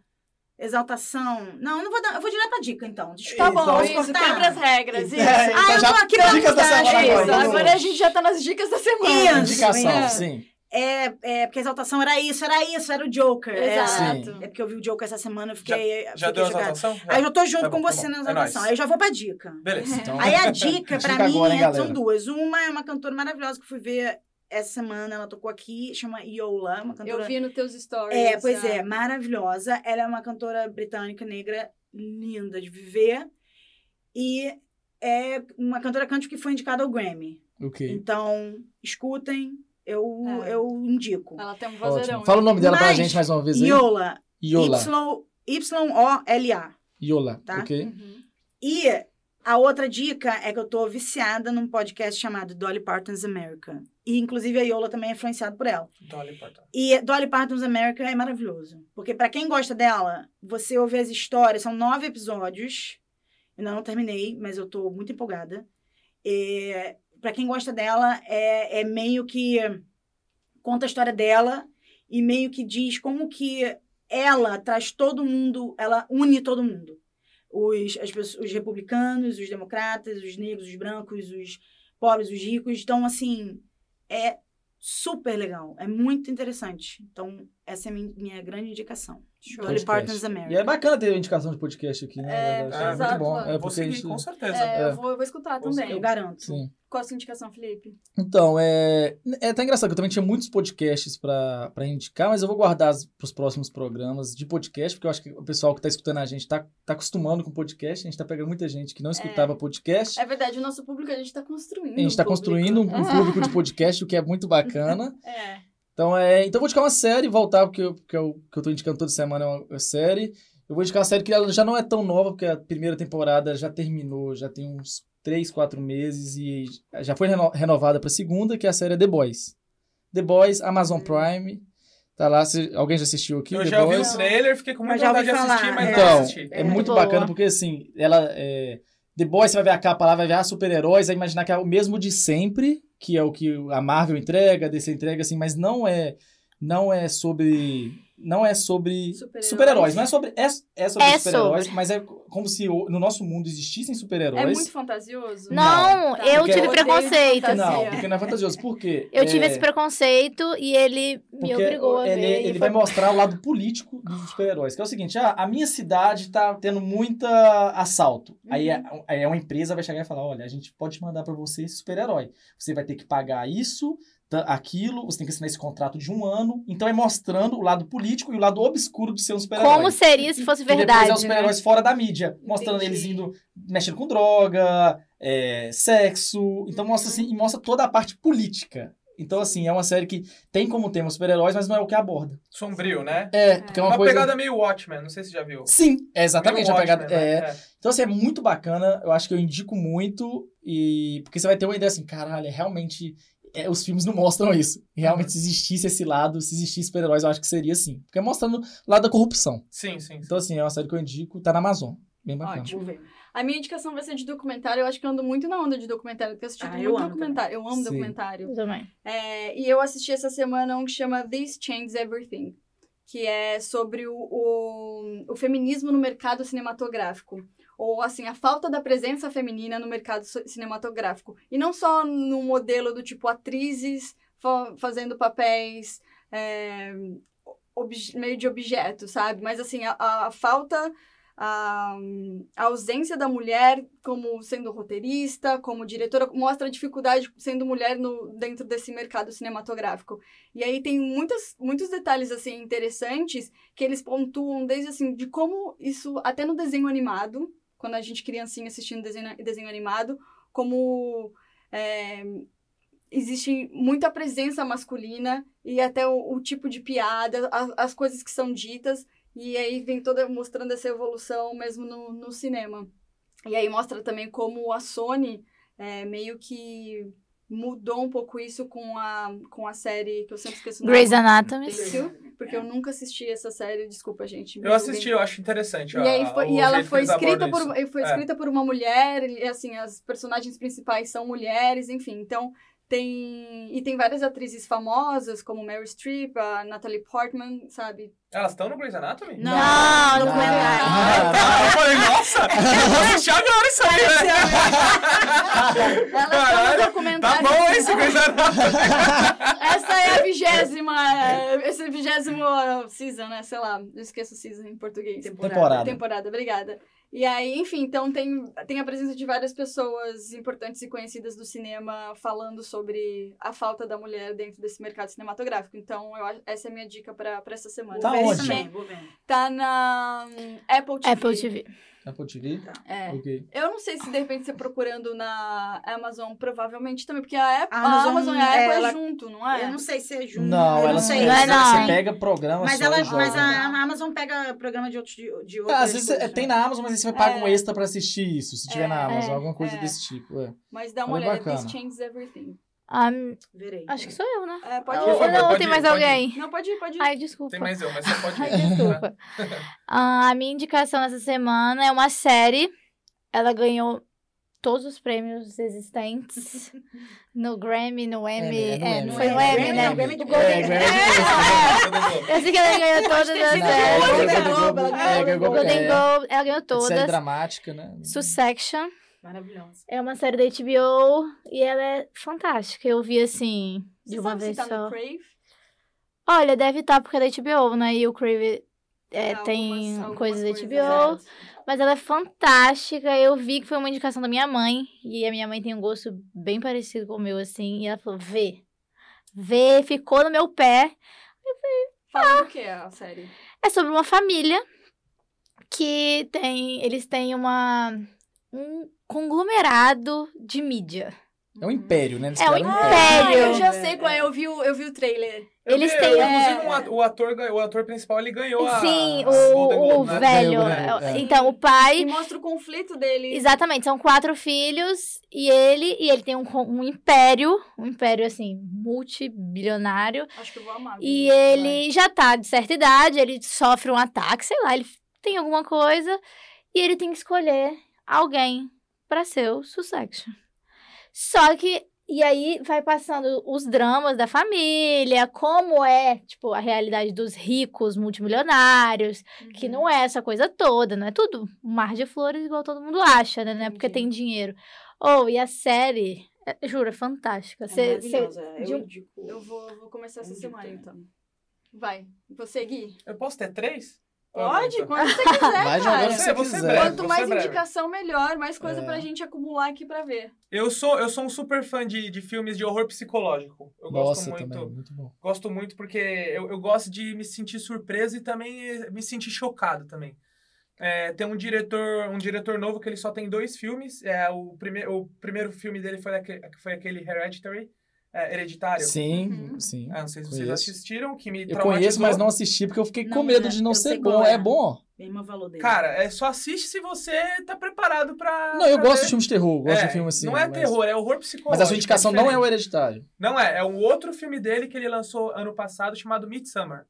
exaltação. Não, eu não vou dar. Eu vou direto pra dica, então. Desculpa. Tá bom, Então, posso isso, cortar? quebra as regras. Isso. É, Ah, eu já- tô aqui pra dicas da mudar, é semana Isso, agora. então. vamos agora a gente já tá nas dicas da semana. Isso. Indicação, é. sim. É, é, porque exaltação era isso, era isso, era o Joker. era- Exato. É, porque eu vi o Joker essa semana, eu fiquei. Já fiquei deu a chocada. exaltação? Já. Aí eu tô junto Tá com bom, tá você bom. na É exaltação. nóis. Aí eu já vou pra dica. Beleza. Então, Aí a dica, pra Dica mim, agora, hein, é- galera? são duas. Uma é uma cantora maravilhosa que eu fui ver essa semana, ela tocou aqui, chama Yola, uma cantora. Eu vi nos teus stories. É, pois é, maravilhosa. Ela é uma cantora britânica negra linda de viver. E é uma cantora country que foi indicada ao Grammy. o quê? Então, escutem, eu, É. eu indico. Ela tem um vozeirão. Ótimo. Fala o nome dela pra Mas- gente mais uma vez aí. Yola, é. Yola. Y- Y-O-L-A. Yola, Tá. ok? Uhum. E a outra dica é que eu tô viciada num podcast chamado Dolly Parton's America. E, inclusive, a Yola também é influenciada por ela. Dolly Parton. E Dolly Parton's America é maravilhoso. Porque pra quem gosta dela, você ouve as histórias, são nove episódios. Eu ainda não terminei, mas eu tô muito empolgada. E, pra quem gosta dela, é, é meio que conta a história dela e meio que diz como que ela traz todo mundo, ela une todo mundo. Os, as pessoas, os republicanos, os democratas, os negros, os brancos, os pobres, os ricos. Então, assim, é super legal. É muito interessante. Então, essa é a minha, minha grande indicação. Show. Dolly Podcast. Parton's E é America. bacana ter indicação de podcast aqui, né? É, galera? Isso exato. muito bom. É, Ah, Vou porque a seguir, gente- com certeza. É, É. eu vou, eu vou escutar Vou também. Eu garanto. Sim. Qual a sua indicação, Felipe? Então, é, é até engraçado que eu também tinha muitos podcasts pra pra indicar, mas eu vou guardar para os próximos programas de podcast, porque eu acho que o pessoal que tá escutando a gente tá, tá acostumando com podcast, a gente tá pegando muita gente que não escutava podcast. É verdade, o nosso público a gente tá construindo. A gente tá um público. construindo um, um Ah. público de podcast, o que é muito bacana. É. Então, é, então eu vou indicar uma série, voltar, porque eu, porque eu, que eu tô indicando toda semana é uma, uma série. Eu vou indicar uma série que ela já não é tão nova, porque a primeira temporada já terminou, já tem uns 3, 4 meses e já foi reno- renovada pra segunda, que é a série The Boys. The Boys, Amazon Prime. Tá lá, se, alguém já assistiu aqui? Hum. Eu The já ouvi Boys? o trailer, fiquei com Mas muita já vontade ouvi de assistir, falar, mas Então, não assisti. É, É muito muito boa. bacana, porque assim, ela é. The Boys, você vai ver a capa lá, vai ver ah, super-heróis, vai imaginar que é o mesmo de sempre, que é o que a Marvel entrega, a DC entrega, assim, mas não é. Não é sobre. Não é sobre. Super-heróis. Super-heróis. não é sobre. É, é sobre É super-heróis, mas é como se o- no nosso mundo existissem É super-heróis. muito fantasioso? Não, Tá. eu Porque- tive odeio Eu preconceito. fantasia. Não, porque não é fantasioso. Por quê? Eu É, tive esse preconceito e ele me porque obrigou a ver. ele, e ele foi- vai mostrar o lado político dos super-heróis, que é o seguinte, ah, a minha cidade tá tendo muita assalto. Aí, Uhum. a- aí uma empresa vai chegar e falar, olha, a gente pode mandar pra você esse super-herói. Você vai ter que pagar isso, ta- aquilo, você tem que assinar esse contrato de um ano. Então é mostrando o lado político e o lado obscuro de ser um super-herói. Como seria se fosse Que depois verdade? é os né? super-heróis fora da mídia. Mostrando Entendi. eles indo, mexendo com droga, é, sexo. Então mostra assim, e mostra toda a parte política. Então, assim, é uma série que tem como tema super-heróis, mas não é o que aborda. Sombrio, né? É, porque é uma, Uma coisa... pegada meio Watchmen, não sei se você já viu. Sim, é exatamente. Meio Uma pegada... Watchmen, é, né? É. Então, assim, é muito bacana. Eu acho que eu indico muito. E... Porque você vai ter uma ideia assim, caralho, é realmente... é, os filmes não mostram isso. Realmente, se existisse esse lado, se existisse super-heróis, eu acho que seria assim. Porque é mostrando o lado da corrupção. Sim, sim. sim. Então, assim, é uma série que eu indico. Tá na Amazon. Bem bacana. Ótimo. A minha indicação vai ser de documentário. Eu acho que eu ando muito na onda de documentário. Porque eu assisti Ah, muito eu amo documentário. Eu amo Sim. documentário. Eu também. É, e eu assisti essa semana um que chama This Changes Everything. Que é sobre o, o, o feminismo no mercado cinematográfico. Ou, assim, a falta da presença feminina no mercado so- cinematográfico. E não só no modelo do tipo atrizes fa- fazendo papéis é, obje- meio de objeto, sabe? Mas, assim, a, a falta, a, a ausência da mulher como sendo roteirista, como diretora, mostra a dificuldade sendo mulher no, dentro desse mercado cinematográfico. E aí tem muitas, muitos detalhes, assim, interessantes que eles pontuam desde, assim, de como isso, até no desenho animado, quando a gente criancinha assistindo desenho, desenho animado, como... é, existe muita presença masculina e até o, o tipo de piada, a- as coisas que são ditas, e aí vem toda mostrando essa evolução mesmo no, no cinema. E aí mostra também como a Sony é, meio que mudou um pouco isso com a, com a série que eu sempre esqueço o nome. Grey's Anatomy. Têxtil, Porque eu nunca assisti essa série, desculpa, gente. me É. Eu assisti, julguem. eu acho interessante. E, a- aí foi- o e ela jeito que foi eles abordam escrita, por, isso. e foi É. escrita por uma mulher, e assim, as personagens principais são mulheres, enfim. Então, tem. E tem várias atrizes famosas, como Mary Streep, a Natalie Portman, sabe? Elas estão no Grey's Anatomy? Não, Não, não. documentário. Ah, eu falei, nossa! Eu assisti agora isso aí, né? Ela tá no Caralho, Tá documentário. bom esse Grey's Anatomy. Essa é a vigésima. é, Esse é o vigésimo uh, season, né? Sei lá, eu esqueço season em português. Temporada. Temporada, obrigada. E aí, enfim, então tem, tem a presença de várias pessoas importantes e conhecidas do cinema falando sobre a falta da mulher dentro desse mercado cinematográfico. Então, eu acho- essa é a minha dica pra, pra essa semana. Tá Esse onde? também. Também, vou ver. Tá na hum, Apple TV. Apple TV. Apple TV? É. Ok. Eu não sei se de repente você procurando na Amazon, provavelmente também, porque a, Apple, A a Amazon, Amazon, e a Apple é, ela- junto, não é? Eu não sei se é junto. Não, eu ela não sei. Não é, Mas não. Você pega programa Mas, só ela, e joga. mas a a Amazon pega programa de, outros, de, de outras Às vezes é, coisas, tem né? na Amazon, mas aí você paga um É. extra pra assistir isso, se tiver É, na Amazon, é, alguma coisa é. desse tipo. é. Mas dá uma Olha, olhada, bacana. This Changes Everything. Ah, Verei. acho que sou eu, né? É, pode Ou- ir. Por ou favor, não, pode tem ir, mais pode ir. alguém? Não, pode ir, pode ir. Ai, desculpa. Tem mais eu, mas você pode Ai, ir. né? desculpa. Ah, a minha indicação essa semana é uma série. Ela ganhou todos os prêmios existentes. No Grammy, no Emmy. é no é, Emmy. foi no É, Emmy, Grammy né? não, Grammy do Golden. É, Grammy Todo mundo. Eu sei que ela ganhou todas as sido é, de séries. Golden Golden Globe, Globe, ela é, ganhou Golden Golden Globe, Globe, ela ganhou é, Série todas. dramática, né? Succession. Maravilhosa. É uma série da HBO e ela é fantástica. Eu vi assim, de Você uma sabe vez se tá só. no Crave? Olha, deve estar porque é da HBO, né? E o Crave é, Algumas- tem algumas coisas da HBO. é. Mas ela é fantástica. Eu vi que foi uma indicação da minha mãe. E a minha mãe tem um gosto bem parecido com o meu, assim. E ela falou: vê. Vê, ficou no meu pé. Fala do que é a série? É sobre uma família que tem. Eles têm uma. Um conglomerado de mídia. É um império, né? Eles É um criaram Ah, Império. eu já sei qual é, eu vi o, eu vi o trailer. Eu Eles vi, têm- Inclusive, é. um ator- o, ator, ganhou- o ator principal, ele ganhou a... Sim, a Golden o, o Globe, né? velho. Ganhou, ganhou, é. Então, o pai. E mostra o conflito dele. Exatamente, são quatro filhos e ele e ele tem um, co- um império, um império assim, multibilionário. Acho que eu vou amar. E ele já tá de certa idade, ele sofre um ataque, sei lá, ele tem alguma coisa e ele tem que escolher alguém pra ser o Succession. Só que e aí vai passando os dramas da família, como é, tipo, a realidade dos ricos multimilionários, Vai. que não é essa coisa toda, não é tudo um mar de flores igual todo mundo acha, né? Não é porque Entendi. tem dinheiro. Ou, e a série, é, juro, é fantástica. É Cê- cê- maravilhosa. de Eu um- indico. Eu vou, vou começar essa Muito semana, bem. Tá então. Vai. Você, Gui? Eu posso ter três? então. Pode, quando você quiser, Vai cara. jogando Você- se você você breve. quiser. Quanto você é mais breve. indicação, melhor. Mais coisa É. pra gente acumular aqui pra ver. Eu sou, eu sou um super fã de, de filmes de horror psicológico. Eu Nossa, gosto muito. também, muito bom. Gosto muito porque eu, eu gosto de me sentir surpreso e também eh, me sentir chocado também. É, tem um diretor, um diretor novo que ele só tem dois filmes. É, o, prime o primeiro filme dele foi aquele, foi aquele Hereditary, é, Hereditário. Sim, Uhum. sim. Ah, não sei se vocês Conheço. assistiram, que me Eu conheço, traumatizou. mas não assisti porque eu fiquei Não, com medo é, de não eu ser sei bom. qual é. É bom? Bem o valor dele. Cara, é só assiste se você tá preparado pra. Não, eu pra gosto ver. de filmes de terror, eu gosto Ah, É, de filme assim. Não é mas- terror, é horror psicológico. Mas a sua indicação não é o diferente. hereditário. Não é, é um outro filme dele que ele lançou ano passado chamado Midsummer.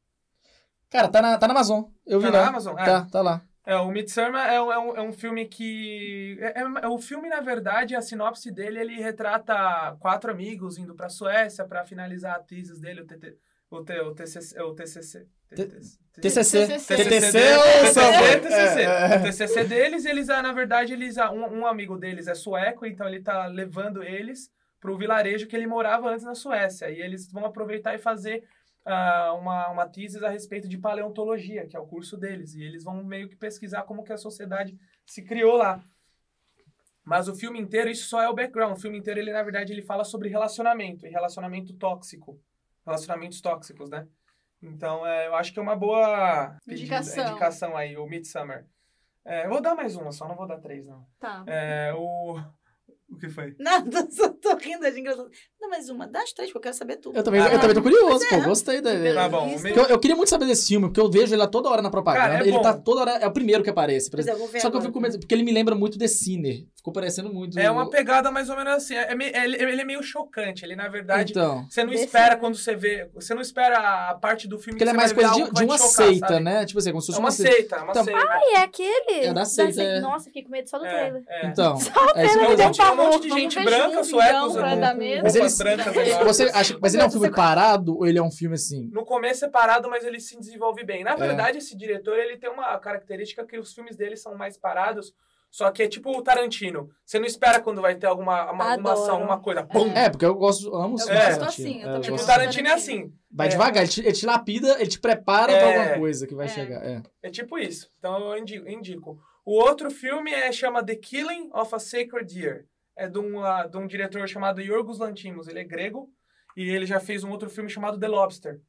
Cara, tá na, tá na Amazon. Eu vi Tá na lá. Amazon? É. Tá, tá lá. É, o Midsommar é um, é um, é um filme que... É, é- é o filme, na verdade, a sinopse dele, ele retrata quatro amigos indo pra Suécia pra finalizar a thesis dele, o, TT, o, T, o TCC... O TCC... TCC. TCC. TTC TCC, ou Subway? TCC. É, O é. TCC deles, eles, ah, na verdade, eles ah, um, um amigo deles é sueco, então ele tá levando eles pro vilarejo que ele morava antes na Suécia. E eles vão aproveitar e fazer ah, uma, uma thesis a respeito de paleontologia, que é o curso deles. E eles vão meio que pesquisar como que a sociedade se criou lá. Mas o filme inteiro, isso só é o background. O filme inteiro, ele, na verdade, ele fala sobre relacionamento e relacionamento tóxico. Relacionamentos tóxicos, né? Então, é, eu acho que é uma boa pedida, Indicação. indicação aí, o Midsummer. É, eu vou dar mais uma só, não vou dar três, não. Tá. É, o... O que foi? Nada, só tô rindo, acho engraçado. Não, mas uma das três, porque eu quero saber tudo. Eu também, Ah, eu também tô curioso, pô. é. Gostei da Tá bom. o Isso. Mid- Porque eu, eu queria muito saber desse filme, porque eu vejo ele lá toda hora na propaganda. Cara, é ele bom. tá toda hora. É o primeiro que aparece. por Pois exemplo. é, eu vou ver Só que eu agora. fico com medo, porque ele me lembra muito The Sinner. Ficou parecendo muito. É uma pegada mais ou menos assim. É, é meio- ele, ele é meio chocante. Ele, na verdade, Então. você não Desse- espera quando você vê... Você não espera a parte do filme Porque que ele é você mais vai ver coisa de, algo que de vai te uma chocar, seita, sabe? né? Tipo assim, como se É fosse uma seita, é uma Então- seita. E é aquele? É da Da seita, seita. é. Nossa, fiquei com medo só do É, trailer. é. Então. É isso pelo que eu ia amor de dizer. Tinha um monte de Vamos gente ver branca, junto, suecos, então, pra né? dar medo. Mas roupas eles- brancas. né? Você acha, mas ele é um filme parado ou ele é um filme assim? No começo é parado, mas ele se desenvolve bem. Na É. verdade, esse diretor, ele tem uma característica que os filmes dele são mais parados, só que é tipo o Tarantino. Você não espera quando vai ter alguma, uma, alguma Adoro. ação, alguma coisa. Pum! É, porque eu gosto, amo os Eu filmes gosto Tarantino. assim, eu É, também Tipo, gosto. o também. Tarantino é assim. Vai É. devagar, ele te, ele te lapida, ele te prepara pra É. alguma coisa que vai É. chegar. É. É tipo isso. Então eu indico. indico. O outro filme é chama The Killing of a Sacred Deer. É de um, ah, de um diretor chamado Yorgos Lantimos. Ele é grego e ele já fez um outro filme chamado The Lobster. Não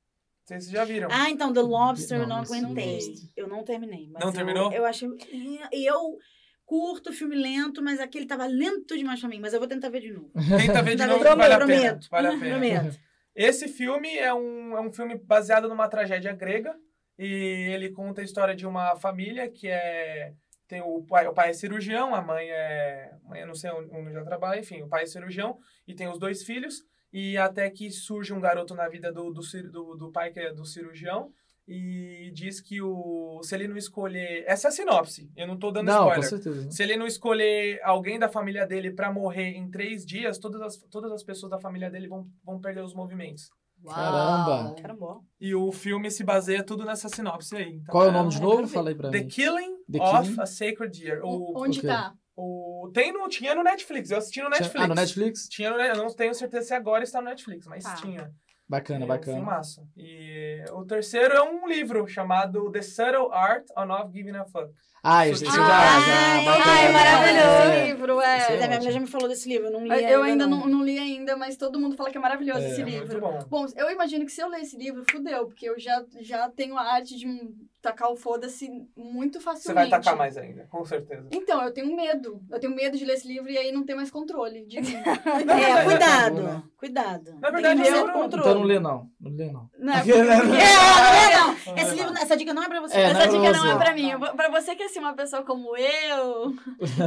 sei se vocês já viram. Ah, então, The Lobster eu não Não, mas aguentei. The Lobster. Eu não terminei. mas Não eu- terminou? Eu achei. E eu curto filme lento, mas aquele tava lento demais pra mim. Mas eu vou tentar ver de novo. Tenta ver de Tá, novo, prometo, vale a pena. prometo. Vale a pena. Prometo. Esse filme é um, é um filme baseado numa tragédia grega e ele conta a história de uma família que é tem o pai, o pai é cirurgião, a mãe é, mãe eu não sei onde onde já trabalha, enfim, o pai é cirurgião e tem os dois filhos e até que surge um garoto na vida do do, cir- do, do pai que é do cirurgião e diz que o se ele não escolher, essa é a sinopse, eu não tô dando Não, com spoiler. certeza. Se ele não escolher alguém da família dele pra morrer em três dias, todas as, todas as pessoas da família dele vão, vão perder os movimentos. Caramba. Caramba. E o filme se baseia tudo nessa sinopse aí. Então, Qual é o nome de eu novo? quero ver. Falei pra The mim. Killing The of Killing? a Sacred Deer. O, Onde Ok. tá? o, tem no, tinha no Netflix, eu assisti no Netflix. Ah, no Netflix? Tinha no, eu não tenho certeza se agora está no Netflix, mas Tá. tinha. Bacana, É, Um bacana. filmaço. E o terceiro é um livro chamado The Subtle Art of Not Giving a Fuck. Ah, eu sei, Ah, já, já. ai, bacana. ai, maravilhoso. Esse É. livro, Sim. é. Mas a minha mulher já me falou desse livro, eu não li. Eu é ainda não, não li ainda, mas todo mundo fala que é maravilhoso É, esse é livro. muito bom. Bom, eu imagino que se eu ler esse livro, fudeu, porque eu já, já tenho a arte de me tacar o foda-se muito facilmente. Você vai tacar mais ainda, com certeza. Então, eu tenho medo. Eu tenho medo de ler esse livro e aí não ter mais controle de mim. É, Por favor, cuidado. Cuidado. Na verdade, Tem que eu ter não- controle. Então não lê, não. Não lê, não. Não, Aquele, né? É, não, não, não. Esse livro, essa dica não é pra você. É, Essa não dica pra não é você. pra mim. Pra você que é assim, uma pessoa como eu,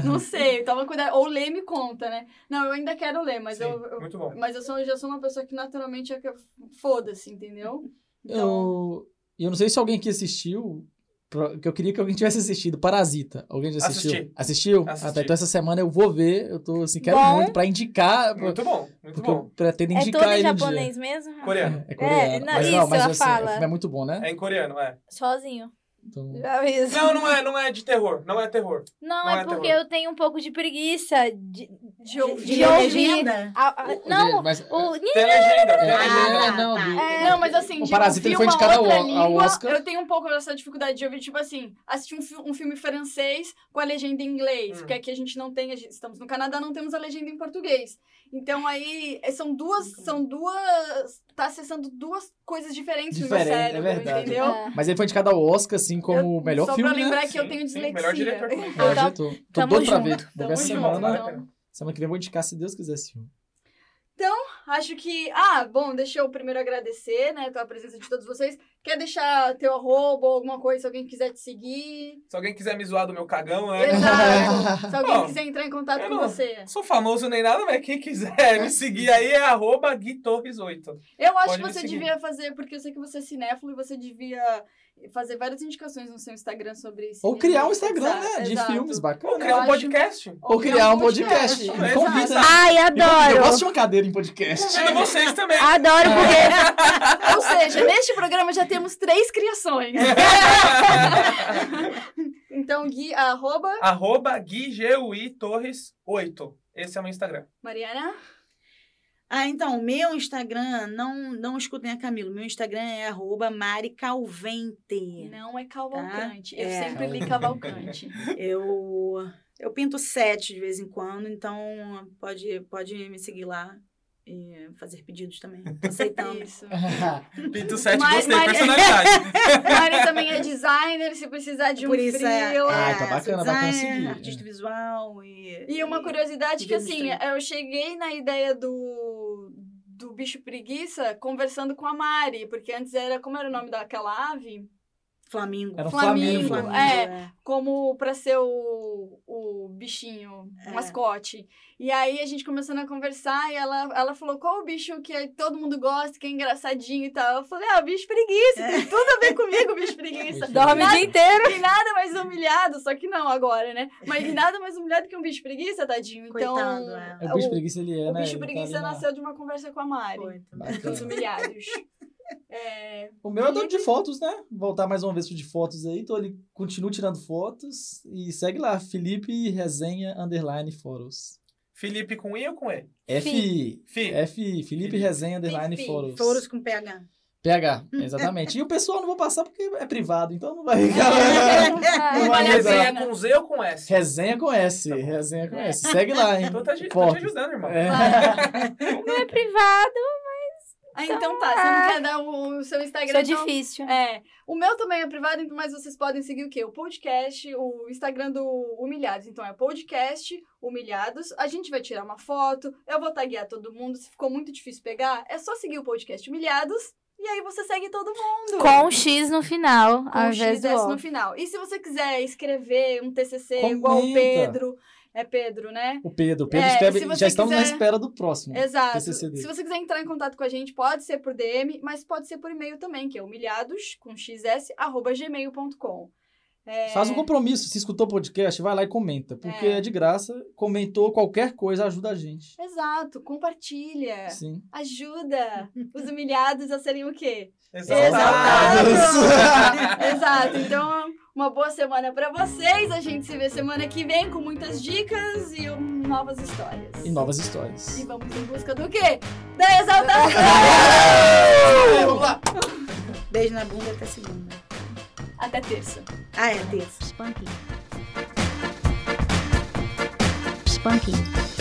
não sei, toma cuidado. Ou lê e me conta, né? Não, eu ainda quero ler, mas Sim, eu, eu- Muito bom. mas eu sou, eu já sou uma pessoa que naturalmente é que eu- foda-se, entendeu? Então, Eu, eu não sei se alguém aqui assistiu. pro- que Eu queria que alguém tivesse assistido. Parasita. Alguém já assistiu? Assisti. Assistiu? Assisti. Ah, tá. então essa semana eu vou ver. Eu tô assim, quero Bom. muito pra indicar. Muito bom, muito porque eu bom. pretendo É todo indicar em ele. um japonês mesmo? dia. Coreano. É, é coreano. não, mas não, isso, mas ela assim, fala. o filme é muito bom, né? É em coreano, é. Sozinho. Então, Aviso. Não, não é, não é de terror, não é terror. Não, Não é é porque terror. eu tenho um pouco de preguiça de, De ouvir. De ouvir. legenda? A- a- não, mas, o, Tem legenda, tem é, legenda. é, tá, não, tá. do- Ah, É, não, mas assim, O de Parasita, ele ouvir foi uma indicado ao- outra ao língua, Oscar. eu tenho um pouco dessa dificuldade de ouvir, tipo assim, assistir um, fi- um filme francês com a legenda em inglês, Hum. porque aqui a gente não tem, a gente- estamos no Canadá, não temos a legenda em português. Então aí, é, são duas, Uhum. são duas, tá acessando duas coisas diferentes Diferente, no meu cérebro, é verdade. entendeu? É. mas ele foi indicado ao Oscar, assim, como Eu- o melhor Só filme, pra lembrar né? que eu Sim, tenho sim, dislexia. melhor diretor comigo. Melhor Então, diretor. Tô tamo doido pra junto. ver. Vou ver Tamo essa junto, semana. né? então. Semana que vem eu vou indicar, se Deus quiser, esse filme. Acho que. Ah, bom, deixa eu primeiro agradecer, né, pela presença de todos vocês. Quer deixar teu arroba ou alguma coisa, se alguém quiser te seguir? Se alguém quiser me zoar do meu cagão, É. né? Exato. Se alguém Bom, quiser entrar em contato eu com não- você. Sou famoso nem nada, mas quem quiser me seguir aí é arroba guitorres8. Eu acho Pode que me você seguir. devia fazer, porque eu sei que você é cinéfilo e você devia fazer várias indicações no seu Instagram sobre isso. Ou criar um Instagram, né? De filmes, Vou bacana. criar um acho- podcast. Ou criar um podcast. Exato. Me Exato. convida. Ai, Eu gosto adoro. de uma cadeira em podcast. Convido vocês também. Adoro porque Ou seja, neste programa já temos três criações. É. então, Gui, arroba, arroba guigeuitorres8. Esse é o meu Instagram. Mariana. Ah, então, meu Instagram, não, não escutem a Camilo. Meu Instagram é arroba maricalvente. Não é Cavalcante. Eu É. sempre li Cavalcante. Eu, eu pinto sete de vez em quando, então pode, pode me seguir lá e fazer pedidos também. Tô aceitando. É Isso. Pinto 7, Mas- gostei, mas- personalidade. Mário também é designer, se precisar de um Por isso é, freela. Ah, tá é, bacana, sou bacana designer, seguir, né? Artista visual e... E uma curiosidade que, Digamos assim, eu cheguei na ideia do, do bicho preguiça conversando com a Mari, porque antes era, como era o nome daquela ave? Flamingo. Era um Flamingo, Flamingo. é. Como pra ser o, o bichinho, o É. mascote. E aí a gente começando a conversar e ela, ela falou qual o bicho que todo mundo gosta, que é engraçadinho e tal. Eu falei, ah, o bicho preguiça, tem tudo a ver comigo, bicho preguiça. dorme o dia inteiro. E nada mais humilhado, só que não agora, né? Mas e nada mais humilhado que um bicho preguiça, tadinho. Então, Coitado, é. O bicho preguiça ele é, o né? bicho Ele tá preguiça ali na- nasceu de uma conversa com a Mari. Foi, também. Dos Bacana. humilhados. É, O meu é doido de fotos, né? Voltar mais uma vez pro de fotos aí. Então ele continua tirando fotos. E segue lá, Felipe Resenha Underline Foros. Felipe com I ou com E? F. Fi. F. Felipe Resenha Underline Fi. Foros. Touros com PH. PH, exatamente. E o pessoal não vou passar porque é privado, então não vai É. Tá ficar. Ai, Uma Uma Vale a resenha pena. com Z ou com S? Resenha com S. Tá bom. resenha com S. Segue lá, hein? Então tá te, tô te Fotos. ajudando, irmão. É. Não é privado. Ah, então tá, você não quer dar o, o seu Instagram? Isso é então- difícil. É, o meu também é privado, mas vocês podem seguir o quê? O podcast, o Instagram do Humilhados. Então é podcast Humilhados. A gente vai tirar uma foto, eu vou taguear todo mundo. Se ficou muito difícil pegar, é só seguir o podcast Humilhados e aí você segue todo mundo. Com um X no final, com ao o invés do XS O. no final. E se você quiser escrever um TCC Comenta. igual o Pedro, é Pedro, né? O Pedro. O Pedro É, escreve. se você Já estamos na quiser- É. espera do próximo. Exato. TCC dele. Se você quiser entrar em contato com a gente, pode ser por DM, mas pode ser por e-mail também, que é humilhados com xs arroba gmail.com. É, Faz um compromisso. Se escutou o podcast, vai lá e comenta. Porque É. é de graça. Comentou qualquer coisa, ajuda a gente. Exato, compartilha, Sim. ajuda os humilhados a serem o quê? Exaltado. Exaltado. Exaltados. Exato, então uma boa semana pra vocês, a gente se vê semana que vem com muitas dicas e um, novas histórias. E novas histórias. E vamos em busca do quê? Da exaltação! Vamos lá. Beijo na bunda até segunda. Até terça. Ah, é, terça. Spunky. Spunky.